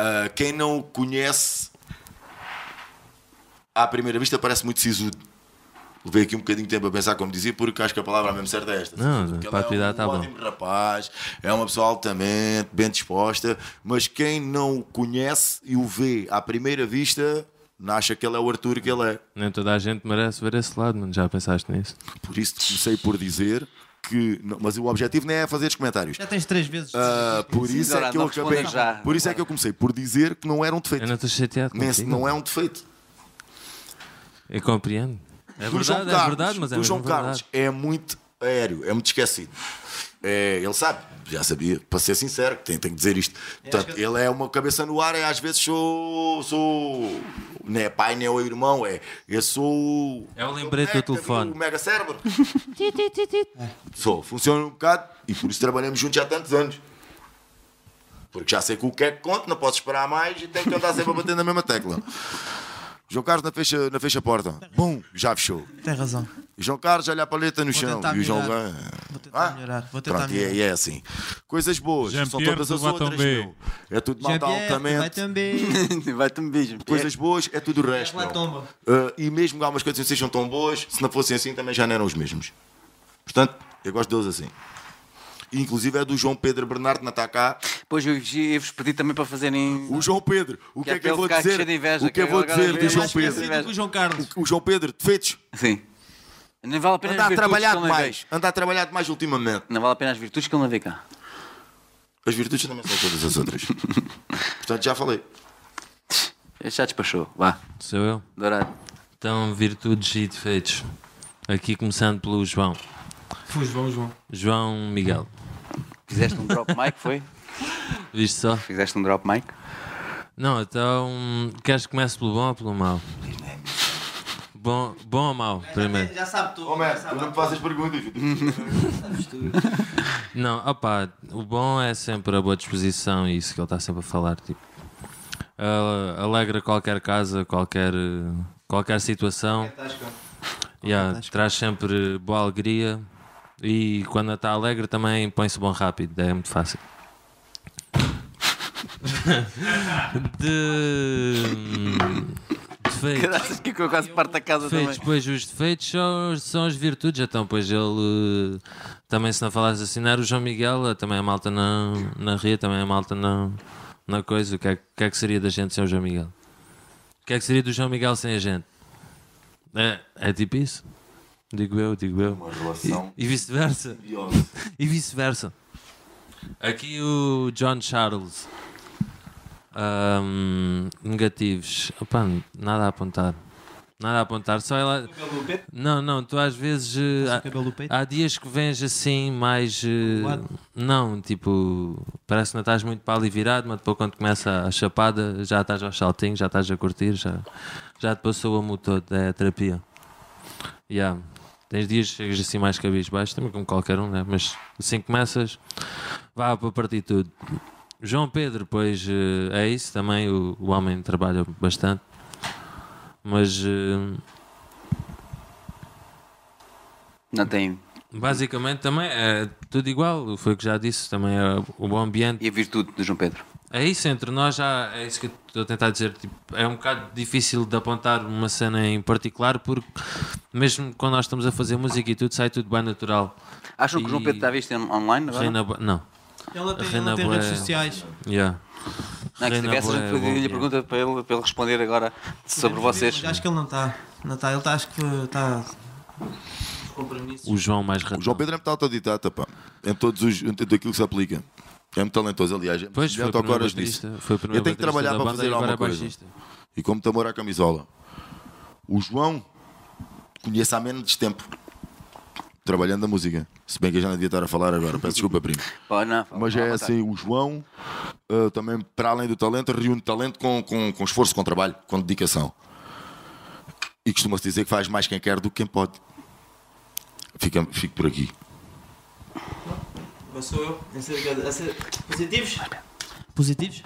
B: ah, quem não o conhece à primeira vista parece muito sisudo. Levei aqui um bocadinho de tempo a pensar como dizia, porque acho que a palavra mesmo certa é esta.
E: Não,
B: Porque ele
E: para a tua idade
B: é
E: está
B: um
E: bom.
B: ótimo rapaz, é uma pessoa altamente bem disposta, mas quem não o conhece e o vê à primeira vista, não acha que ele é o Arthur que ele é.
E: Nem toda a gente merece ver esse lado, mano. Já pensaste nisso?
B: Por isso comecei por dizer que. não- mas o objetivo nem é fazer os comentários.
C: Já tens três vezes.
B: Ah, por isso
A: Dora,
B: é que eu
A: não respondas
B: acabei.
A: já.
B: Por isso é que eu comecei por dizer que não era um
E: Eu
B: defeito.
E: não estou chateado
B: Nem se
E: contigo.
B: não é um defeito.
E: Eu compreendo. É
B: do João
E: verdade,
B: Carlos,
E: é verdade, mas é
B: do João
E: mesmo verdade.
B: Carlos é muito aéreo, é muito esquecido. É, ele sabe, já sabia, para ser sincero, tenho, tenho que dizer isto. Portanto, ele é uma cabeça no ar, é, às vezes sou. sou não é pai, nem é o irmão, é. Eu sou.
E: É o lembrete do
B: mega-
E: telefone.
B: O mega cérebro.
H: Ti, ti, ti, ti.
B: Só funciona um bocado e por isso trabalhamos juntos há tantos anos. Porque já sei que o que é que conto, não posso esperar mais e tenho que andar sempre a bater na mesma tecla. João Carlos não fecha, não fecha a porta. Bum, já fechou.
C: Tem razão.
B: E João Carlos olha a paleta no
C: Vou
B: chão.
C: tentar
B: E o João
C: melhorar.
B: Carlos-
C: Vou tentar
B: Ah?
C: melhorar. Vou tentar
B: Pronto, e
C: melhorar.
B: é, e é assim. Coisas boas, são
G: Jean-Pierre
B: todas as
G: do
B: outras.
G: Botambé.
B: Meu. É tudo
C: Já
B: malta
C: vier, vai
B: altamente.
C: também.
A: Vai-te um beijo.
B: Coisas boas, é tudo o resto.
C: Vai
B: meu.
C: tomba.
B: Ah, e mesmo que algumas coisas não sejam tão boas, se não fossem assim também já não eram os mesmos. Portanto, eu gosto deles assim. E, Inclusive é do João Pedro Bernardo, não está cá.
A: Depois eu vos- eu vos pedi também para fazerem...
B: O João Pedro, o que,
A: é
B: é que
A: para
B: eu
A: ele
B: vou
A: ficar
B: dizer?
A: cheio de inveja,
B: o que eu
A: que
B: vou
A: agora
B: dizer
A: vem
B: do
A: mais
B: João
A: que
B: Pedro?
A: inveja.
C: O João Carlos.
B: O João Pedro, defeitos,
A: Sim. Não vale a pena
B: anda
A: as
B: a
A: virtudes
B: trabalhar
A: que ele não
B: demais. Anda a trabalhar demais ultimamente.
A: vê. Não vale a pena as virtudes que ele não vê cá.
B: As virtudes também são todas as outras. Portanto, já falei.
A: Este É, Já despachou. Vá,
E: Sou eu.
A: dourado.
E: Então, virtudes e defeitos. Aqui começando pelo João.
C: Fui, João, João.
E: João Miguel.
A: Fizeste um drop mic, foi?
E: Viste só?
A: Fizeste um drop mic?
E: Não, então. Queres que comece pelo bom ou pelo mau? Bom, bom ou mau, primeiro?
C: Já sabe tu.
B: não me faças perguntas.
E: Não, opá, o bom é sempre a boa disposição e isso que ele está sempre a falar. Tipo, Ah, alegra qualquer casa, qualquer, eh, qualquer situação.
C: Tá, é
E: Yeah, traz sempre boa alegria e quando está alegre também põe-se bom rápido, é muito fácil. De defeitos.
A: Graças que eu quase parto da casa
E: Defeitos,
A: também.
E: pois os defeitos são, são as virtudes, então, pois ele eh, também, se não falasse assim, não era o João Miguel, eh, também a malta não, na ria, também a malta não, na coisa. O que, é, que- o que é que seria da gente sem o João Miguel? O que é que seria do João Miguel sem a gente? É, é tipo isso? Digo eu, digo eu.
B: Uma relação
E: E vice-versa.
B: odiosa.
E: E vice-versa. Aqui o John Charles. Ahm, negativos. Opa, nada a apontar. Nada a apontar. Só ela. Não, não, tu às vezes. eh,
C: o cabelo do peito?
E: há, há dias que vens assim mais. eh, não, tipo. Parece que não estás muito para ali virado, mas depois quando começa a chapada já estás ao saltinho, já estás a curtir, já, já te passou o amor todo. É a terapia. Yeah. Tens dias que chegas assim mais cabisbaixo, também como qualquer um, né? mas assim que começas, vá para partir tudo. João Pedro, pois eh, é isso também, o, o homem trabalha bastante, mas eh,
A: Não tem.
E: eh, basicamente também é tudo igual, foi o que já disse, também é o bom ambiente,
A: E a virtude do João Pedro?
E: É isso, entre nós já é isso que eu estou a tentar dizer. Tipo, é um bocado difícil de apontar uma cena em particular, porque mesmo quando nós estamos a fazer música e tudo, sai tudo bem natural.
A: Acham que o João
E: E-
A: Pedro está a visto em- online agora?
E: Reina, bué- não.
C: Ela tem,
E: Reina
C: ela tem
E: Bué-
C: redes sociais.
E: Yeah.
A: Não, é que se
E: Reina é
A: tivesse, a
E: bué,
A: gente
E: bom,
A: fazia-lhe
E: yeah.
A: pergunta para ele, para ele responder agora sobre vocês.
C: Mas acho que ele não está. Não está. Ele está, acho que tá. está.
E: O João mais rápido.
B: O João Pedro é muito autodidata, pá. Em todos os. Em tudo aquilo que se aplica. É muito talentoso, aliás. É
E: Pois,
B: pois,
E: foi
B: muito
E: o primeiro
B: autocoras nisso.
E: baterista, foi o primeiro
B: Eu tenho que
E: baterista
B: trabalhar
E: da
B: para
E: banda e
B: fazer
E: agora
B: alguma
E: é
B: coisa.
E: baixista.
B: E como te amor à camisola. O João conheço há menos tempo. Trabalhando a música. Se bem que eu já não devia estar a falar agora, peço desculpa, primo.
A: Pá, não, tá. fala-
B: Mas
A: fala à
B: é
A: vontade.
B: assim, o João eh, também, para além do talento, reúne talento com, com, com esforço, com trabalho, com dedicação. E costuma-se dizer que faz mais quem quer do que quem pode. Fica, fico por aqui.
C: Agora sou eu. É Positivos? Positivos?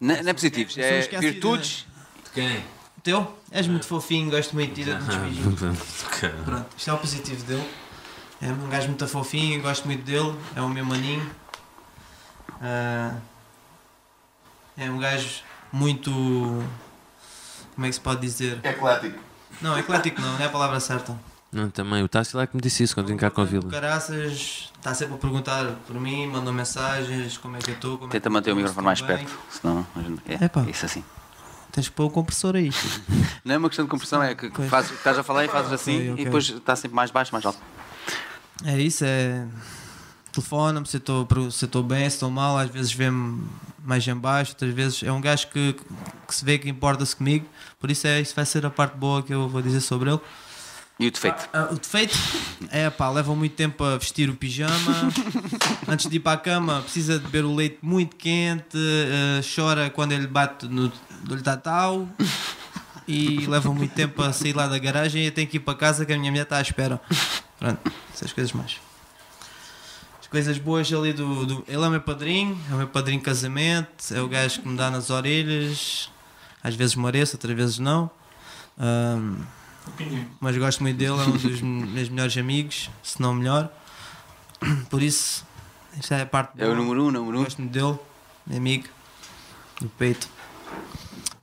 A: Não, não é positivos,
C: Sou
A: é
C: esquecido, né?
A: virtudes.
E: Quem?
C: O teu? És muito fofinho, gosto muito de ti, dou-te muitos beijinhos. Pronto, isto é o positivo dele. É um gajo muito fofinho, gosto muito dele. É o meu maninho. Ah, é um gajo muito. Como é que se pode dizer?
B: Eclético.
C: Não, eclético não, não é a palavra certa.
E: Não, também. O Tássio lá é que me disse isso quando vim cá com a
C: O
E: Vila.
C: Caraças está sempre a perguntar por mim, mandou mensagens, como é que eu estou. como é
A: Tenta
C: que
A: manter o microfone
C: estou,
A: mais
C: se estou bem.
A: perto, senão. a gente- É,
C: Epá.
A: isso assim.
C: Tens que pôr o compressor aí.
A: Não é uma questão de compressão, é que
C: Pois.
A: fazes, estás a falar e fazes assim
C: Ok, ok.
A: e depois está sempre mais baixo, mais alto.
C: É isso, é. Telefona-me se eu estou pro- se eu estou bem, se estou mal, às vezes vê-me mais em baixo, outras vezes é um gajo que, que se vê que importa-se comigo, por isso é isso vai ser a parte boa que eu vou dizer sobre ele.
A: E o defeito?
C: Ah, o defeito é pá, leva muito tempo a vestir o pijama. Antes de ir para a cama, precisa de beber o leite muito quente, eh, chora quando ele bate no do tatau e leva muito tempo a sair lá da garagem e eu tenho que ir para casa que a minha mulher está à espera. Pronto, essas coisas mais. As coisas boas ali do, do- Ele é o meu padrinho, é o meu padrinho de casamento, é o gajo que me dá nas orelhas, às vezes mereço, outras vezes não. Ahm, mas gosto muito dele, é um dos me- meus melhores amigos, se não o melhor. Por isso, esta é a parte
A: É o
C: boa.
A: número um, número um.
C: Gosto muito dele, meu amigo, do peito.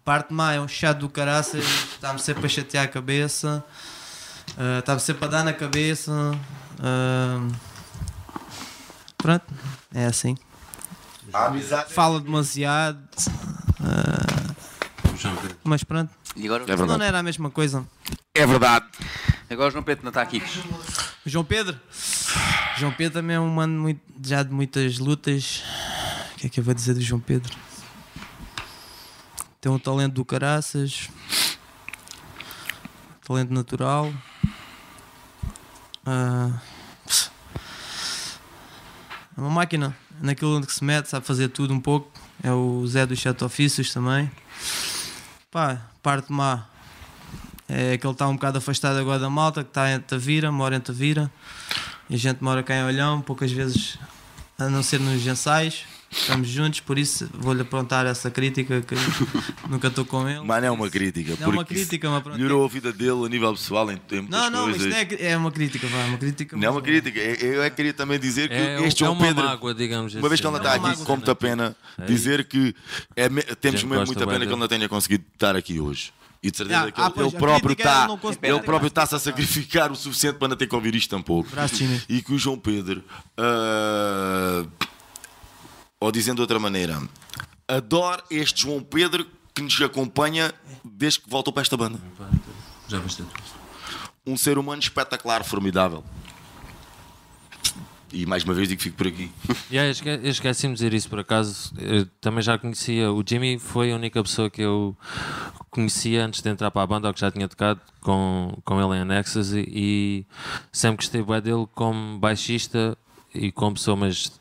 C: Parte má é um chato do caraças, está-me sempre a chatear a cabeça, ah, está-me sempre a dar na cabeça. ah, pronto, é assim.
B: A amizade. é
C: Fala demasiado, ah,
E: O João Pedro.
C: mas pronto,
A: E agora,
B: É
C: não
B: verdade.
C: era a mesma coisa.
B: É verdade.
A: agora o João Preto não está aqui.
C: O João Pedro? O João Pedro também é um mano muito- já de muitas lutas. O que é que eu vou dizer do João Pedro? Tem um talento do caraças, talento natural. Ah, é uma máquina, naquilo onde que se mete, sabe fazer tudo um pouco. É o Zé dos Sete Ofícios também. Pá, parte má. É que ele está um bocado afastado agora da malta, que está em Tavira, mora em Tavira. E a gente mora cá em Olhão, poucas vezes, a não ser nos ensaios. Estamos juntos, por isso vou-lhe aprontar essa crítica que nunca estou com ele.
B: Mas não é uma crítica.
C: Não é uma
B: porque isso
C: crítica, mas pronto. é
B: Melhorou a vida dele a nível pessoal em, em muitas
C: Não, não, mas
B: coisas.
C: isto não é, cri- é uma crítica, vá, uma crítica.
B: Não é uma
C: mas-
B: crítica. Eu, eu é que queria também dizer que
E: É,
B: este
E: é
B: João
E: uma
B: Pedro.
E: mágoa, digamos
B: Uma vez que
E: assim.
B: ela
C: É
B: está
C: uma
B: aqui,
C: mágoa,
B: como te a pena dizer que é me- temos
E: Gente,
B: mesmo
E: gosta
B: muita
E: bem
B: pena que
E: dele.
B: ele não tenha conseguido estar aqui hoje. E de certeza
C: Ah,
B: que
C: ah,
B: ele,
C: pois,
B: ele
C: a
B: próprio
C: crítica era
B: está
C: não conseguir-
B: ele próprio está a sacrificar o suficiente para não ter que ouvir isto tampouco.
C: Braço, Jimmy.
B: E que o João Pedro, ah, ou dizendo de outra maneira, adoro este João Pedro que nos acompanha desde que voltou para esta banda.
E: Já viste?
B: Um ser humano espetacular, formidável. E mais uma vez digo que fico por aqui.
E: Yeah, eu esque- eu esqueci-me de dizer isso por acaso. Eu também já conhecia. O Jimmy foi a única pessoa que eu conhecia antes de entrar para a banda, ou que já tinha tocado com, com ele em Anexas. E, e sempre gostei bem dele como baixista e como pessoa, mas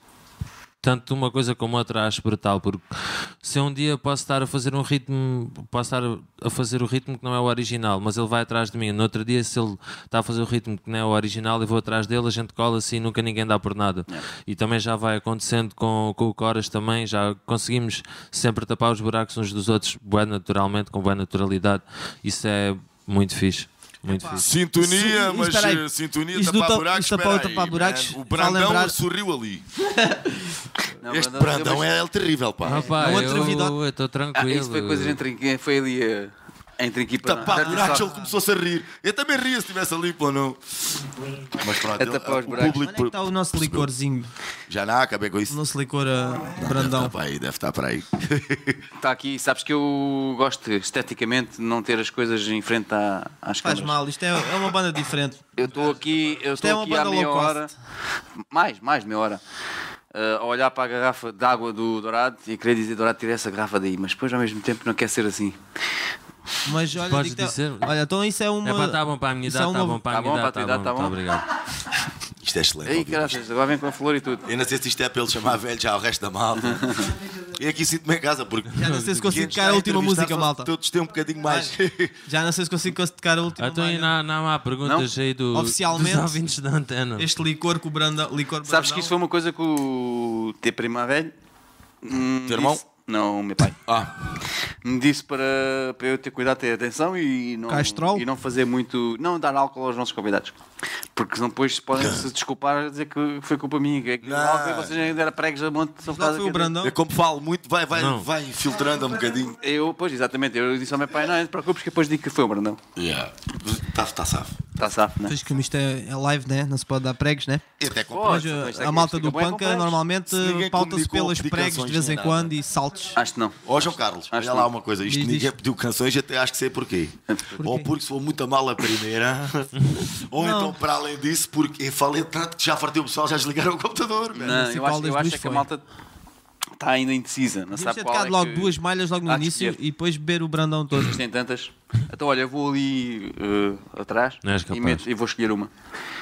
E: tanto uma coisa como outra acho brutal. Porque se eu um dia posso estar a fazer um ritmo, posso estar a fazer o ritmo que não é o original, mas ele vai atrás de mim. No outro dia, se ele está a fazer o ritmo que não é o original, eu vou atrás dele, a gente cola assim e nunca ninguém dá por nada.
A: É.
E: E também já vai acontecendo com, com o Coras também, já conseguimos sempre tapar os buracos uns dos outros, bué naturalmente, com boa naturalidade. Isso é muito fixe. Muito fixe.
B: Sintonia,
C: Sim,
B: mas
C: espera aí.
B: eh, sintonia
C: Isto do
B: tapar
C: ta-
B: buracos.
C: isto tapar o
B: espera aí,
C: tapar buracos,
B: man. O
C: só
B: Brandão
C: lembrar-
B: sorriu ali.
A: Não,
B: este
A: Brandão,
B: Brandão
A: eu-
B: é, ele terrível, pá.
E: Ah, pá,
C: Não
E: eu-
C: atrevido.
E: eu estou
A: Ah,
E: tranquilo.
A: isso foi coisa entre. Foi ali. eh, Entre equipa.
C: Tá
B: Tapado,
A: Não,
B: o Nacho começou-se a rir. Eu também ria se estivesse ali, pô, não. Mas pronto,
A: A tapar os
B: o
A: buracos.
B: público.
C: Onde é que está o nosso licorzinho?
B: Já não, acabei com
C: O
B: isso.
C: nosso licor ah, Brandão.
B: Tá, pá, aí, deve estar para aí.
A: Está aqui, sabes que eu gosto esteticamente de não ter as coisas em frente à, às
C: Faz
A: câmaras.
C: mal, isto é, é uma banda diferente.
A: Eu estou aqui, eu
C: é
A: estou
C: uma
A: aqui há
C: banda
A: meia
C: low cost.
A: hora, mais, mais de meia hora, eh, a olhar para a garrafa de água do Dourado e querer dizer Dourado, tira essa garrafa daí, mas depois ao mesmo tempo não quer ser assim.
C: Mas olha,
E: Podes
C: digo-te-
E: dizer-
C: olha, então isso é uma.
E: É pá, está bom para a minha
C: isso
E: idade,
C: é
E: está
C: uma-
E: bom para a
A: Tá
E: minha
A: bom,
E: idade,
A: para a
E: está
A: tua
E: bom,
A: idade,
E: muito
A: tá
E: obrigado.
B: Isto é excelente.
A: Ei,
B: ouvi.
A: graças, agora vem com a flor e tudo.
B: Eu não sei se isto é para ele chamar velho já ao resto da malta. Eu aqui sinto-me em casa porque.
C: Já não sei se consigo
B: Quem
C: tocar a última
B: entrevistar
C: música,
B: só
C: malta.
B: Todos têm um bocadinho mais.
C: Já não sei se consigo tocar a
A: Tipo,
C: última.
E: Então, e
C: malha.
E: não, não há perguntas aí do,
C: Oficialmente-
E: dos ouvintes da antena.
C: Este licor com o Brandão. Licor
A: Sabes
C: Brandão.
A: que isso foi uma coisa que o T prima velho. hum,
B: Teu irmão?
A: disse- Não, o meu pai.
B: Ah,
A: Me disse para, para eu ter cuidado, ter atenção e não,
C: Castrol?
A: e não fazer muito. Não dar álcool aos nossos convidados. Porque senão depois podem se desculpar a dizer que foi culpa minha. Que, que
B: Não.
A: álcool e vocês ainda eram pregos a monte são
C: Lá foi o Brandão.
B: eu como falo muito, vai, vai,
E: Não.
B: vai filtrando um bocadinho.
A: Eu, pois, exatamente. Eu disse ao meu pai: não, não te preocupes, que depois digo que foi o Brandão.
B: Yeah. Está tá safo.
A: Está safo, né?
C: Pois como isto é, é live, né? Não se pode dar pregos, né?
B: Eu até compro.
A: Pô,
C: Mas
A: então
C: uh,
A: isto é
C: a
A: que
C: malta
A: fica
C: do
A: bem
C: punk
A: complexo.
C: normalmente
B: Se ninguém
C: pauta-se
B: comunicou
C: pelos pregos de
B: indicações
C: vez em
B: nem nada.
C: quando e saltos.
A: Acho que não.
B: Ó João Carlos,
A: acho
B: olha lá
A: que-
B: uma coisa, isto
C: Diz,
B: ninguém
C: diz.
B: pediu canções, até acho que sei porquê. Ou porque se for muito mal a primeira, ou então para além disso, porque eu falei tanto que já fartei o pessoal, já desligaram o computador. velho.
A: Não, eu
C: Municipal
A: acho,
C: das
A: eu acho
C: Luzes
A: é que a
C: foi.
A: malta está ainda indecisa. Não
C: Devíamos
A: sabe
C: ter
A: qual é
C: tocado logo
A: que-
C: duas malhas logo no
A: Há que é.
C: início
A: escolher.
C: e depois beber o Brandão todo.
A: Tem tantas. Então, olha, eu vou ali eh, atrás
E: Não és
A: e,
E: capaz.
A: meto- e vou escolher uma.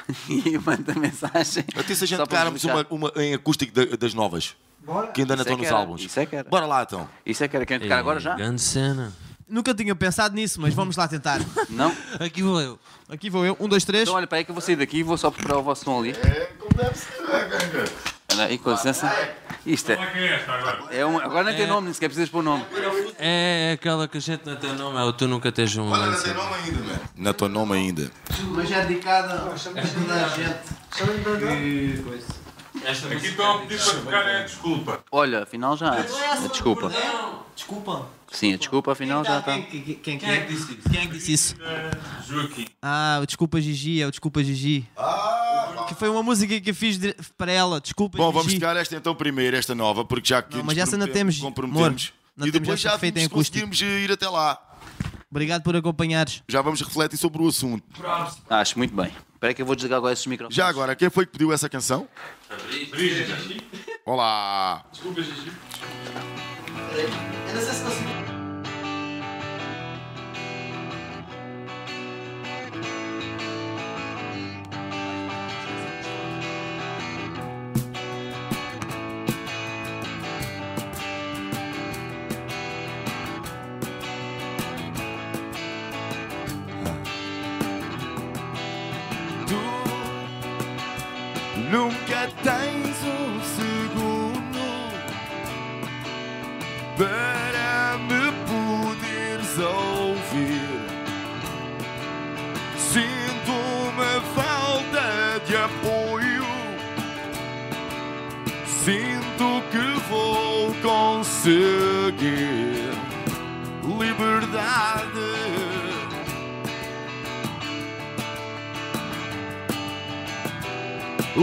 A: e mando a mensagem.
B: Até se a gente
A: Só para
B: tocarmos uma,
A: explicar.
B: uma em acústico da- das novas,
I: Bora.
B: que ainda não
A: Isso é
B: estão
A: que
B: nos
A: era,
B: álbuns.
A: isso é que era.
B: Bora lá então.
A: Isso é que era quem tocar agora já?
E: Grande cena.
C: Nunca tinha pensado nisso, mas vamos lá tentar.
A: Não?
E: Aqui vou eu.
C: Aqui vou eu. Um, dois, três.
A: Então, olha, para aí que eu vou sair daqui e vou só preparar o vosso som ali. É, Olha aí, com licença. Isto
G: Qual
A: é.
G: é que é esta agora?
A: é uma- agora nem tem nome, nem sequer precisas pôr nome.
E: É, é aquela que a gente não tem nome, é o Tu Nunca Tens Um Lance.
B: nome ainda, mano. Não tem nome ainda.
C: Mas é dedicada a
I: Chama-lhe Brandão.
C: gente.
G: Aqui estão a pedir para tocar é desculpa.
A: Olha, afinal já.
C: é assim.
A: A desculpa.
C: Desculpa.
A: Sim, a desculpa, afinal já tá. está.
C: Quem, quem, quem, quem é que disse isso? Quem é que disse isso?
G: Joaquim.
C: Ah, o Desculpa Gigi, é o Desculpa Gigi. que foi uma música que eu fiz de- para ela, Desculpa
B: Ah, Bom,
C: Gigi.
B: vamos tocar esta então primeiro, esta nova, porque já que
C: Não,
B: nos
C: mas essa ainda
B: prometemos,
C: temos,
B: comprometemos.
C: amor. Ainda
B: E
C: temos
B: depois
C: essa
B: já
C: feita
B: vimos
C: em
B: se
C: acústico.
B: conseguimos ir até lá.
C: Obrigado por acompanhares.
B: Já vamos refletir sobre o assunto.
A: Acho muito bem. Espera aí que eu vou desligar agora esses microfones.
B: Já agora, quem foi que pediu essa canção?
G: Brígida.
B: Olá!
G: Desculpa, Gigi.
B: Ah. Tu nunca tens um segundo para me poderes ouvir. Sinto uma falta de apoio. Sinto que vou conseguir liberdade.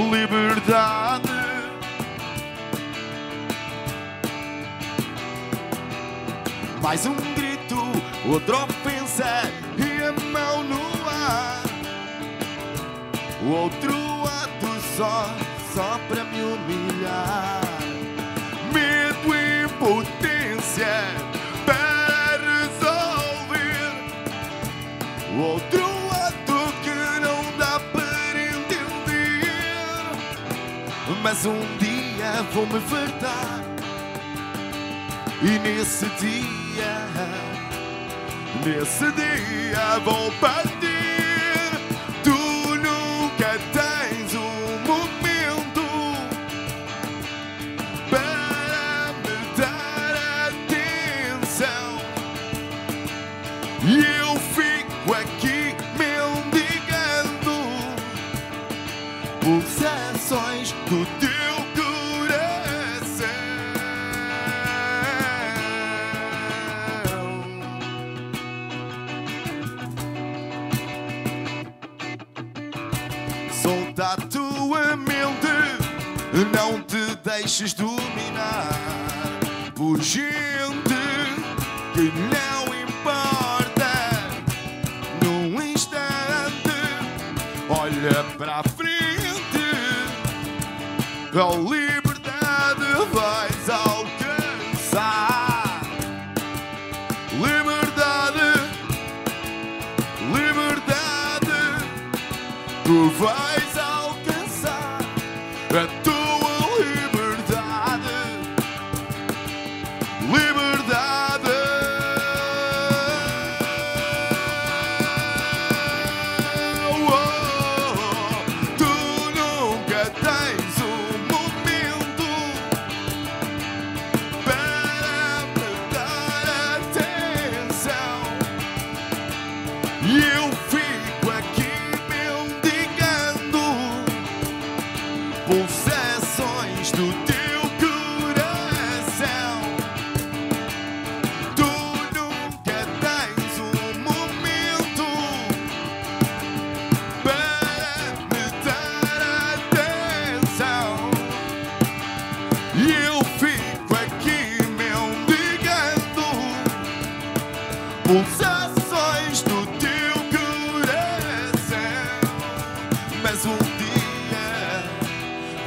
B: liberdade. Mais um grito, outra ofensa e a mão no ar. Outro ato só, só para me humilhar. Medo e impotência para resolver. Outro ato que não dá para entender. Mas um dia vou me fartar. E nesse dia, nesse dia vou partir. Tu nunca tens um momento para me dar atenção. E eu fico aqui mendigando pulsações do teu coração. Solta a tua mente, não te deixes dominar por gente que não importa. Num instante, olha para frente, a liberdade vais alcançar. Liberdade, liberdade, tu vais alcançar a tua liberdade. Liberdade. Oh, tu nunca tens um momento para prestar atenção. E eu fico aqui mendigando pulsações do teu coração. Tu nunca tens um momento para me dar atenção. E eu fico aqui mendigando pulsações do teu coração. Mas um dia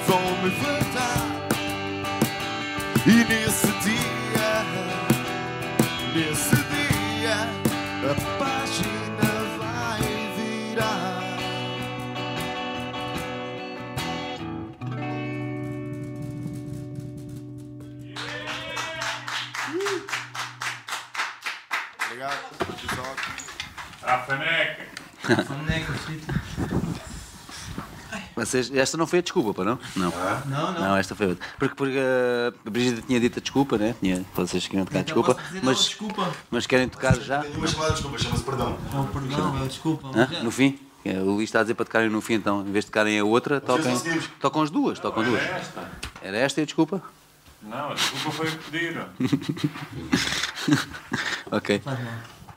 B: vão me levantar. E nesse dia, nesse dia, a página vai virar.
J: Obrigado, pessoal.
G: À faneca.
K: um
A: Vocês, esta não foi a desculpa, pá, não? Não.
C: Ah.
K: Não, não.
A: Não, esta foi outra. Porque, porque uh, a Brigida tinha dito a desculpa, né? Tinha, vocês queriam tocar a
K: Então
A: desculpa,
K: posso dizer, não,
A: mas,
K: desculpa.
A: mas querem tocar já
J: Tem uma chamada, desculpa, chama-se perdão.
K: Não, perdão, é, desculpa. mas
A: Hã?
K: é.
A: no fim. É, O Luís está a dizer para tocarem no fim, então, em vez de tocarem a outra, toquem,
J: conseguimos.
A: tocam as duas. Tocam duas.
G: Esta?
A: Era esta e a desculpa?
G: Não, a desculpa foi o que pediram.
A: Ok.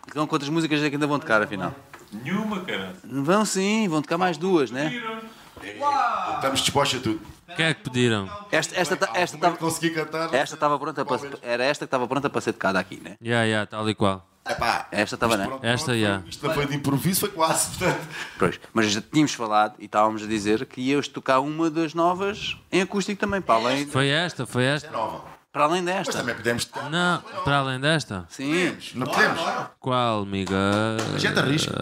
A: Então, quantas músicas é que ainda vão tocar, afinal?
G: Nenhuma, cara.
A: Vão sim, vão tocar mais duas, né?
G: Pediram.
J: Estamos dispostos a tudo.
E: O que é que pediram?
A: Esta esta ta- esta
J: Como é que
A: estava
J: consegui cantar?
A: esta estava pronta para era esta que estava pronta para ser tocada aqui, né?
E: Yeah, yeah, tal e qual.
J: Epá,
A: Esta estava, né?
J: pronto,
E: Esta,
J: pronto,
E: já.
J: Isto não foi de improviso, foi quase, portanto.
A: Pois, mas já tínhamos falado e estávamos a dizer que íamos tocar uma das novas em acústico também, para além,
E: Foi esta, foi esta?
J: Nova.
A: para além
J: Mas
A: desta.
J: também podemos tocar.
E: Não, para além desta.
A: Sim,
J: Não podemos.
E: Qual, amiga?
J: A gente arrisca.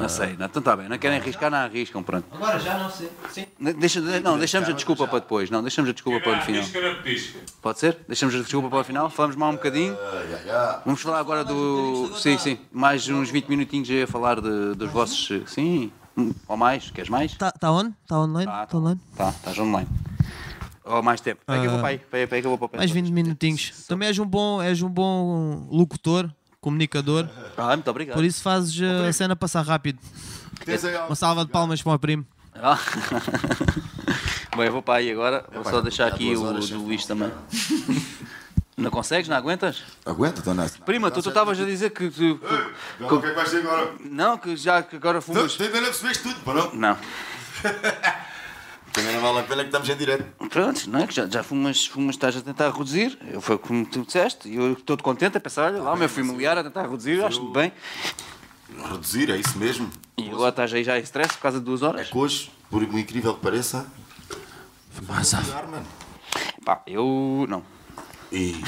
A: não sei, não, então está bem, não querem arriscar, não arriscam, pronto.
K: Agora já não sei. Sim.
A: Ne- Deixa, de- não, deixamos a desculpa para depois, não, deixamos a desculpa para o final.
G: Diz que era pisca.
A: Pode ser? Deixamos a desculpa para o final, falamos mal um bocadinho.
J: Ah,
A: Vamos falar agora do. Sim, sim, mais uns 20 minutinhos a falar de, dos vossos. Sim, hum, ou mais, queres mais?
C: Tá, tá on? Tá online?
A: Tá,
C: Tá,
A: tá.
C: online?
A: Tá, estás online. Ou mais tempo. Pega que eu vou para aí, pega que eu vou para o pé.
C: Mais 20 minutinhos. Também és um bom, és um bom locutor, comunicador,
A: Ah, muito obrigado.
C: por isso fazes uh, a cena passar rápido.
J: Tens aí
C: Uma
J: algo?
C: salva de palmas para o meu primo.
A: Ah. Bom, eu vou para aí agora. Vou só deixar aqui
J: duas
A: o
J: horas
A: do
J: sem
A: Luís também. Não consegues? Não aguentas?
J: Aguenta, Dona Asna.
A: Prima, tu tu estavas a dizer que. tu-
J: Agora, O que é que vais dizer agora?
A: não, que já que agora
J: Não,
A: fumas.
J: tu ainda não percebeste tudo, pá, não?
A: Não.
J: Também não vale a pena que estamos em direto.
A: Pronto, não é? Que já, já fumas, fumas, estás a tentar reduzir. Eu, foi como tu disseste. E eu estou contente a pensar, olha lá, o meu familiar a tentar reduzir, acho-te bem.
J: Reduzir, é isso mesmo.
A: E agora estás aí já em stress por causa de duas
J: É
A: horas.
J: que hoje, por incrível que pareça,
A: ah.
E: Massa.
J: Claro, mano. É.
A: Pá, eu. Não.
J: E, e-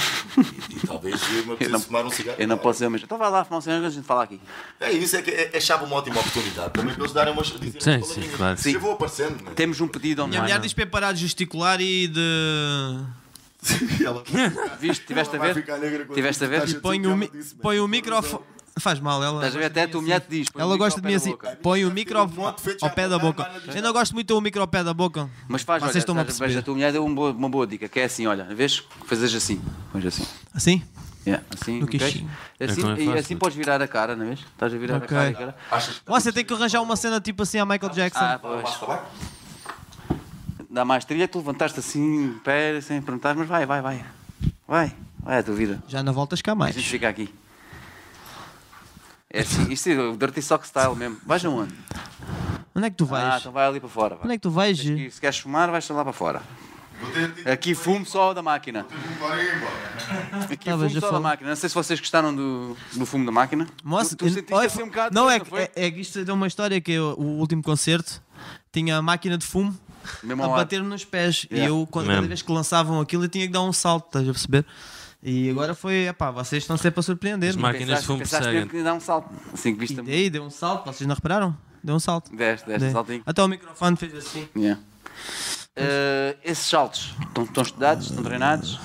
J: e talvez eu me
A: Eu não,
J: apetecesse fumar um cigarro.
A: eu não posso ser o mesmo. Então vai lá fumar um cigarro antes de falar aqui.
J: É isso, é que é- achava uma ótima oportunidade. Também para eles darem umas. dizerem
E: Sim,
J: umas
E: sim,
J: palavrinhas.
E: claro.
A: Sim.
J: Eu vou aparecendo, né?
A: Temos um pedido
C: Minha
A: online.
C: mulher diz para eu parar de gesticular e de.
J: E ela-
A: Viste? Tiveste a
J: ela vai
A: ver?
J: ficar negra quando
A: Tiveste a
J: tu
A: ver?
J: estás
A: E
J: dizer
C: Põe
J: que
C: o,
J: ela
C: mi...
J: disse, mas
C: põe o
J: tu estás a
C: microfone. Faz mal, ela.
A: Estás a ver? Até a tua mulher te diz. põe
C: Ela
A: o
C: gosta de mim assim.
A: micro ao pé da boca.
C: Põe o micro ao,
J: Um monte de feito
C: ao
J: já
C: pé da
J: não dá
C: boca.
J: nada de
C: Eu não gosto muito do micro ao pé da boca.
A: Mas faz,
C: Vocês
A: olha,
C: estão a
A: estás-
C: perceber.
A: Veja, a tua mulher deu um bo- uma boa dica, que é assim, olha, vês? Fazes assim. Pões assim.
C: Assim?
A: Yeah, assim,
C: No
A: ok?
C: queixinho.
A: Assim,
E: como é
A: e
E: fácil.
A: assim podes virar a cara, não vês? Estás a virar
C: Ok.
A: a cara, e a cara.
C: Você tem que arranjar uma cena tipo assim a Michael Jackson.
A: Ah, pois. Dá mais trilha, tu levantaste assim, de pé, sem perguntar, mas vai, vai, vai. Vai, vai a tua vida.
C: Já não voltas cá
A: A
C: mais.
A: gente fica aqui. É assim, isto é o Dirty Sock Style mesmo. Vais aonde?
C: Onde é que tu vais?
A: Ah, então vai ali para fora. vá.
C: Onde é que tu vais?
A: Tens que ir. Se queres fumar, vais lá para fora. Aqui fumo só da máquina. Aqui
C: Estavas
A: fumo
C: a
A: só da
C: falar.
A: máquina. Não sei se vocês gostaram do, do fumo da máquina.
C: Moço,
A: tu, tu sentiste
C: olha,
A: assim um bocado.
C: não, é,
A: não
C: que-
A: foi?
C: é, é que isto é uma história que eu- o último concerto tinha a máquina de fumo
A: Mesmo
C: é, a
A: ao lado.
C: bater-me nos pés.
A: Yeah.
C: E eu, quando, cada
E: Mesmo.
C: vez que lançavam aquilo, eu tinha que dar um salto, estás a perceber? E agora foi, epá, vocês estão sempre a surpreender.
E: As
C: me
E: máquinas de
A: Pensaste,
E: fumo
A: pensaste mesmo
E: perseguem.
A: que ia dar um salto. Assim que viste.
C: E daí, deu um salto, vocês não repararam? Deu um salto.
A: Deste, deste
C: Dei.
A: saltinho.
C: Até o microfone fez assim.
A: Yeah. Eh, esses saltos estão, estão estudados, estão treinados,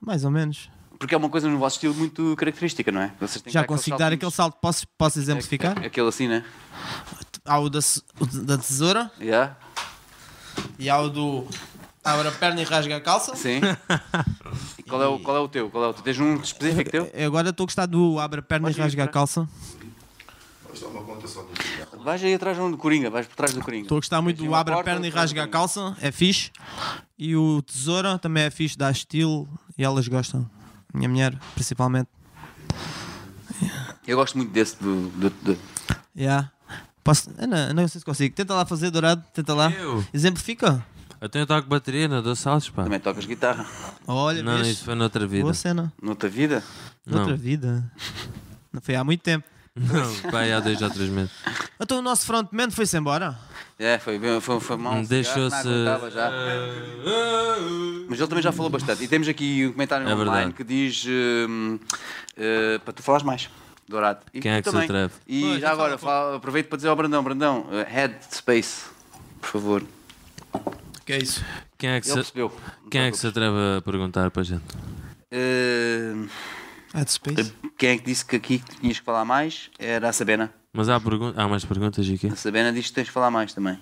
C: Mais ou menos.
A: porque é uma coisa no vosso estilo muito característica, não é? Vocês têm que É
C: Já consigo dar aquele
A: aqueles
C: salto. Posso, posso exemplificar?
A: saltinhos. Aquele assim, né?
C: Há o da, ce- o da tesoura
A: Yeah.
C: e há o do abre a perna e rasga a calça.
A: Sim. E qual é o, qual é o teu? Qual é o teu? Tens um específico teu?
C: Eu agora estou a gostar do abre a perna
A: Podes
C: e rasga a
A: mostrar?
C: calça. eh,
A: Vais aí atrás de um do Coringa, vais por trás do Coringa.
C: Estou a gostar muito
A: Tens
C: do
A: uma
C: abre a
A: porta,
C: perna e
A: outra
C: rasga a
A: do Coringa.
C: calça, é fixe. E o tesoura também é fixe, dá estilo e elas gostam. Minha mulher, principalmente.
A: Eu gosto muito desse do. do, do-
C: Yeah. Posso... Eu não, eu não sei se consigo. Tenta lá fazer, Dourado, tenta lá.
E: Eu?
C: Exemplifica.
E: Até eu toco bateria, não dou saltos, pá.
A: Também tocas guitarra.
C: Olha,
E: Não,
C: vês?
E: isso foi noutra vida.
C: Boa cena.
A: Noutra vida?
E: Não.
C: Outra vida. Não foi há muito tempo.
E: Não, pá, há dois ou três meses.
C: Então o nosso frontman foi-se embora.
A: É, foi, bem- foi, foi mal.
E: Me deixou-se- eh,
A: já não aguentava já. Mas ele também já falou bastante. E temos aqui um comentário
E: É
A: online
E: verdade.
A: que diz hum, eh, para tu falares mais. Dourado. E
E: Quem é
A: tu
E: que se
A: também.
E: atreve?
A: E
C: Pois,
A: já
C: já
A: agora, fala- aproveito para dizer ao Brandão: Brandão, eh, Headspace, por favor. Ele
C: Que é isso?
E: Quem é que se,
A: percebeu.
E: quem é que se atreve a perguntar para a gente?
A: Eh,
C: É de Space.
A: Quem é que disse que aqui tinhas que falar mais era a Sabena.
E: Mas há, pergun- há mais perguntas aqui?
A: A Sabena diz que tens que falar mais também.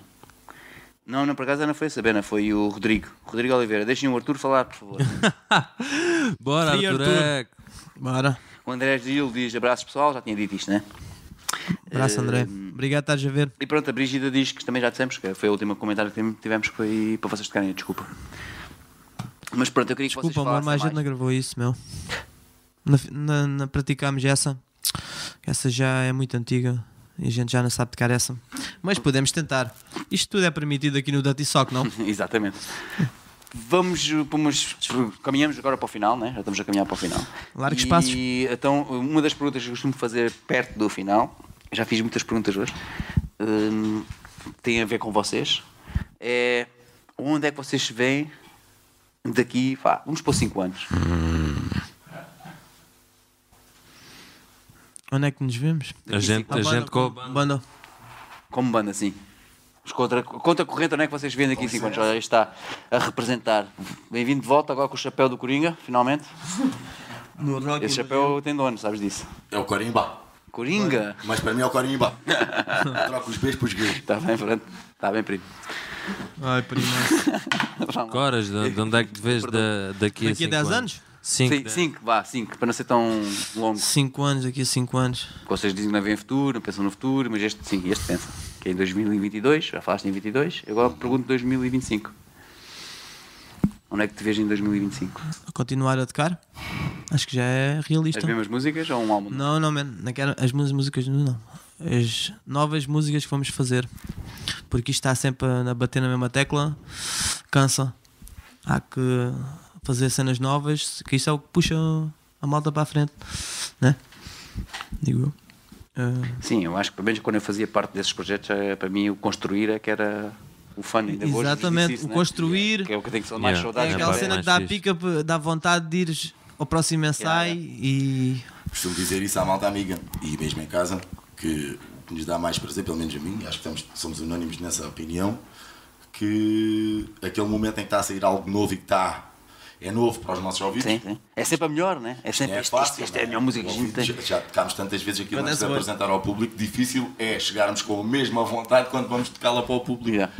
A: Não, não, por acaso não foi a Sabena, foi o Rodrigo. Rodrigo Oliveira, deixem o Arthur falar, por favor.
E: Bora,
C: Free Arthur.
E: Artureco!
C: Bora.
A: o André Gil diz abraços pessoal, já tinha dito isto, né?
E: Eh,
C: Abraço, André. Obrigado por estares a ver.
A: E pronto, a Brígida diz que também já dissemos, que foi o último comentário que tivemos que foi para vocês tocarem, desculpa. Mas pronto, eu queria que
C: Desculpa,
A: vocês
C: amor,
A: falassem
C: mas a
A: mais.
C: gente não gravou isso, meu. Na, na, na praticámos essa. Essa já é muito antiga e a gente já não sabe tocar essa. Mas podemos tentar. Isto tudo é permitido aqui no Dirty Sock, não?
A: Exatamente. Vamos uh, para umas. Caminhamos agora para o final, né? Já estamos a caminhar para o final.
C: Larga
A: e,
C: espaços.
A: Então, uma das perguntas que eu costumo fazer perto do final, já fiz muitas perguntas hoje, hum, tem a ver com vocês, é onde é que vocês se veem daqui, vá, vamos pôr 5 anos.
C: Onde é que nos vemos? Ah,
E: A gente,
A: Tá
E: a gente com a banda.
C: Banda.
A: Como banda, assim. Mas Contra, contra a corrente, onde é que vocês se veem daqui 5 anos? Olha, aí está a representar. Bem-vindo de volta agora com o chapéu do Coringa, finalmente.
C: No rock.
A: Esse é
C: in
A: chapéu tem dono, sabes disso.
B: É o Corimba.
A: Coringa!
B: Mas para mim é o Corimba. Troco os beijos para os gays.
A: Está Tá bem, pronto. Está bem, primo.
C: Rio. Ai, primo.
E: Coras, de, de onde é que te vês da, daqui,
C: Daqui a
E: cinco
C: 10 anos?
E: 5
A: Sim, cinco, vá, cinco, para não ser tão longo.
C: 5 anos, daqui a 5 anos.
A: Porque Vocês dizem que não veem futuro, não pensam no futuro, mas este sim, este pensa. Que é em 2022, já falaste em 22, agora pergunto 2025. Onde é que te vejo em 2025?
C: A continuar a tocar? Acho que já é realista.
A: As mesmas músicas ou um álbum?
C: Não, não, man. Não quero as minhas músicas, não. não. As novas músicas que vamos fazer. Porque isto está sempre a a bater na mesma tecla. Cansa. Há que fazer cenas novas, que isso é o que puxa a malta para a frente. Né? Digo eu. Ah,
A: Sim, eu acho que pelo menos quando eu fazia parte desses projetos, eh, para mim o construir é que era o fun. Ainda hoje
C: Exatamente,
A: disse isso,
C: o
A: né?
C: construir.
A: Que é o que eu tenho que ser mais né?
E: Yeah.
A: saudades.
C: é aquela
A: que eu
E: parte
C: cena
A: tenho.
C: que
E: mais
C: dá
E: fixe.
C: pica, dá vontade de ires ao próximo ensaio e.
B: Costumo dizer isso à malta amiga e mesmo em casa, que o que nos dá mais prazer, pelo menos a mim, acho que estamos, somos unânimes nessa opinião, que aquele momento em que está a sair algo novo e que está. É novo para os nossos ouvidos.
A: Sim, sim. É sempre a melhor, né? É sempre
B: É
A: este-
B: fácil,
A: este- esta é a
B: não
A: melhor música que a gente
B: Já,
A: tem.
B: já tocámos tantas vezes aquilo
C: Mas
B: antes de
C: é boa.
B: apresentar ao público. Difícil é chegarmos com a mesma vontade quando vamos tocá-la para o público.
A: Yeah.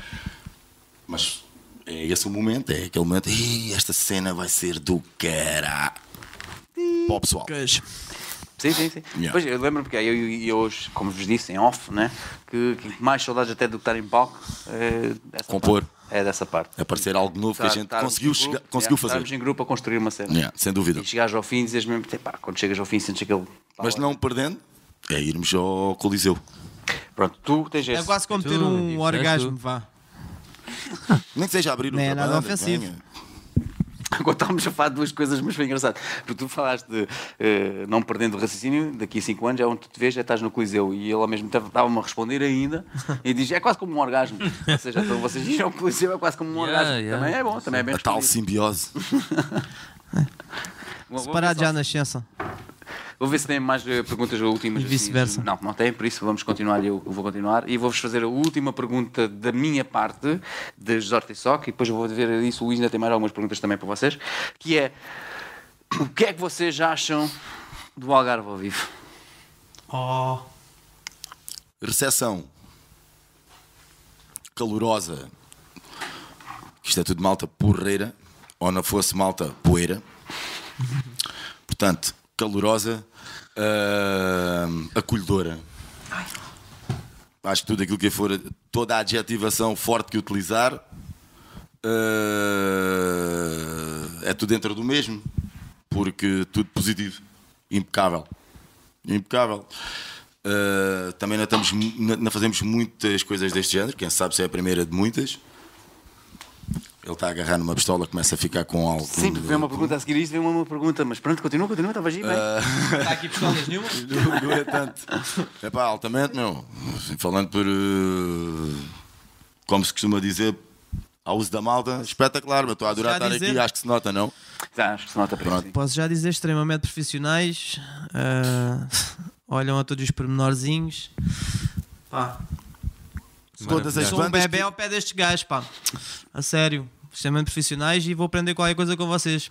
B: Mas é esse o momento, é aquele momento. "Ih, esta cena vai ser do cara. Para o pessoal.
C: Queijo.
A: Sim, sim, sim.
B: Yeah.
A: Pois, eu lembro-me que eu, eu, eu hoje, como vos disse, em off, né? que, que mais saudades até do que estar em palco é dessa
B: Compor.
A: parte. É dessa parte.
B: Aparecer algo novo que a gente
A: Estarmos
B: conseguiu,
A: em um grupo,
B: chegar- conseguiu
A: yeah, Estarmos
B: fazer.
A: em grupo a construir uma cena.
B: Yeah, sem dúvida.
A: E chegares ao fim e dizes mesmo, "Epá", quando chegas ao fim sentes aquele...
B: Mas não perdendo, é irmos ao Coliseu.
A: Pronto, tu tens esse.
C: É quase como ter um orgasmo, vá.
B: Nem que seja abrir o
C: Não é nada
B: trabalho,
C: ofensivo.
B: tenha.
A: Agora estávamos a falar de duas coisas, mas foi engraçado. Porque tu falaste de eh, não perdendo o raciocínio, daqui a 5 anos é onde tu te vês, já estás no Coliseu. E ele ao mesmo tempo estava-me a responder ainda e diz: é quase como um orgasmo. Ou seja, então vocês dizem: o Coliseu é quase como um
E: Yeah,
A: orgasmo.
E: yeah.
A: Também é bom, também é bem
B: A tal
A: respondido.
B: simbiose.
A: Vou- vou
C: Separado
A: ver
C: já
A: só-
C: na nascença.
A: Vou ver se tem mais eh, perguntas últimas. assim.
C: E vice-versa.
A: Não, não tem, por isso vamos continuar e eu vou continuar. E vou-vos fazer a última pergunta da minha parte, de Jorge Soc, e depois vou ver isso. O Luís ainda tem mais algumas perguntas também para vocês, que é o que é que vocês acham do Algarve ao vivo?
C: Oh.
B: Recessão. Calorosa. Isto é tudo malta porreira. Ou não fosse malta poeira. Portanto, calorosa. ahm, acolhedora. Acho que tudo aquilo que for, toda a adjetivação forte que utilizar, ah, é tudo dentro do mesmo. Porque tudo positivo. Impecável. Impecável. Uh, também não, estamos, mu- não- não fazemos muitas coisas deste género, quem sabe se é a primeira de muitas. Ele está a agarrar numa pistola, começa a ficar com algo.
A: Sempre vem uma pergunta a seguir isto, vem uma, uma pergunta, mas pronto, continua, continua, estava é? a agir bem.
C: Está aqui pistolas nenhumas?
B: Não, não é tanto. É pá, altamente não. Assim, Falando por. uh, como se costuma dizer, ao uso da malta, espetacular, mas estou a adorar
C: Já
B: estar
C: dizer-
B: aqui, acho que se nota, não?
A: Tá, acho que se nota para isso.
B: Pronto.
A: sim.
C: Posso já dizer, extremamente profissionais. ah, olham a todos os pormenorzinhos. Pá,
B: Todas as
C: sou um
B: bandas.
C: bebê ao pé destes gajos, pá. A sério. Extremamente profissionais e vou aprender qualquer coisa com vocês.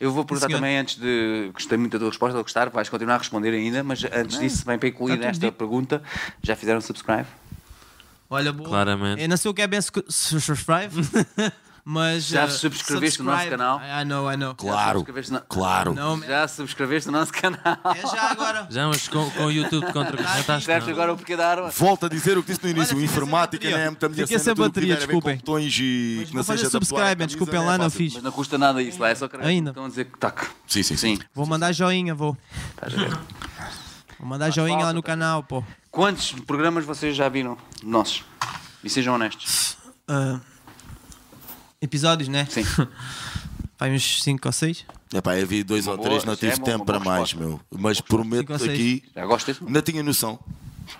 A: Eu vou perguntar
C: senhor.
A: também antes de. Gostei muito da tua resposta, vou gostar, vais continuar a responder ainda, mas antes disso, bem para incluir
C: tudo
A: esta
C: dito.
A: pergunta, já fizeram subscribe?
C: Olha, boa.
E: Claramente.
C: Eu não sei o que é bem su- su- subscribe, mas.
A: Já
C: eh,
A: subscreveste o nosso
C: subscribe.
A: canal?
C: I know, I know.
B: Claro,
A: Escreveste na-
B: claro.
C: Não, man.
A: Já subscreveste o nosso canal?
C: É já agora.
E: Já, mas com, com o YouTube de contracorrente,
A: Deste
E: acho
A: agora o porquê da arma?
B: Volto a dizer o que disse no início:
C: Olha, fiquei sem
B: informática não
C: bateria.
B: é muito a minha
C: Fiquei
B: cena.
C: sem
B: tudo o que
C: bateria,
B: tiver a ver com
C: desculpem.
B: botões e que não
C: Vou fazer
B: seja da é
C: subscribe,
A: é
C: man. desculpem lá, não fiz.
A: Mas não custa nada isso lá, é só carregar.
C: Ainda.
A: Estão a dizer que tac.
B: Sim, sim, sim.
C: Vou mandar joinha, vou.
A: Estás a ver.
C: Vou mandar joinha lá
A: falta,
C: no
A: tá.
C: canal, pô.
A: Quantos programas vocês já viram? Nossos. E sejam honestos.
C: Ah, episódios, né?
A: Sim.
C: Vai uns 5 ou 6.
B: Epá, eu vi dois ou
A: boa,
B: três, não
A: isso é
B: tive
A: uma-
B: tempo
A: uma
B: para mais,
A: resposta.
B: meu. Mas prometo
C: Fico a seis.
B: aqui,
A: Já gosto desse?
B: não tinha noção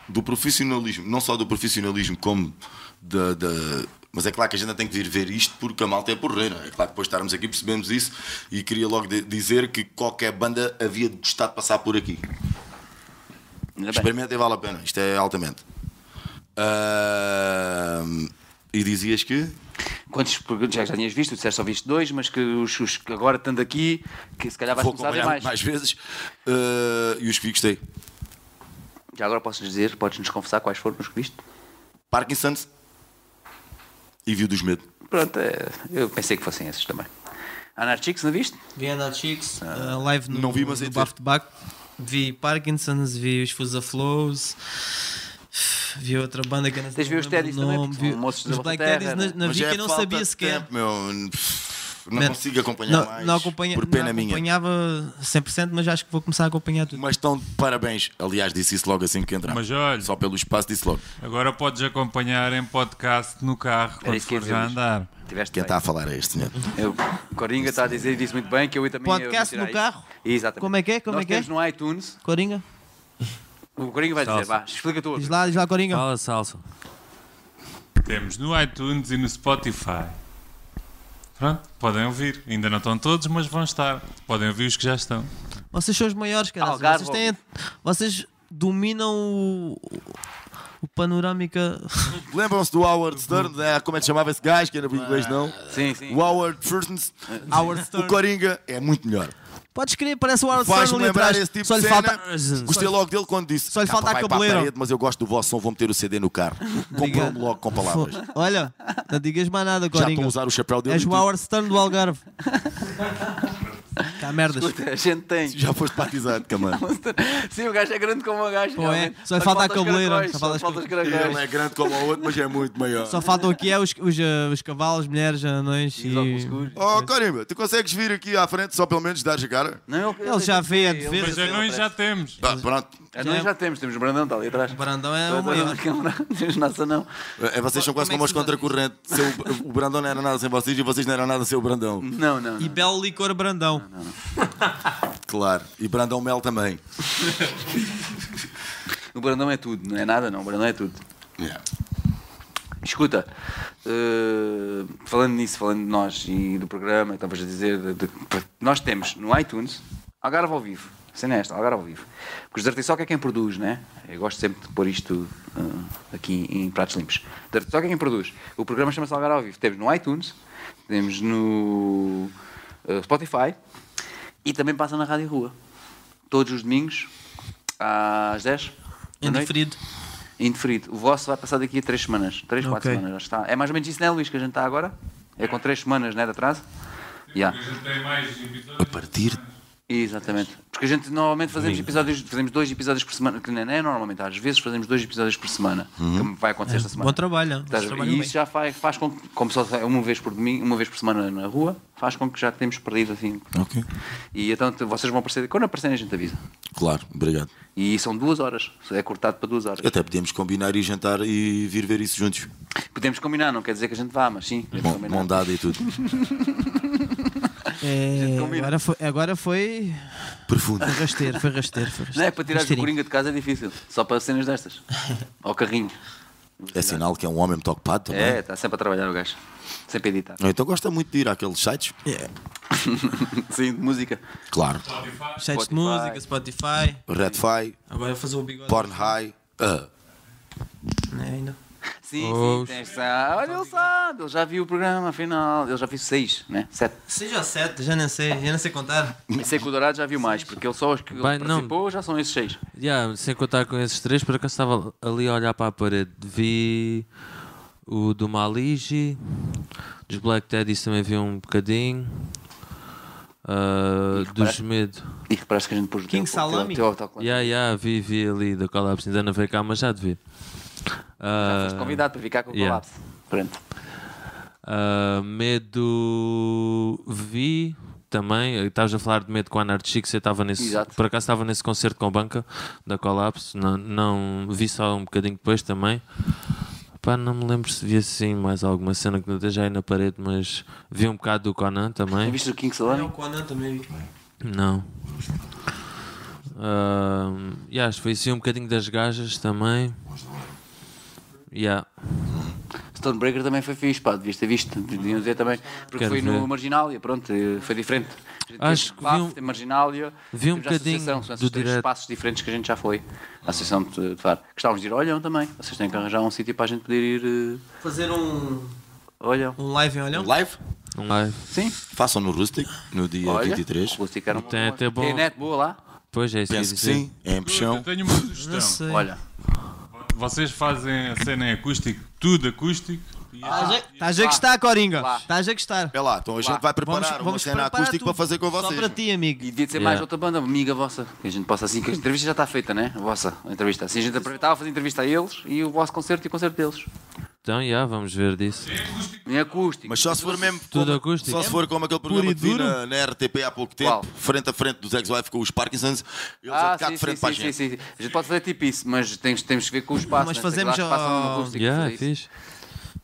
B: do profissionalismo, não só do profissionalismo, como da. da- Mas é claro que a gente ainda tem que vir ver isto porque a malta é porreira. É claro que depois de estarmos aqui percebemos isso e queria logo de- dizer que qualquer banda havia de gostar de passar por aqui.
A: Ainda bem.
B: Experimentem, vale a pena. Isto é altamente. Ahm, E dizias que.
A: Quantos programas já, já tinhas visto? Disseste só viste dois, mas que os, os que agora estando aqui, que se calhar vais
B: Vou
A: começar a ver
B: acompanhar
A: mais.
B: mais. vezes. Ah, e os que vi gostei.
A: Já agora posso dizer, podes-nos confessar quais foram os que viste?
B: Parkinson's e Viu dos Medos.
A: Pronto, é, eu pensei que fossem esses também. Anarchix, não viste?
C: Viena Chicks, ah, live no,
B: Não vi, mas
C: no
B: entrei.
C: Bafo de Baco. Vi Parkinson's, vi os Fusa Flows. Vi outra banda que eu não sei
A: Tens ver os
C: não lembro
A: Teddies
C: o
A: também,
C: nome,
A: porque
C: vi
A: são moços da
C: os
A: vossa
C: Black
A: terra,
C: Teddies
A: né?
C: na, na
B: Mas
C: vi
B: é
C: que eu não
B: falta
C: sabia
B: de
C: sequer.
B: tempo, meu. Não
C: Man,
B: consigo acompanhar
C: Não,
B: mais.
C: não, acompanha,
B: por pena
C: não
B: minha.
C: acompanhava 100%, mas acho que vou começar a acompanhar tudo.
B: Mas estão de parabéns. Aliás, disse isso logo assim que entrar.
G: Mas olha-
B: Só pelo espaço disse logo.
G: Agora podes acompanhar em podcast no carro quando
A: isso que eu ia dizer,
G: fores a
A: Luís.
G: andar.
A: Tiveste
B: Quem
A: bem.
B: está a falar é este senhor.
A: Eu, Coringa está a dizer e disse muito bem que eu também. ia
C: Podcast no
A: mencionar isso.
C: carro?
A: Exatamente.
C: Como é que é? Como
A: Nós
C: é que é?
A: temos no iTunes.
C: Coringa?
A: O Coringa vai dizer, vá, explica tu.
C: Diz lá, diz lá, Coringa.
E: Fala, salsa.
G: Temos no iTunes e no Spotify. Pronto, podem ouvir. Ainda não estão todos, mas vão estar. Podem ouvir os que já estão.
C: Vocês são os maiores, cara.
A: Algarve.
C: Vocês, têm, vocês dominam o, o panorâmica.
B: Lembram-se do Howard Stern? É, como é que chamava esse gajo? Que era por inglês, não?
A: Sim, sim.
B: O Howard Stern.
C: Howard
B: O Coringa é muito melhor.
C: Podes crer, parece o Howard
B: Faz-me
C: Stern ali
B: lembrar
C: atrás.
B: esse tipo
C: Só
B: de
C: lhe
B: cena.
C: falta.
B: Gostei logo dele quando disse.
C: Só lhe
B: "Capa,
C: falta a
B: vai para
C: cabeleira."
B: parede, mas eu gosto do vosso som, vou meter o CD no carro. Comprou-me logo com palavras.
C: Olha, não digas mais
B: Já
C: nada,
B: estou
C: Coringa.
B: a usar o chapéu dele.
C: És
B: e
C: o
B: tudo.
C: Howard Stern do Algarve.
L: Cá merdas.
A: Escuta, a gente tem.
B: Já foste batizado, camar.
A: Sim, o gajo é grande como o gajo.
L: Pô,
A: realmente.
L: é. Só
A: Mas
L: falta a
A: os
L: cabeleira,
A: caracóis,
L: só falta as
A: falta os
B: Ele é
A: caracóis.
B: grande como o outro, mas é muito maior.
L: Só faltam aqui é os, os, eh, os cavalos, mulheres, anões
C: é
L: e.
A: Os óculos escuros.
B: Oh, Carimba, tu consegues vir aqui à frente só pelo menos dar a cara?
A: Não, ele,
L: Ele já vê, é de
A: ele-
L: ver.
G: Mas
A: ele-
G: anões já temos.
B: Tá, pronto.
A: Ah, Nós já temos, temos o Brandão, está ali atrás.
L: O Brandão é
A: Tá
L: o maior.
A: atrás da câmara. Temos nossa, não.
B: É, vocês são quase como os contracorrentes. O Brandão não era nada sem vocês e vocês não eram nada sem o Brandão.
A: Não, não.
L: E
A: não.
L: belo licor Brandão.
B: Claro. E Brandão Mel também.
A: O Brandão é tudo, não é nada, não. O Brandão é tudo.
B: Yeah.
A: Escuta, eh, falando nisso, falando de nós e do programa, que estavas a dizer, de- de- nós temos no iTunes Algarve ao vivo. Sendo esta, Algarve ao vivo. Porque os Dirty Sock é quem produz, né? Eu gosto sempre de pôr isto eh, aqui em pratos limpos. Dirty Sock é quem produz. O programa chama-se Algarve ao vivo. Temos no iTunes, temos no eh, Spotify e também passa na Rádio Rua. Todos os domingos, às 10 da noite.
L: Indiferido.
A: Indeferido. O vosso vai passar daqui a três semanas. Três, quatro
L: Ok.
A: semanas. Já está. É mais ou menos isso, né, Luís, que a gente está agora? É com três semanas, né, de atraso? Yeah.
G: A gente tem mais episódios.
B: Partir.
A: Exatamente. Porque a gente normalmente fazemos episódios, fazemos dois episódios por semana, que não é normalmente, às vezes fazemos dois episódios por semana, como vai acontecer esta semana.
L: Uhum. É, Bom trabalho. hein?
A: Estás a ver?
L: Trabalham
A: E
L: bem.
A: isso já faz, faz com que, como só sai uma vez por domingo, uma vez por semana na rua, faz com que já tenhamos perdido assim.
B: Ok.
A: E então t- vocês vão aparecer, quando aparecerem a gente avisa.
B: Claro, obrigado.
A: E são duas horas, é cortado para duas horas.
B: Até podíamos combinar e jantar e vir ver isso juntos.
A: Podemos combinar, não quer dizer que a gente vá, mas sim, podemos
B: Mão,
A: combinar.
B: mão dada e tudo.
L: É,
A: combina.
L: agora, foi, agora foi
B: Profundo.
L: rasteiro, foi rasteiro. Foi rasteiro.
A: Não é para tirar o
L: Rasteirinho.
A: Coringa de casa é difícil. Só para cenas destas. Ou carrinho.
B: É sinal que é um homem muito ocupado também.
A: É, está sempre a trabalhar o gajo. Sempre a editar.
B: Então gosta muito de ir àqueles sites?
L: É.
A: Sim, de música.
B: Claro.
L: Sites
A: Spotify.
L: de música, Spotify.
B: Redfi,
L: Agora vou fazer o bigode.
B: Porn High. ah,
L: É, ainda.
A: Sim,
E: Oh,
A: sim. Tem essa... Olha, ele sabe. Ele já viu o programa, afinal. Ele já viu seis, né? Sete.
L: Seja ou sete, já nem sei, já nem sei contar.
A: E sei que o Dourado já viu mais, porque ele só os que ele
E: Bem, não.
A: participou já são esses seis.
E: Yeah, sem contar com esses três, por acaso estava ali a olhar para a parede. Vi o do Maligi, dos Black Teddies também vi um bocadinho. Ah, dos
A: reparaste?
E: Medo.
A: E reparaste que a gente pôs o
L: King
A: teu- o teu-
L: Salami?
A: o teu autocolante.
E: Yeah, yeah, vi, vi ali da Collapse, ainda não veio cá, mas já devia.
A: Já
E: Ah,
A: foste convidado para ficar com o
E: yeah.
A: colapso. Pronto.
E: ah, medo vi também. eh, Estavas a falar de medo com a Anarchic, eu estava nesse.
A: Exato.
E: Por acaso estava nesse concerto com banca da Collapse. Não, não vi só um bocadinho depois também. Pá, não me lembro se vi assim mais alguma cena que não esteja aí na parede, mas vi um bocado do Conan
A: Já
E: também.
A: viste o King Salami?
L: Conan também vi.
E: Não. Ahm, yeah, acho que foi assim um bocadinho das gajas também. Yeah.
A: Stonebreaker também foi fixe, pá, devias ter visto, deviam dizer também, porque
E: Quero
A: foi
E: ver.
A: no Marginália, pronto, eh, foi diferente. A gente
E: Acho
A: teve
E: que
A: Bafo,
E: vi um-
A: teve Marginália,
E: vi um
A: temos a
E: bocadinho
A: associação, são
E: do
A: esses três
E: direto.
A: espaços diferentes que a gente já foi, a Associação de, de Faro. Gostávamos de ir ao Olhão também, vocês têm que arranjar um sítio para a gente poder ir eh,
L: Fazer um,
A: ao Olhão.
L: um live em Olhão?
B: Live?
E: Um live.
A: Sim,
B: Façam no Rustic, no dia
A: olha,
B: 23.
A: o Lucic era uma
E: Tem
A: boa-
E: até bom-
A: Tem net boa lá?
E: Pois é, isso que eu ia
B: Penso que
E: dizer.
B: sim. É em
G: Eu
B: Peixão.
G: tenho uma sugestão.
L: Sei.
A: Então, Olha,
G: Vocês fazem a cena em acústico, tudo acústico. E
L: Tá Estás a gostar, Coringa? Tá
A: Lá.
L: Estás a gostar.
B: É lá, então a gente vai preparar
L: Vamos,
B: uma
L: vamos
B: cena
L: preparar
B: acústica
L: tudo.
B: para fazer com
L: Só
B: vocês.
L: para ti, amigo.
A: e devia de ser mais
E: Yeah.
A: outra banda, amiga vossa, que a gente possa assim, que a entrevista já está feita, né? A vossa a entrevista. Assim a gente aproveitava a fazer entrevista a eles e o vosso concerto e o concerto deles.
E: Então, yeah, vamos ver disso.
A: Em acústico.
B: Mas só se for mesmo.
E: Tudo
B: como-
E: acústico.
B: Só se for como aquele programa que vi na, na RTP há pouco tempo,
A: Qual?
B: frente a frente dos ex-wife com os Parkinsons, eles a
A: Ah,
B: tocar
A: sim,
B: de
A: sim,
B: frente para a
A: sim, sim,
B: gente.
A: sim, sim. A gente pode fazer tipo isso, mas temos, temos que ver com o espaço.
L: Mas
A: né?
L: fazemos
A: Sei que lá se passa num
L: ao-
A: acústico,
E: Yeah,
A: sei isso.
E: fixe.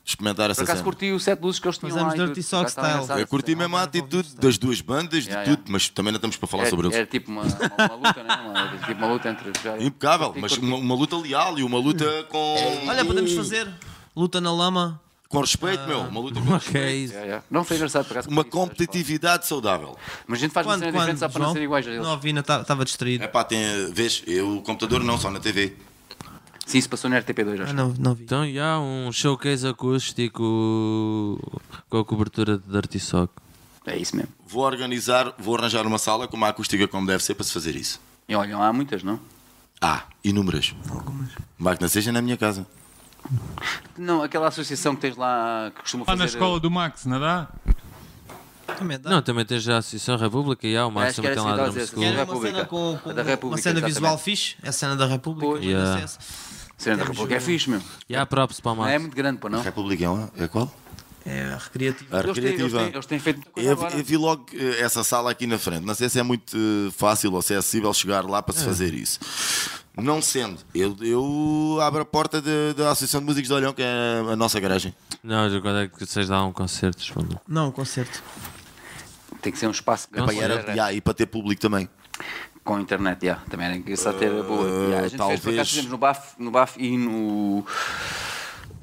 B: Experimentar
A: Por
B: essa
A: acaso
B: cena.
A: curti o set de luzes que eles tinham
L: Fazemos
A: lá. e
L: Dirty
A: tudo.
L: Sock
A: Já estava
L: style.
A: engraçado,
B: Eu curti
A: sim.
B: mesmo a atitude das duas bandas, de
A: Yeah,
B: tudo, mas também não estamos para falar
A: Era,
B: sobre eles.
A: era tipo uma, uma, uma luta, né? Uma, tipo uma luta entre. Já,
B: Impecável,
A: curti,
B: mas
A: curti. Hum. É,
B: uma, uma luta leal e uma luta com.
L: Olha, podemos fazer luta na lama.
B: Com respeito, meu. Uma luta com
E: Ok, é isso.
A: Yeah, yeah. Não foi engraçado, por acaso.
B: Uma
A: curti isso,
B: competitividade saudável.
A: Mas a gente faz uma
L: Quando,
A: cena
L: quando?
A: diferente só para não
L: João?
A: ser iguais a eles.
L: Não ouvi, estava distraído.
B: É pá, tem. Vês, eu o computador não, só na TV.
A: Sim, isso passou no RTP2,
L: Ah,
A: acho.
L: não, não vi.
E: Então, yeah, um showcase acústico com a cobertura de Dirty Sock.
A: É isso mesmo.
B: Vou organizar, vou arranjar uma sala com uma acústica como deve ser para se fazer isso.
A: E olham, há muitas, não?
B: Há inúmeras. Máquina seja na minha casa.
A: Não, aquela associação que tens lá que costuma
G: Lá
A: fazer. eh,
G: na escola do Max, não dá?
L: Exatamente.
E: Não, também tens a Associação República e há o
A: Tá. Acho
E: Máximo
A: que era
E: tem
A: assim,
E: lá
A: estava
E: Drum
A: a dizer,
E: School.
A: assim,
L: Era uma
A: República.
L: cena com, com
A: A da
L: uma
A: República,
L: cena visual
A: exatamente.
L: fixe, é a cena da República.
A: Pois.
L: mas
E: Yeah.
L: não sei essa.
A: Cena da
L: Temos
A: República é
L: o-
A: fixe, meu.
E: E há props para o
A: Não é
E: Máximo.
A: muito grande, pô, não?
B: A República é uma? É qual?
L: É recreativa.
B: A
A: Eles têm, eles,
B: Recreativa.
A: têm, eles têm feito muita coisa
B: Eu,
A: agora.
B: eu É vi logo eh, essa sala aqui na frente. Não sei se é muito eh, fácil ou se é acessível chegar lá
A: É.
B: para se fazer isso. Não sendo, eu, eu abro a porta de- da Associação de Músicos de Olhão, que é a nossa garagem.
E: Não, de quando é que vocês dão um concerto? respondo.
L: Não, um concerto.
A: Tem que ser um espaço
B: Para,
A: grande.
B: era, yeah, e para ter público também.
A: Com a internet, já. Também era engraçado ter a boa. já. A gente fez, por
B: talvez.
A: acaso, fizemos no BAF, no BAF e no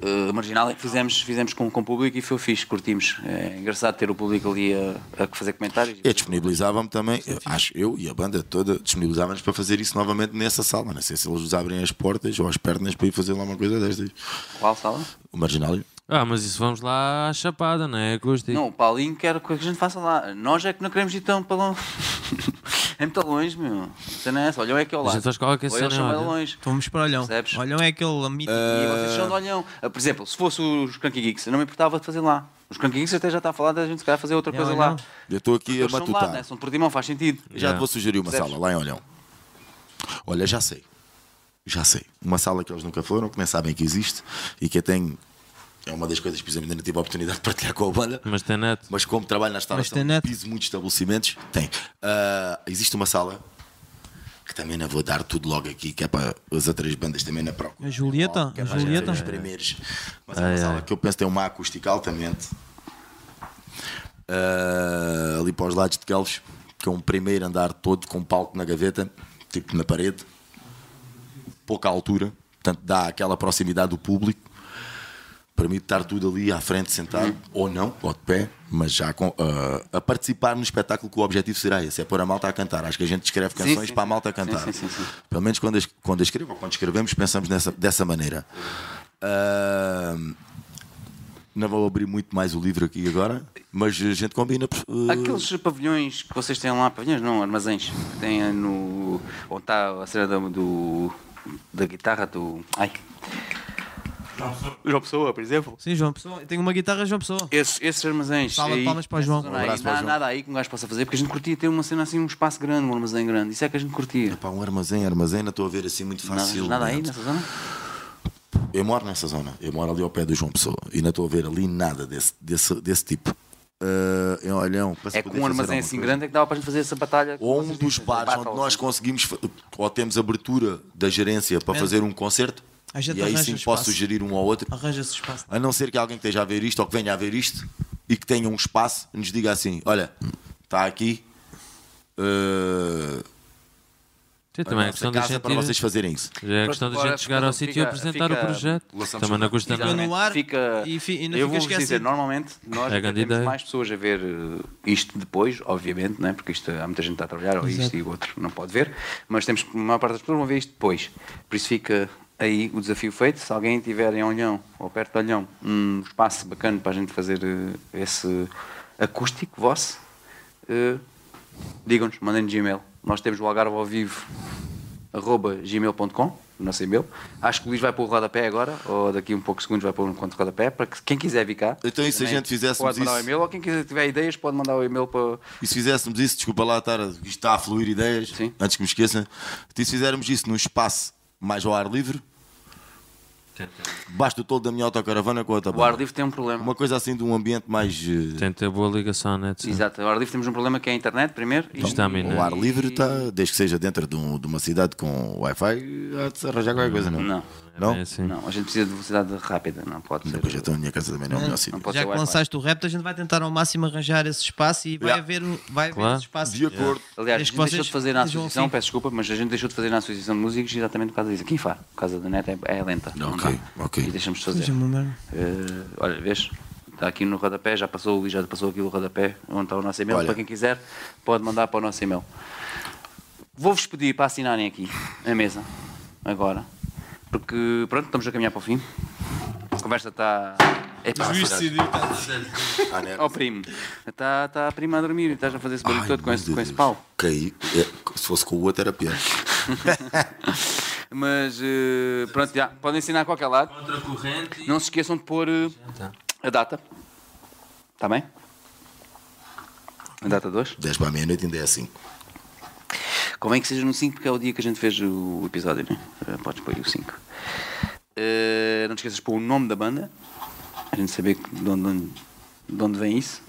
A: eh, Marginal, é que fizemos, fizemos com, com o público e foi fixe, curtimos. É engraçado ter o público ali a, a fazer comentários.
B: Eu disponibilizava-me também, eu acho eu e a banda toda disponibilizávamos para fazer isso novamente nessa sala. Não sei se eles nos abrem as portas ou as pernas para ir fazer lá uma coisa destas.
A: Qual sala?
B: O marginal.
E: Ah, mas isso vamos lá à Chapada, não é? Acústico.
A: Não, o Paulinho quer que a gente faça lá. Nós é que não queremos ir tão para longe. é muito longe, meu. Você não é essa. Olhão é que é ao
E: A
A: lado.
E: gente faz qualquer
A: Ou eles
E: cena,
A: são bem
E: olha.
A: longe.
L: Então Vamos para Olhão.
A: Percebes?
L: Olhão é aquele mito.
A: E vocês são de Olhão. Ah, Por exemplo, se fosse os Cranky Geeks, eu não me importava de fazer lá. Os Cranky Geeks até já está a falar da gente se calhar fazer outra
L: É,
A: coisa
L: Olhão.
A: lá.
B: Eu estou aqui
A: Eles
B: a
A: são de lá, né?
B: matutar.
A: são de Portimão, faz sentido.
B: Já te vou sugerir uma
A: Percebes?
B: sala lá em Olhão. Olha, já sei. Já sei. Uma sala que eles nunca foram, que nem sabem que existe e que eu tenho. É uma das coisas, por exemplo, ainda não tive a oportunidade de partilhar com a banda.
E: Mas tem net.
B: Mas como trabalho na instalação,
L: tem net?
B: piso muitos estabelecimentos, tem. Ah, existe uma sala que também não vou dar tudo logo aqui, que é para as outras bandas também na procura.
L: A
C: Ah,
L: Julieta?
B: Que é
L: A
B: para a gente
L: Julieta?
B: ver os primeiros. Mas é uma
E: Ai,
B: sala
E: ai.
B: que eu penso tem uma acústica altamente. Ah, ali para os lados de Quelves, que é um primeiro andar todo com um palco na gaveta, tipo na parede, pouca altura, portanto dá aquela proximidade do público permite estar tudo ali à frente, sentado,
A: Uhum.
B: ou não, ou de pé, mas já com, ah, a participar no espetáculo que o objetivo será esse, é pôr a malta a cantar. Acho que a gente escreve
A: Sim,
B: canções
A: sim.
B: para a malta cantar.
A: Sim, sim, sim, sim.
B: Pelo menos quando, es- quando escrevo ou quando escrevemos, pensamos nessa, dessa maneira. Ah, não vou abrir muito mais o livro aqui agora, mas a gente combina. ah,
A: Aqueles pavilhões que vocês têm lá, pavilhões não, armazéns, que têm no. onde está a cena da, do, da guitarra do. Ai. João Pessoa, por exemplo.
L: Sim, João Pessoa. Tem uma guitarra João Pessoa.
A: Esses, esses armazéns.
L: Salva de
A: aí,
L: palmas para o
A: essa
L: João.
A: zona
L: Um
A: aí,
B: abraço
A: não
B: para o
A: há
B: João.
A: nada aí que um gajo possa fazer, porque a gente curtia ter uma cena assim, um espaço grande, um armazém grande. Isso é que a gente curtia.
B: Pá, um armazém, armazém, não estou a ver assim muito
A: Nada,
B: fácil.
A: nada aí nessa zona?
B: Eu moro nessa zona, eu moro ali ao pé do João Pessoa e não estou a ver ali nada desse, desse, desse tipo. Ah, em olhão, para se
A: É que
B: poder
A: um
B: fazer
A: armazém
B: alguma
A: assim
B: coisa.
A: grande é que dava para a gente fazer essa batalha. que
B: Ou um
A: vocês
B: dos
A: dizem,
B: bares
A: battle,
B: onde nós
A: assim.
B: conseguimos, fa- ou temos abertura da gerência para fazer um concerto,
L: A gente
B: e aí
L: arranja
B: sim
L: espaço.
B: posso sugerir um ao outro,
L: Arranja-se espaço.
B: a não ser que alguém que esteja a ver isto ou que venha a ver isto e que tenha um espaço, nos diga assim: olha, está aqui. eh,
E: Sim,
B: a
E: também é
B: nossa
E: questão da
B: casa
E: gente
B: para
E: ir-
B: vocês fazerem isso.
E: Já é questão da
A: Agora,
E: gente chegar ao
A: fica-
E: sítio e apresentar
A: fica-
E: o projeto.
B: lançamos
E: Também não custa nada.
L: Exatamente. no ar
A: fica,
L: e fi- e não
A: eu
L: fica
A: vou dizer,
L: esquecido.
A: normalmente nós
E: É
A: é
E: grande
A: temos
E: ideia.
A: mais pessoas a ver eh, isto depois, obviamente, né? porque isto, há muita gente a trabalhar, ou isto e o outro não pode ver, mas temos a maior parte das pessoas vão ver isto depois. Por isso fica aí o desafio feito. Se alguém tiver em Olhão ou perto de Olhão um espaço bacana para a gente fazer eh, esse acústico vosso, eh, digam-nos, mandem-nos e-mail. Nós temos o Algarve ao vivo arroba gmail.com, o nosso e-mail. Acho que o Luís vai pôr o rodapé agora, ou daqui um poucos segundos vai pôr um conto de rodapé, para que quem quiser vir cá.
B: Então, e se a
A: também
B: gente fizéssemos
A: Pode mandar o
B: isso?
A: e-mail, ou quem quiser tiver ideias pode mandar o e-mail para.
B: E se fizéssemos isso, desculpa lá estar, a- isto está a fluir ideias,
A: Sim.
B: antes que me esqueçam, e se fizermos isso num espaço mais ao ar livre, basta o todo da minha autocaravana com a outra
A: O ar
B: banda.
A: livre tem um problema.
B: Uma coisa assim de um ambiente mais. eh,
E: Tem que ter boa ligação à net. sim.
A: Exato, o ar livre temos um problema que é a internet primeiro. E...
E: Está a mim, né?
B: O ar livre tá- está, desde que seja dentro de, um- de uma cidade com Wi-Fi, há de se arranjar qualquer coisa, não?
A: Não,
B: Não?
E: É assim.
A: não, a gente precisa de velocidade rápida, não pode ser.
B: Depois já estou na minha casa também, não é o melhor sítio.
A: pode
L: Já
A: ser
L: que
A: Wi-Fi.
L: lançaste o rap, a gente vai tentar ao máximo arranjar esse espaço e vai
B: Yeah.
L: haver, um- vai haver
E: Claro.
L: esse espaço.
B: De acordo.
A: Aliás, a
L: Desde
A: gente
L: que
A: deixou
L: vocês
A: de fazer na
L: sejam
A: associação,
L: assim.
A: peço desculpa, mas a gente deixou de fazer na associação de músicos exatamente por causa disso. Quem faz? Por causa da net é, é lenta. não
B: Ok,
A: dá.
B: ok.
A: E deixamos de fazer.
L: Seja uma merda.
A: Eh, olha, vês? Está aqui no rodapé, já passou o Luís, já passou aqui o rodapé, onde está o nosso e-mail.
B: Olha.
A: Para quem quiser, pode mandar para o nosso e-mail. Vou-vos pedir para assinarem aqui a mesa, agora, porque pronto, estamos a caminhar para o fim. A conversa está. É
G: O
A: pá,
G: juiz decidiu.
B: Ah, né?
A: Ó primo, está está a prima a dormir e estás a fazer esse barulho
B: Ai,
A: todo com
B: meu
A: esse, com esse
B: Deus.
A: pau.
B: Caí. É, se fosse com o outro era pior.
A: Mas eh, pronto, já, podem assinar a qualquer lado. Não se
B: Tá.
A: esqueçam de pôr eh, a data. Está bem? Tá A data 2?
M: 10 para a meia-noite ainda é
B: assim.
M: 5.
A: Como é que seja no 5, porque é o dia que a gente fez o episódio, né? Eh, Podes pôr aí o 5. Eh, não te esqueças de pôr o nome da banda, a gente saber que- de onde, de onde- de onde vem isso.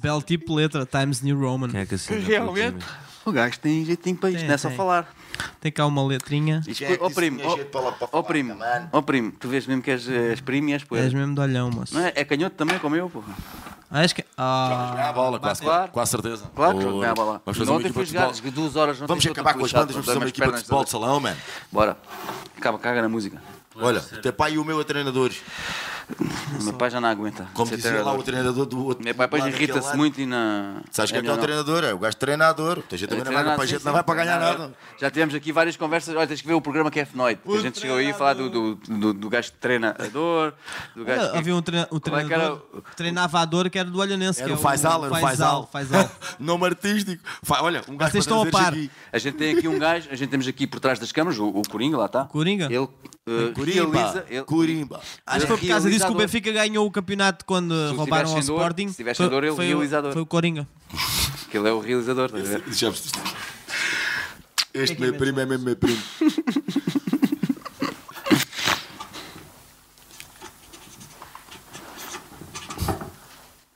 C: Belo tipo de letra, Times New Roman.
E: Quem é que assina?
A: Realmente, o gajo tem jeitinho para isto,
C: Tem,
A: não é só
C: tem.
A: falar.
C: Tem cá uma letrinha.
L: É
A: Isto, ó primo, ó ó primo, ó primo, tu vês mesmo que és, eh, és primo e és poeira.
C: És mesmo de olhão, moço.
A: Não é? É canhoto também, como eu, porra.
C: Acho que. Ah,
M: a bola, quase,
A: Claro.
M: quase certeza.
A: Claro que
M: Ou-
A: jogava lá.
M: Vamos fazer uma
A: Ontem
M: equipa
A: fui
M: de futebol.
A: jogar, joguei duas horas. ontem
M: Vamos
A: estou
M: acabar
A: todo
M: com as
A: puxado,
M: bandas, vamos fazer uma
A: dói-me as
M: equipa de
A: pernas
M: futebol de
A: todas.
M: salão, mano.
A: Bora. Acaba, caga na música.
M: Olha, o teu pai e o meu é treinador.
A: O meu pai já não aguenta.
M: Como
A: Ser
M: dizia lá
A: é treinador.
M: o treinador do outro.
A: Meu pai depois
M: lado, daquele
A: irrita-se
M: lado.
A: muito e na.
M: Sabes quem é que é
A: melhor
M: o
A: não.
M: treinador? É o gajo treinador. O teu jeito também não vai- para a gente não vai para ganhar nada.
A: Já tivemos aqui várias conversas. Olha, tens que ver o programa que é Fnoid. A gente chegou aí a falar do, do, do, do gajo treinador, do gajo.
C: Ah, havia um treina, o
A: Como é que
C: treinador, treinava a dor que era do Olhanense.
M: Era
C: que
M: o
C: é
M: Faisal, era o Faisal.
C: Faisal.
M: Nome artístico. Fa- Olha, um gajo
C: Vocês
M: para
C: estão a
M: trazer
C: par.
M: aqui.
A: A gente tem aqui um gajo, a gente temos aqui por trás das câmaras, o, o Coringa, lá está.
C: Coringa?
A: Ele eh, realiza.
M: Corimba.
A: ele-
M: Corimba.
C: Acho que foi por causa disso que o
A: Realizador.
C: Benfica ganhou o campeonato quando
A: tivesse
C: roubaram
A: sem
C: ao
A: dor,
C: Sporting.
A: se tivesse
C: Foi-
A: dor, ele
C: foi o-
A: realizador.
C: Foi o Coringa.
A: que ele é o realizador, estás a ver?
M: Já vos- Este meu primo é mesmo meu primo.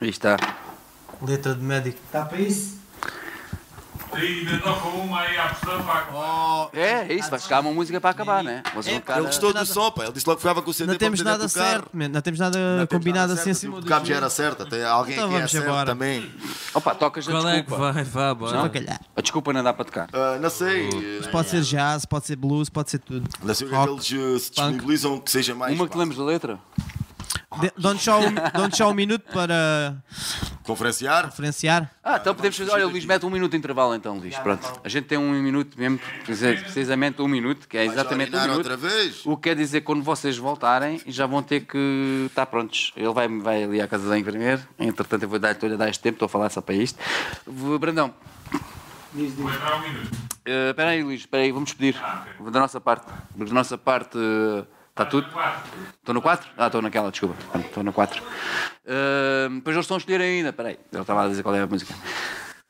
A: Aí está.
C: Letra de médico.
N: Está Tá para isso?
G: Ainda toca uma aí à pessoa para acabar.
C: Oh,
A: É, é isso, vai chegar uma música para acabar, né? Mas
C: É,
A: um cara-
M: Ele gostou do som, pá. Ele disse logo que ficava com o CD
C: Não
M: para
C: temos
M: meter dentro
C: nada
M: do carro.
C: certo, man. não temos nada
M: Não temos
C: combinado
M: nada
C: assim
M: certo,
A: tipo,
C: em cima
M: O
C: do
M: cabo já era certo. Até alguém
C: Então
M: que é
C: vamos
M: certo
C: embora.
M: também.
A: Opa, tocas a
E: Qual é que
A: desculpa.
E: vai? Vá, bora.
C: Não, calhar.
A: A desculpa não dá para tocar.
M: Ah, não sei. eh,
C: Pode ser jazz, pode ser blues, pode ser tudo.
M: Não sei o que é que
C: Rock.
M: eles eh, se disponibilizam que seja mais.
A: Uma que te
M: pá,
A: lembres da letra?
C: De- Dão-nos só, um, dão-nos só um minuto para
M: Conferenciar.
C: referenciar.
A: Ah, então podemos fazer. Olha, Luís, mete um minuto de intervalo então, Luís. Pronto. A gente tem um minuto mesmo, precisa- precisamente um minuto, que é exatamente um
M: Vai
A: minuto.
M: outra vez.
A: O que quer dizer que quando vocês voltarem já vão ter que estar prontos. Ele vai, vai ali à casa da enfermeira, entretanto eu vou dar- estou-lhe a dar este tempo, estou a falar só para isto. V- Brandão,
G: Vou entrar um minuto.
A: eh, espera aí Luís, espera aí, vamos pedir. Da nossa parte. Da nossa parte eh, está tudo.
G: Quatro.
A: Estou no 4? Ah, estou naquela, desculpa. Estou no 4. Depois eles estão a escolher ainda. Espera aí, ele estava a dizer qual é a música.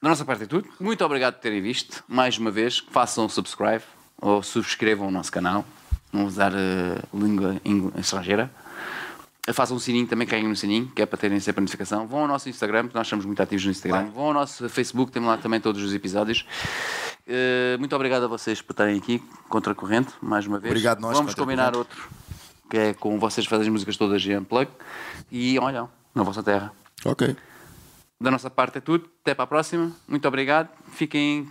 A: Da nossa parte é tudo. Muito obrigado por terem visto. Mais uma vez, façam subscribe ou subscrivam o nosso canal. Não usar eh, língua ing- estrangeira. Façam um sininho, também caem no sininho, que é para terem sempre a notificação. Vão ao nosso Instagram, que nós estamos muito ativos no Instagram. Vão ao nosso Facebook, temos lá também todos os episódios. Eh, muito obrigado a vocês por estarem aqui, contra a corrente, mais uma vez.
M: Obrigado, nós,
A: Vamos
M: Contra a
A: combinar outro, que é com vocês fazerem as músicas todas de Unplug. E olham, na vossa terra.
M: Ok.
A: Da nossa parte é tudo. Até para a próxima. Muito obrigado. Fiquem.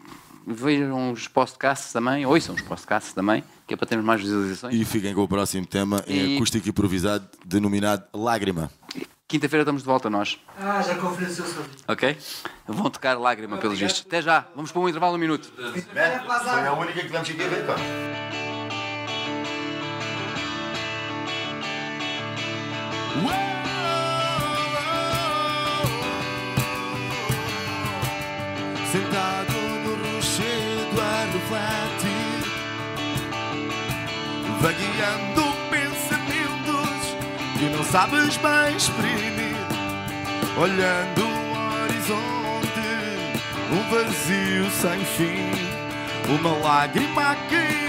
A: Vejam os podcasts também, ouçam os podcasts também, que é para termos mais visualizações.
M: E fiquem com o próximo tema em
A: E-
M: acústico improvisado, denominado Lágrima.
A: Quinta-feira estamos de volta nós.
N: Ah, já conferenciou sobre isso.
A: Ok? Vão tocar lágrima pelos vistos. Até já. Vamos para um intervalo um minuto.
M: Foi a única que tivemos aqui a ver, pá.
B: Sentado no rochedo é a refletir Vagueando pensamentos Que não sabes bem exprimir Olhando o horizonte Um vazio sem fim Uma lágrima a cair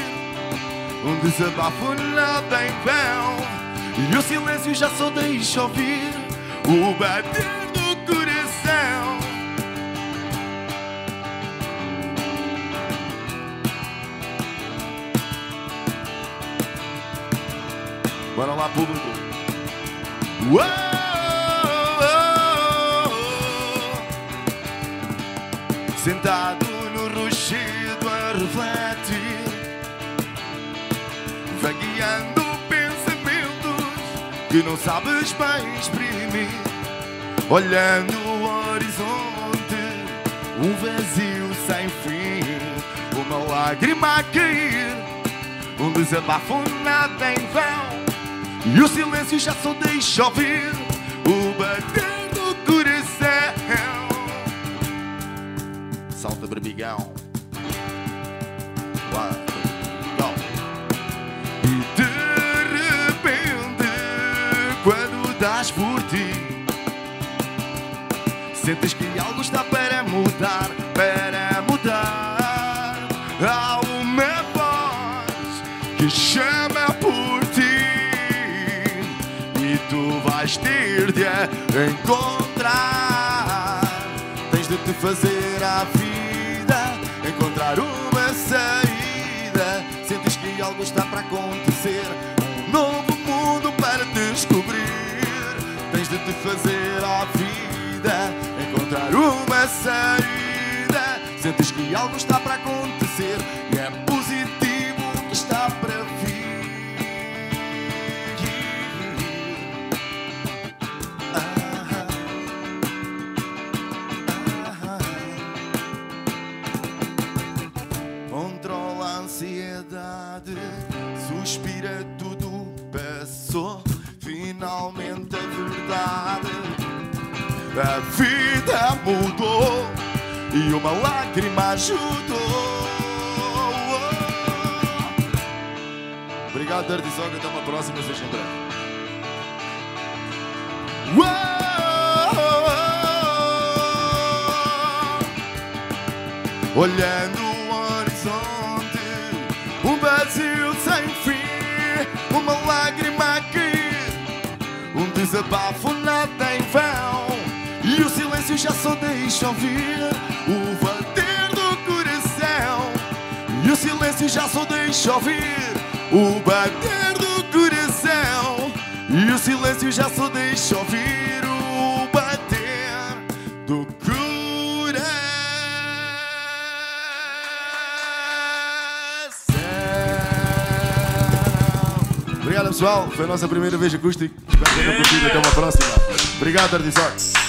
B: um desabafo na bem bom E o silêncio já só deixa ouvir O bater do coração Bora lá, público Uou, Sentado no rochedo a refletir Vagueando pensamentos que não sabes bem exprimir. Olhando o horizonte, um vazio sem fim. Uma lágrima a cair, um desabafo nada em vão. E o silêncio já só deixa ouvir o bater do coração. Salta, berbigão. Uau, uau. E de repente, quando das por ti, Sentes que algo está para mudar, para mudar. Há uma voz que chama por ti e tu vais ter de a encontrar. Tens de te fazer à vida, encontrar uma saída. Sentes que algo está para acontecer, um novo mundo para descobrir. Tens de te fazer à vida Encontrar uma saída Sentes que algo está para acontecer E é positivo o que está para vir Ah, ah, ah. Controla a ansiedade Suspira tudo passou Finalmente a verdade a vida mudou e uma lágrima ajudou. Obrigado, Dirty Soga. Até uma próxima. Seja em breve. Uou! Olhando o horizonte, um vazio sem fim, uma lágrima que um desabafo nada em vão E o silêncio já só deixa ouvir O bater do coração E o silêncio já só deixa ouvir O bater do coração E o silêncio já só deixa ouvir O bater do coração Obrigado pessoal, foi a nossa primeira vez acústico. Espero que tenham curtido. Até uma próxima. Obrigado, Artisox.